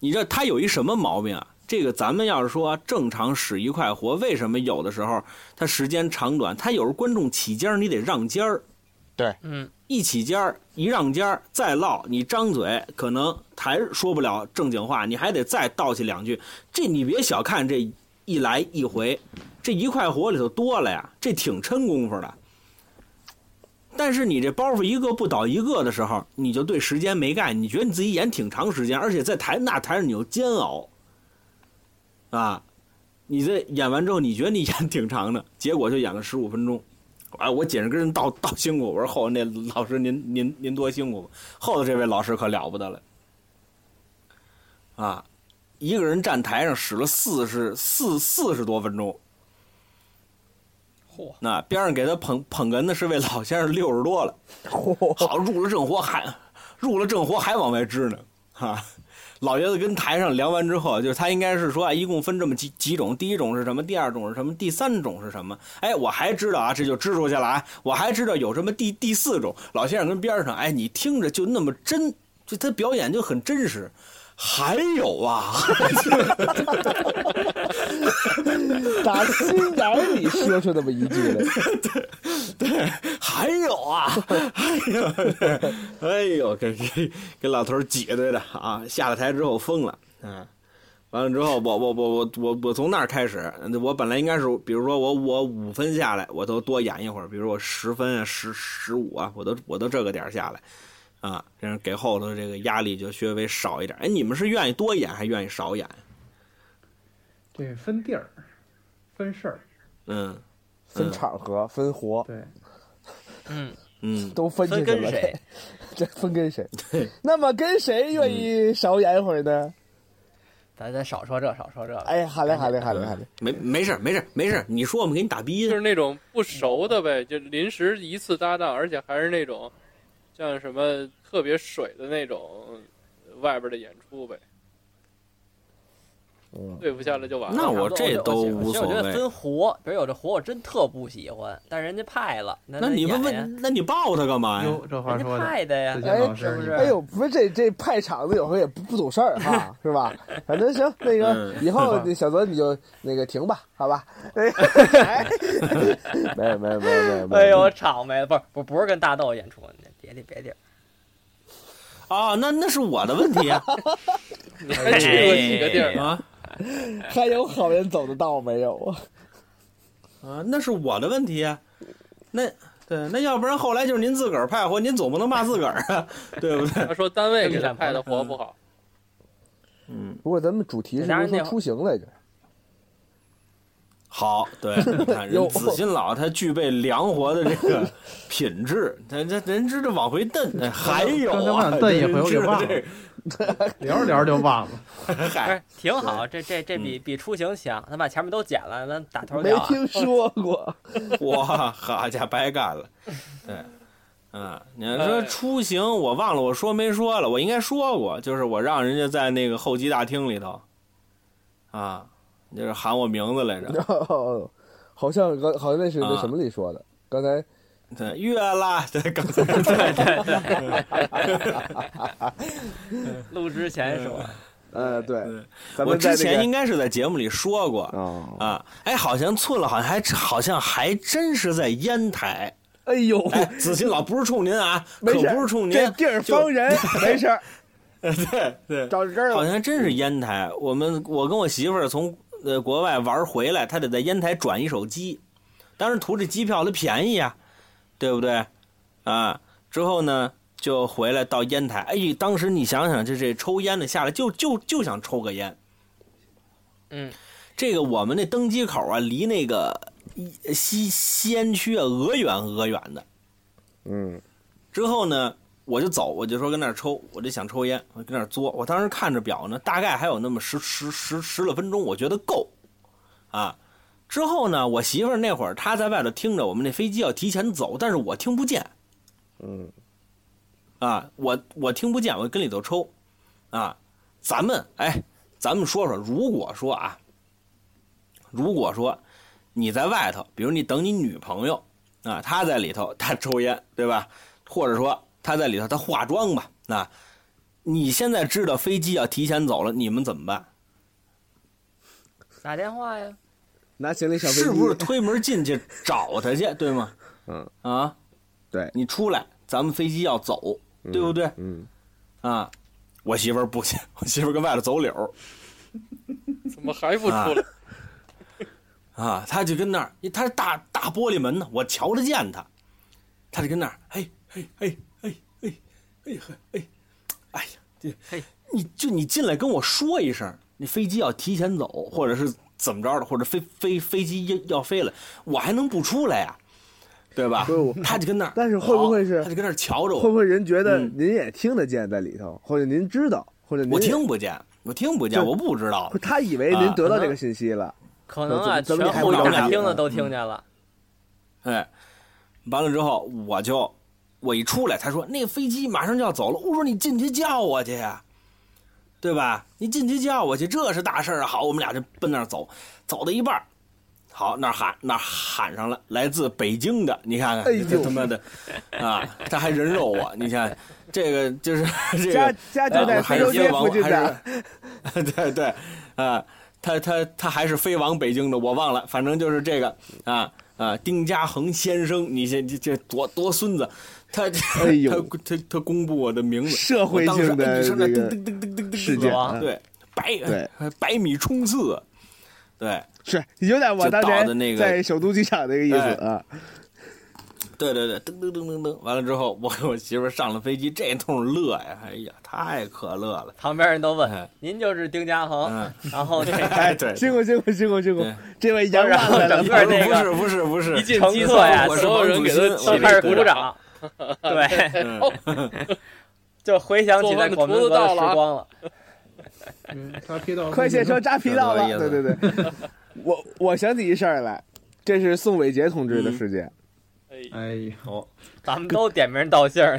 S2: 你知道他有一什么毛病啊？这个咱们要是说正常使一快活，为什么有的时候它时间长短，它有时候观众起尖儿你得让尖儿，
S3: 嗯，
S2: 一起尖儿一让尖儿再唠，你张嘴可能还说不了正经话，你还得再倒气两句。这你别小看这一来一回，这一快活里头多了呀，这挺抻功夫的。但是你这包袱一个不倒一个的时候，你就对时间没概念，你觉得你自己演挺长时间，而且在台那台上你又煎熬，啊，你这演完之后，你觉得你演挺长的，结果就演了十五分钟，哎，我简直跟人道道辛苦，我说后头那老师您您您多辛苦吧，后头这位老师可了不得了，啊，一个人站台上使了四十四四十多分钟，
S3: 嚯，
S2: 那边上给他捧捧哏的是位老先生，六十多了，好入了正活还入了正活还往外支呢，哈、老爷子跟台上聊完之后，就是他应该是说啊，一共分这么几几种，第一种是什么，第二种是什么，第三种是什么？哎，我还知道啊，这就支出去了啊，我还知道有什么第第四种。老先生跟边上，哎，你听着就那么真，就他表演就很真实。还有啊，
S7: 打心眼儿里说出那么一句来，
S2: 对，还有啊，还有，对哎呦，给给给老头儿挤兑的啊！下了台之后疯了，嗯，完了之后，我我我我我我从那儿开始，我本来应该是，比如说我我五分下来，我都多演一会儿，比如我十分啊、十十五啊，我都我都这个点儿下来，啊，这样给后头这个压力就稍微少一点。哎，你们是愿意多演还愿意少演？
S6: 这分地儿，分事儿，
S2: 嗯
S7: 分场合、分活
S6: 对，
S3: 嗯，
S2: 嗯，
S7: 都分
S3: 分
S7: 进去
S3: 跟
S7: 了，
S3: 谁？
S7: 这分跟谁？那么跟谁愿意少演一会儿呢？
S3: 咱咱少说这，少说这个。
S7: 哎，好嘞，好嘞，好嘞，好嘞。
S2: 没没事儿没事儿没事儿，你说我们给你打鼻音
S4: 就是，那种不熟的呗，就临时一次搭档，而且还是那种像什么特别水的那种呃外边的演出呗。对付下来就完了。
S2: 那我这
S3: 差不多
S2: 都
S3: 我就
S2: 无所
S3: 我觉得
S2: 谓
S3: 分活，比如有这活我真特不喜欢，但人家派了，那
S2: 那
S3: 那
S2: 你
S3: 演
S2: 问
S3: 呀
S2: 问，那你抱他干嘛呀？
S6: 哟，这话
S3: 人家
S6: 说的，
S3: 派的呀
S6: 子，
S7: 哎
S6: 健老师，
S3: 是不是
S7: 哎呦，不是这这派场子有时候也不不懂事儿 哈，是吧？反正行，那个
S2: 嗯
S7: 以 后那小泽你就那个停吧，好吧？哎 没有没有没有没有没
S3: 哎
S7: 有
S3: 呦，，场没了，不是不不是跟大豆演出，别的别的，
S2: 啊，那那是我的问题 啊
S4: 你还
S6: 哎
S2: 哎
S4: 去过几哎个地儿？
S2: 啊
S7: 还有好人走的道没有啊？
S2: 啊，那是我的问题啊。那对，那要不然后来就是您自个儿派活，您总不能骂自个儿啊， 对不对？
S4: 他说单位给他派的
S2: 啊
S4: 活不好，
S7: 不过咱们主题是不是说出行来着？
S2: 好，对，你 看人子欣老他具备良活的这个品质， 他这人知道往回蹬，哎还有
S6: 刚才我
S2: 啊，
S6: 想蹬一回我给
S2: 人知道
S6: 忘了
S2: 这
S6: 聊着聊着就忘了，
S2: 个
S3: 不
S2: 嗨
S3: 是，挺好，这这这比比出行强，咱把前面都剪了，咱打头
S7: 没
S3: 聊啊。
S7: 听说过，
S2: 哇，好家伙，白干了，对。嗯，你要说
S4: 哎
S2: 出行，我忘了我说没说了，我应该说过，就是我让人家在那个候机大厅里头，啊，就是喊我名 字来着，
S7: 哦好像刚好像那是那
S2: 啊
S7: 什么里说的，刚才
S2: 对，月啦，对，刚才对 对对，
S3: 录之前说，
S7: 呃对
S2: 对，
S7: 咱
S2: 我
S7: 们在
S2: 之
S7: 那
S2: 前
S7: 个
S2: 应该是在节目里说过
S7: 哦，
S2: 啊，哎，好像寸了，好像还好像还真是在烟台。
S7: 哎呦，
S2: 哎，子欣老不是冲您啊，
S7: 没
S2: 可
S7: 事儿，
S2: 不是冲您，
S7: 这地儿
S2: 就
S7: 方人，没事儿，
S2: 对对，
S7: 找这儿
S2: 好
S7: 了。
S2: 像还真是烟台。我们我跟我媳妇儿从呃国外玩回来，她得在烟台转一手机，当时图这机票它便宜啊，对不对？啊，之后呢就回来到烟台，哎，当时你想想，这这抽烟的下来就就就想抽个烟，
S3: 嗯，
S2: 这个我们那登机口啊，离那个一西西安区啊俄远俄远的。
S7: 嗯，
S2: 之后呢，我就走，我就说跟那儿抽，我就想抽烟，我跟那儿作。我当时看着表呢，大概还有那么十十十十来分钟，我觉得够，啊。之后呢，我媳妇儿那会儿她在外头听着我们那飞机要提前走，但是我听不见，
S7: 嗯，
S2: 啊，我我听不见，我跟里头抽，啊，咱们哎，咱们说说，如果说啊，如果说你在外头，比如你等你女朋友啊，她在里头，她抽烟，对吧？或者说她在里头，她化妆吧，啊，你现在知道飞机要提前走了，你们怎么办？
S3: 打电话呀，
S5: 拿行李小飞机
S2: 是不是推门进去找他去，对吗？
S5: 嗯
S2: 啊，
S5: 对
S2: 你出来，咱们飞机要走，对不对？
S5: 嗯，
S2: 啊，我媳妇儿不行，我媳妇儿跟外头走柳
S4: 怎么还不出来？
S2: 啊，她就跟那儿，她是大大玻璃门呢，我瞧得见她，她就跟那儿，嘿嘿嘿嘿嘿嘿嘿嘿，哎呀，这
S3: 嘿，
S2: 你就你进来跟我说一声，你飞机要提前走，或者是怎么着的，或者飞飞飞机要要飞了，我还能不出来呀、对吧
S5: 不是我？
S2: 她就跟那儿，啊
S5: 但是会不会是
S2: 她就跟那儿瞧着我，
S5: 会不会人觉得
S2: 嗯
S5: 您也听得见在里头，或者您知道，或者您
S2: 我听不啊见，我听不见，
S5: 就
S2: 我不知道
S5: 不是他以为您得到这个信息了，
S3: 可能啊，
S5: 怎
S3: 全
S5: 么怎么
S3: 后
S2: 你还不
S3: 院
S2: 了
S3: 听的
S5: 解
S3: 都听见了，
S2: 哎，完了之后我就我一出来，他说那个飞机马上就要走了，我说你进去叫我去呀，对吧？你进去叫我去，这是大事儿啊！好，我们俩就奔那儿走，走到一半儿好，那儿喊那儿喊上了，来自北京的，你看
S5: 哎呦
S2: 看这他妈的啊，他还人肉我，你看这个就是 这
S5: 家
S2: 个
S5: 家就在
S2: 啊还是
S5: 非洲街
S2: 飞往
S5: 附近的。
S2: 还是对对，啊，他他他还是飞往北京的，我忘了，反正就是这个啊啊，丁家恒先生，你这这这多多孙子，他、
S5: 哎呦
S2: 他他他公布我的名字，
S5: 社会
S2: 我当时
S5: 性的
S2: 哎一声那
S5: 这个
S2: 叮叮叮叮叮
S5: 事
S2: 叮
S5: 件
S2: 叮，
S5: 啊
S2: 对，百
S5: 对
S2: 百米冲刺，对
S5: 是有点我
S2: 就
S5: 当
S2: 到的那
S5: 年
S2: 个哎
S5: 在首都机场那个意思啊，
S2: 对对对，噔噔噔噔噔，完了之后，我跟我媳妇儿上了飞机，这通乐呀，哎呀，太可乐了，
S3: 旁边人都问
S2: 哎
S3: 您就是丁家恒
S2: 嗯，
S3: 然后那个
S2: 哎 对，
S5: 辛苦辛苦辛苦辛苦
S2: 对，
S5: 这位洋 娃子
S3: 然后整个儿
S5: 了
S3: 那个
S2: 不是不是不是，
S4: 一进
S3: 乘
S4: 机
S3: 客
S4: 舱
S3: 呀
S2: 我是
S4: 所有人给他
S2: 王祖
S4: 起
S2: 贤
S3: 都
S4: 立
S3: 开始
S4: 鼓
S3: 鼓掌，对，
S2: 嗯
S3: 就回想起在广明阁的时光了。啊
S6: 嗯，扎皮到
S5: 快线车扎皮道了，
S2: 这都
S5: 对对
S2: 有
S5: 对， 我我想起一事儿来，这是宋伟杰同志
S2: 嗯
S5: 的事件，
S4: 哎，
S6: 哎呦，
S3: 咱们都点名道姓 儿，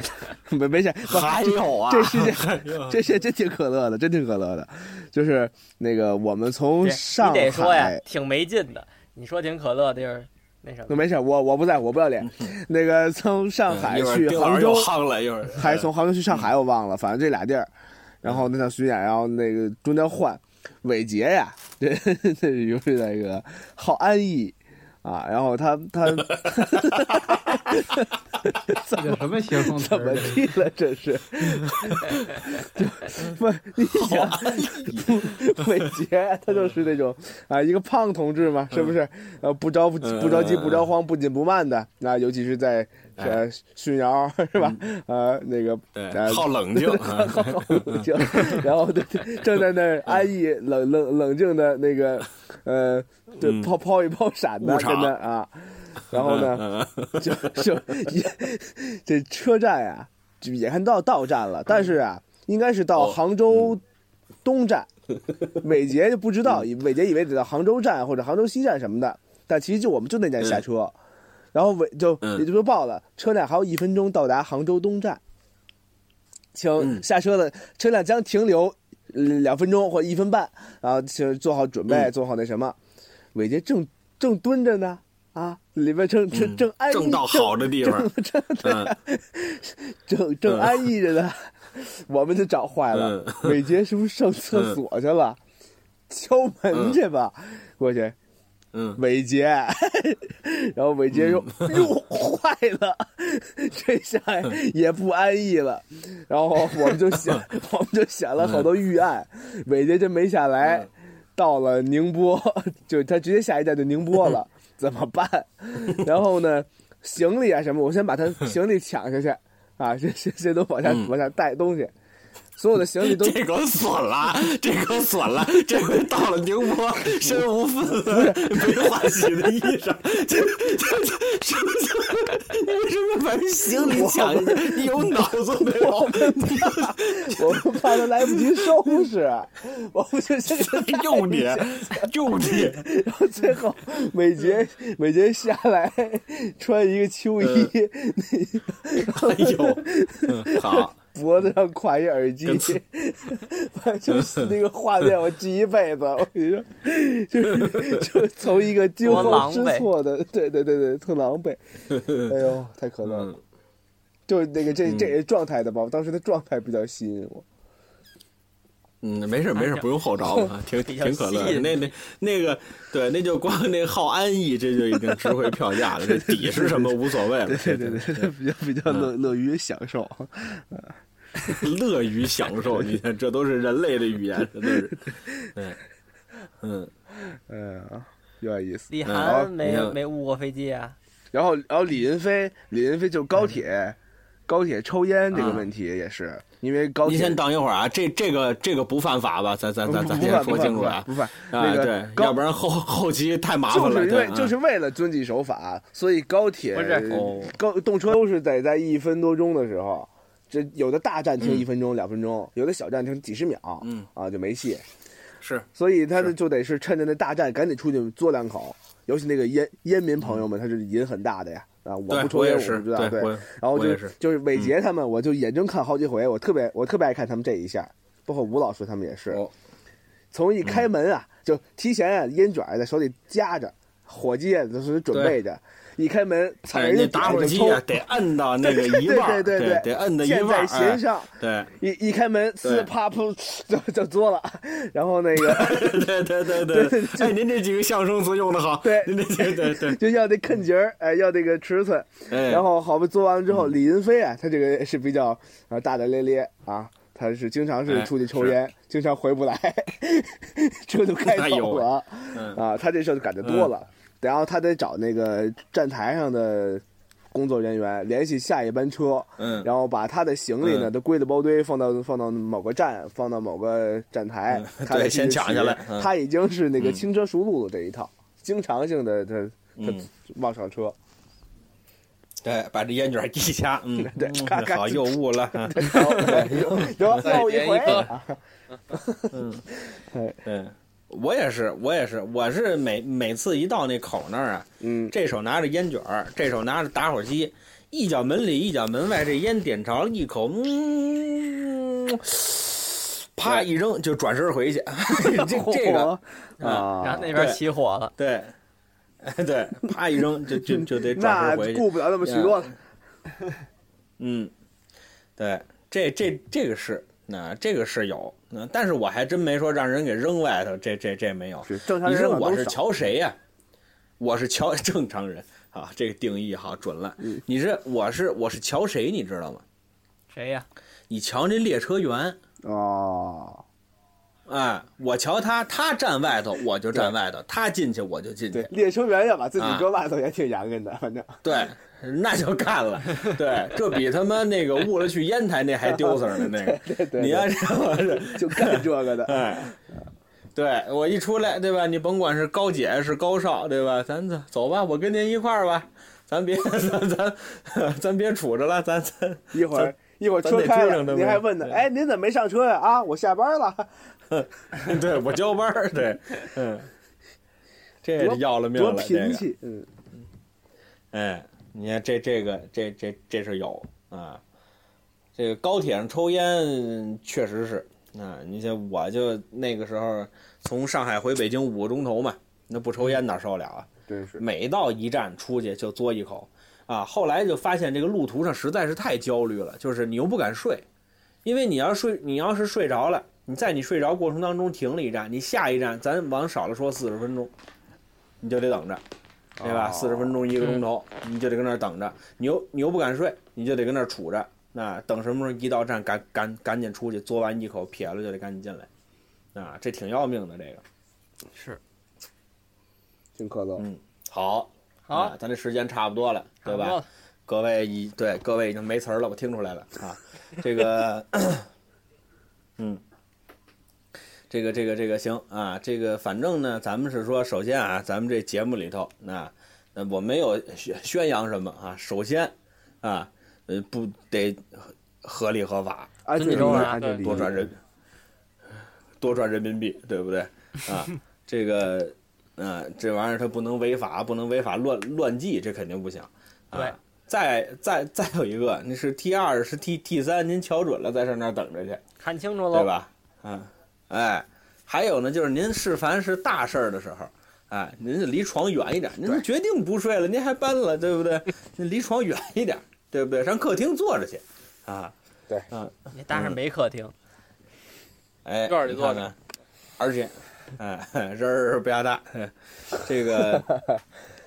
S5: 没没事，不
S2: 还有啊，
S5: 这事件
S2: 有
S5: 这事真挺可乐的，真挺可乐的，就是那个我们 从
S3: 你
S5: 上
S3: 得说呀
S5: 海，。
S3: 挺没劲的。你说挺可乐的地儿，那什
S5: 那
S3: 么，
S5: 没事，我我不在，我不要脸。那个从上
S2: 嗯
S5: 海
S2: 一会儿
S5: 去
S2: 丁老
S5: 杭
S2: 师又
S5: 州，
S2: 夯了，一会儿嗯
S5: 还是从杭州去上海，我忘了，反正这俩地儿。然后那场巡演，然后那个中间换，伟杰呀，这这是又是 那个好安逸啊，然后他 他
S6: 这叫什么邪风词
S5: 怎么
S6: 儿？
S5: 地了？这是，就不你想伟杰，他就是那种啊，一个胖同志嘛，是不是？呃，不着不不着急
S2: 嗯嗯嗯
S5: 不着慌不紧不慢的，那尤其是在呃训谣是吧？呃，那个
S2: 对
S5: 呃
S2: 好冷静， 嗯
S5: 好冷静，然后对对正在那儿安逸冷冷冷静的那个，呃，对
S2: 嗯
S5: 抛抛一抛闪的
S2: 误
S5: 跟
S2: 场
S5: 那啊，然后呢，
S2: 嗯嗯
S5: 就就也这车站啊，就也看到到站了，但是啊，应该是到
S2: 哦嗯
S5: 杭州 东站，伟杰就不知道，伟杰以为得到杭州站或者杭州西站什么的，但其实就我们就那站下车，然后伟就
S2: 嗯
S5: 也就说报了，车辆还有一分钟到达杭州东站，请
S2: 嗯
S5: 下车的车辆将停留呃两分钟或一分半，然后请做好准备，
S2: 嗯
S5: 做好那什么。伟杰正正蹲着呢，啊，里边正正
S2: 嗯
S5: 正安逸，
S2: 正 到好的地方，
S5: 正
S2: 嗯
S5: 正正
S2: 嗯
S5: 安逸着呢，我们就找坏了，伟杰是不是上厕所去了？敲门去吧，过去，
S2: 嗯，
S5: 伟杰，然后伟杰说：“ 哟，坏了， 这下也不安逸了。”然后我们就 想，
S2: 嗯
S5: 我们就想了好多预案，伟杰真没下来，
S2: 嗯
S5: 到了宁波， 就他直接下一站就宁波了，
S2: 嗯
S5: 怎么办？然后呢，行李啊什么，我先把他行李抢下去啊，先先先都往下
S2: 嗯
S5: 往下带东西，所有的行李都
S2: 这个损了，啊这个损了，啊这回到了宁 波，身无分文，没换洗的衣裳，这这这这这，你为什么把行李抢一下？你有脑子没有？
S5: 我们怕他来不及收拾， 我们就先给他带
S2: 用你，用你，
S5: 然后 最后美杰美杰下来穿一个秋衣，
S2: 嗯哎 呦，嗯好，
S5: 脖子上挎一耳机
S2: 跟刺，
S5: 反正就是那个画面我记一辈子。我跟你说，就是就是从一个惊
S3: 多
S5: 慌
S3: 狼
S5: 失
S3: 狈
S5: 措的，对对对对，特狼 狈。哎呦，太可乐
S2: 嗯
S5: 了。就是那个这这也是状态的吧，当时的状态比较吸引我。
S2: 嗯，没事没
S5: 哎
S2: 事，不用后着嘛， 挺
S3: 比较
S2: 挺可乐
S3: 吸
S2: 的。
S3: 引
S2: 那那那个，对，那就光那好安逸，这就已经值回票价 了。这底是什么无所谓了，
S5: 对对对对，比较比较乐乐于享受。
S2: 对，乐于享受。你看，这都是人类的语言，这都 是，对，嗯，
S5: 哎呀，有点意思。
S3: 李
S2: 嗯
S5: 好
S3: 涵没
S2: 你看
S3: 没误过飞机啊？
S5: 然后，然后
S2: 嗯
S5: 李云飞，李云飞就是高铁，高铁抽烟这个问题也是，因为高
S2: 啊你
S5: 铁
S2: 先等一会儿啊，这这个这个不犯法吧？咱咱咱咱
S5: 不
S2: 先
S5: 犯
S2: 说
S5: 不
S2: 清
S5: 犯
S2: 楚
S5: 不
S2: 啊
S5: 犯。不犯，
S2: 啊，
S5: 那
S2: 对
S5: 个，
S2: 要
S5: 高
S2: 不然后后期太麻烦
S5: 就
S2: 了。
S5: 是因为
S2: 对嗯
S5: 就是为了遵纪守法，所以高铁
S3: 不是
S2: 哦
S5: 高动车都是得在一分多钟的时候，这有的大站停一分钟、两分钟，有的小站停几十秒，
S2: 嗯
S5: 啊就没戏。
S2: 是，
S5: 所以他就得是趁着那大站赶紧出去嘬两口，尤其那个烟烟民朋友们，他是瘾很大的呀。啊，我
S2: 对
S5: 不抽
S2: 我
S5: 烟，
S2: 也
S5: 我
S2: 是，
S5: 不知道。对，
S2: 我也
S5: 然后
S2: 我
S5: 就
S2: 也是嗯
S5: 就是伟杰他们，我就眼睁看好几回，我特别我特别爱看他们这一下，包括吴老师他们也是
S2: 哦，嗯
S5: 从一开门啊，就提前啊烟卷儿在手里夹着，火机也都是准备着，一开门踩
S2: 哎，
S5: 人
S2: 那
S5: 家
S2: 打火
S5: 点就
S2: 机
S5: 抽，
S2: 啊，得摁到那个一
S5: 对
S2: 半儿，
S5: 对对
S2: 得
S5: 对
S2: 摁到一
S5: 箭
S2: 半儿，
S5: 在
S2: 哎
S5: 弦上，
S2: 对，
S5: 一一开门
S2: 对
S5: 呲啪噗就就嘬了， 然后那个。
S2: 对对对对对，哎，您这几个象声词用的好，
S5: 对
S2: 您这对对对，
S5: 就要那坑节儿，哎，要那个尺寸，
S2: 哎，
S5: 然后好不做完了之
S2: 嗯
S5: 后，李云飞啊，他这个是比较啊大大咧咧啊，他是经常
S2: 哎
S5: 是出去抽烟，经常回不来， 这就
S2: 哎
S5: 开跑
S2: 呦喂
S5: 了、
S2: 嗯
S5: 啊，他这事儿就感觉多了，然后他得找那个站台上的工作人员联系下一班车，
S2: 嗯，
S5: 然后把他的行李呢
S2: 嗯
S5: 都归了包堆，放到放到某个站，放到某个站台
S2: 嗯，
S5: 他
S2: 对
S5: 再去
S2: 先抢下来
S5: 取
S2: 嗯
S5: 他已经是那个
S2: 嗯
S5: 轻车熟路的这一套，经常性的他他
S2: 嗯
S5: 往上车，
S2: 对，把这烟卷一掐，嗯，
S5: 对
S2: 嗯
S5: 咔咔
S2: 好，又悟了，嗯
S5: 然后然 后最后
S4: 再点
S5: 回
S4: 一个
S5: 啊
S2: 对，嗯我也是，我也是，我是每每次一到那口那儿啊，
S5: 嗯，
S2: 这手拿着烟卷儿，这手拿着打火机，一脚门里一脚门外，这烟点着了一口，嗯，啪一扔就转身回去， 这这个
S3: 然
S5: 啊
S3: 后，那边
S2: 对
S3: 起火了，
S2: 对，对，啪一扔就就就得转
S5: 那
S2: 身回去，
S5: 顾不了那么许多了，
S2: 嗯，对，这这这个是。那这个是有，那但是我还真没说让人给扔外头，这这这没有。
S5: 是正常
S2: 你
S5: 人
S2: 说
S5: 往
S2: 我
S5: 都
S2: 是
S5: 少，
S2: 瞧谁呀、我是瞧 正常人啊，这个定义哈准了。
S5: 嗯
S2: 你是我是我是瞧谁，你知道吗？
S3: 谁呀？
S2: 你瞧那列车员，
S5: 哦，
S2: 哎，我瞧他，他站外头我就站外头，他进去我就进
S5: 对
S2: 去，，
S5: 列车员要把自己
S2: 啊
S5: 搁外头也挺洋人的，反正
S2: 对，那就干了，对，这比他妈那个误了去烟台那还丢色儿呢，那个，
S5: 对对，
S2: 你要
S5: 对
S2: 这么是。
S5: 就干这个的，
S2: 哎，对我一出来，对吧？你甭管是高姐是高少，对吧？咱走走吧，我跟您一块儿吧，咱别咱咱咱别杵着了，咱咱
S5: 一 会儿。一会儿
S2: 咱
S5: 车
S2: 得
S5: 开
S2: 追上他们
S5: 了，您还问呢？
S2: 对
S5: 哎，您怎么没上车呀？啊，我下班了。
S2: 对我交班儿，对，嗯，这
S5: 多
S2: 要了命
S5: 多
S2: 了，这
S5: 贫
S2: 个，
S5: 气，嗯，
S2: 哎，你看这这个这这这是有啊，这个高铁上抽烟确实是啊，你像我就那个时候从上海回北京五个钟头嘛，那不抽烟哪受得了啊？
S5: 真是
S2: 每到一站出去就嘬一口，啊，后来就发现这个路途上实在是太焦虑了，就是你又不敢睡，因为你要睡，你要是睡着了，你在你睡着过程当中停了一站，你下一站咱往少了说四十分钟，你就得等着，对吧？
S5: 哦
S2: 四十分钟一个钟头，你就得跟那儿等着，你又你又不敢睡，你就得跟那儿杵着，那等什么时候一到站赶赶赶紧出去嘬完一口撇了就得赶紧进来，啊，这挺要命的这个。
S5: 挺可乐。
S2: 嗯，好，
S3: 好
S2: 啊，咱这时间差不多了，对吧？
S3: 好了？
S2: 各位已对各位已经没词儿了，我听出来了啊。这个，嗯，这个这个这个行啊，这个反正呢，咱们是说，首先啊，咱们这节目里头啊，呃，我没有宣宣扬什么啊，首先啊，呃，不得合理合法，
S5: 安全
S3: 尊
S5: 理
S3: 重
S5: 论，
S3: 啊
S5: 安全理
S2: 多赚
S5: 论，
S2: 人，多赚人民币，对不对？啊，这个，嗯、这玩意儿它不能违法，不能违法乱乱纪，这肯定不行。啊、
S3: 对。
S2: 再再再有一个，那是 T 二是 T T 三，您瞧准了再上那儿等着去，
S3: 看清楚
S2: 对
S3: 喽，
S2: 吧？嗯，哎，还有呢，就是您是凡是大事儿的时候，哎，您就离床远一点。您都决定不睡了，您还搬了，对不对？ 您离床远一点，对不对？上客厅坐着去，啊，
S3: 你搭上没客厅，
S2: 哎，
S4: 院里
S2: 你
S4: 坐
S2: 看
S4: 着
S2: 看，而且，哎， 人儿不压大，这个，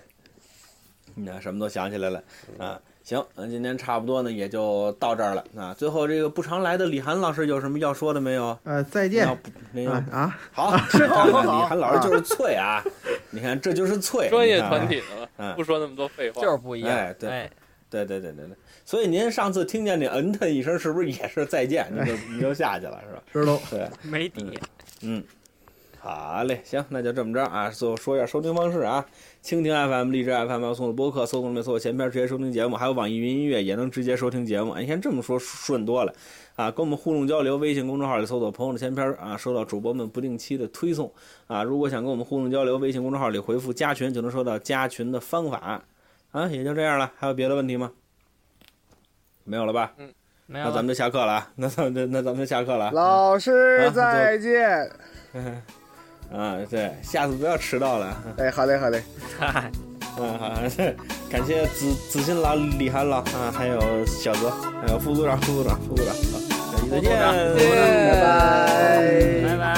S2: 你看什么都想起来了啊。行，那今天差不多呢，也就到这儿了啊。最后，这个不常来的李涵老师有什么要说的没有？
S6: 呃，再见
S2: 要不，没有。
S6: 啊啊！
S2: 好，你看看李涵老师 就是脆啊！你看，这就是脆，
S4: 专业
S2: 你看
S4: 团体的
S2: 嗯
S4: 了，不说那么多废话。
S3: 就是不一样。
S2: 哎对对对对对对，所以您上次听见你嗯他一声，是不是也是再见？你就你就下去了是吧？
S6: 知道。
S2: 对，
S3: 没底。
S2: 嗯，好嘞，行，那就这么着啊。最后说一下收听方式啊，蜻蜓 FM、荔枝 FM、要送的播客，搜索里面搜索前边直接收听节目，还有网易云音乐也能直接收听节目。哎你看这么说顺多了啊，跟我们互动交流，微信公众号里搜索“朋友的前篇”啊，收到主播们不定期的推送啊。如果想跟我们互动交流，微信公众号里回复“加群”就能收到加群的方法啊。也就这样了，还有别的问题吗？没有了吧？
S3: 没有
S2: 那
S3: 了，
S2: 咱们就下课了啊，那咱们就那咱们就下课了啊。
S5: 老师
S2: 啊
S5: 再见。
S2: 啊，对，下次不要迟到了。啊
S5: 哎，好嘞，好嘞。
S3: 嗨
S2: 嗯，好，感谢子子欣老、李涵老啊，还有小泽，还有副组长、副组长、副组长，好，下期再见，
S3: 副组长
S5: 拜拜。
S3: 拜拜。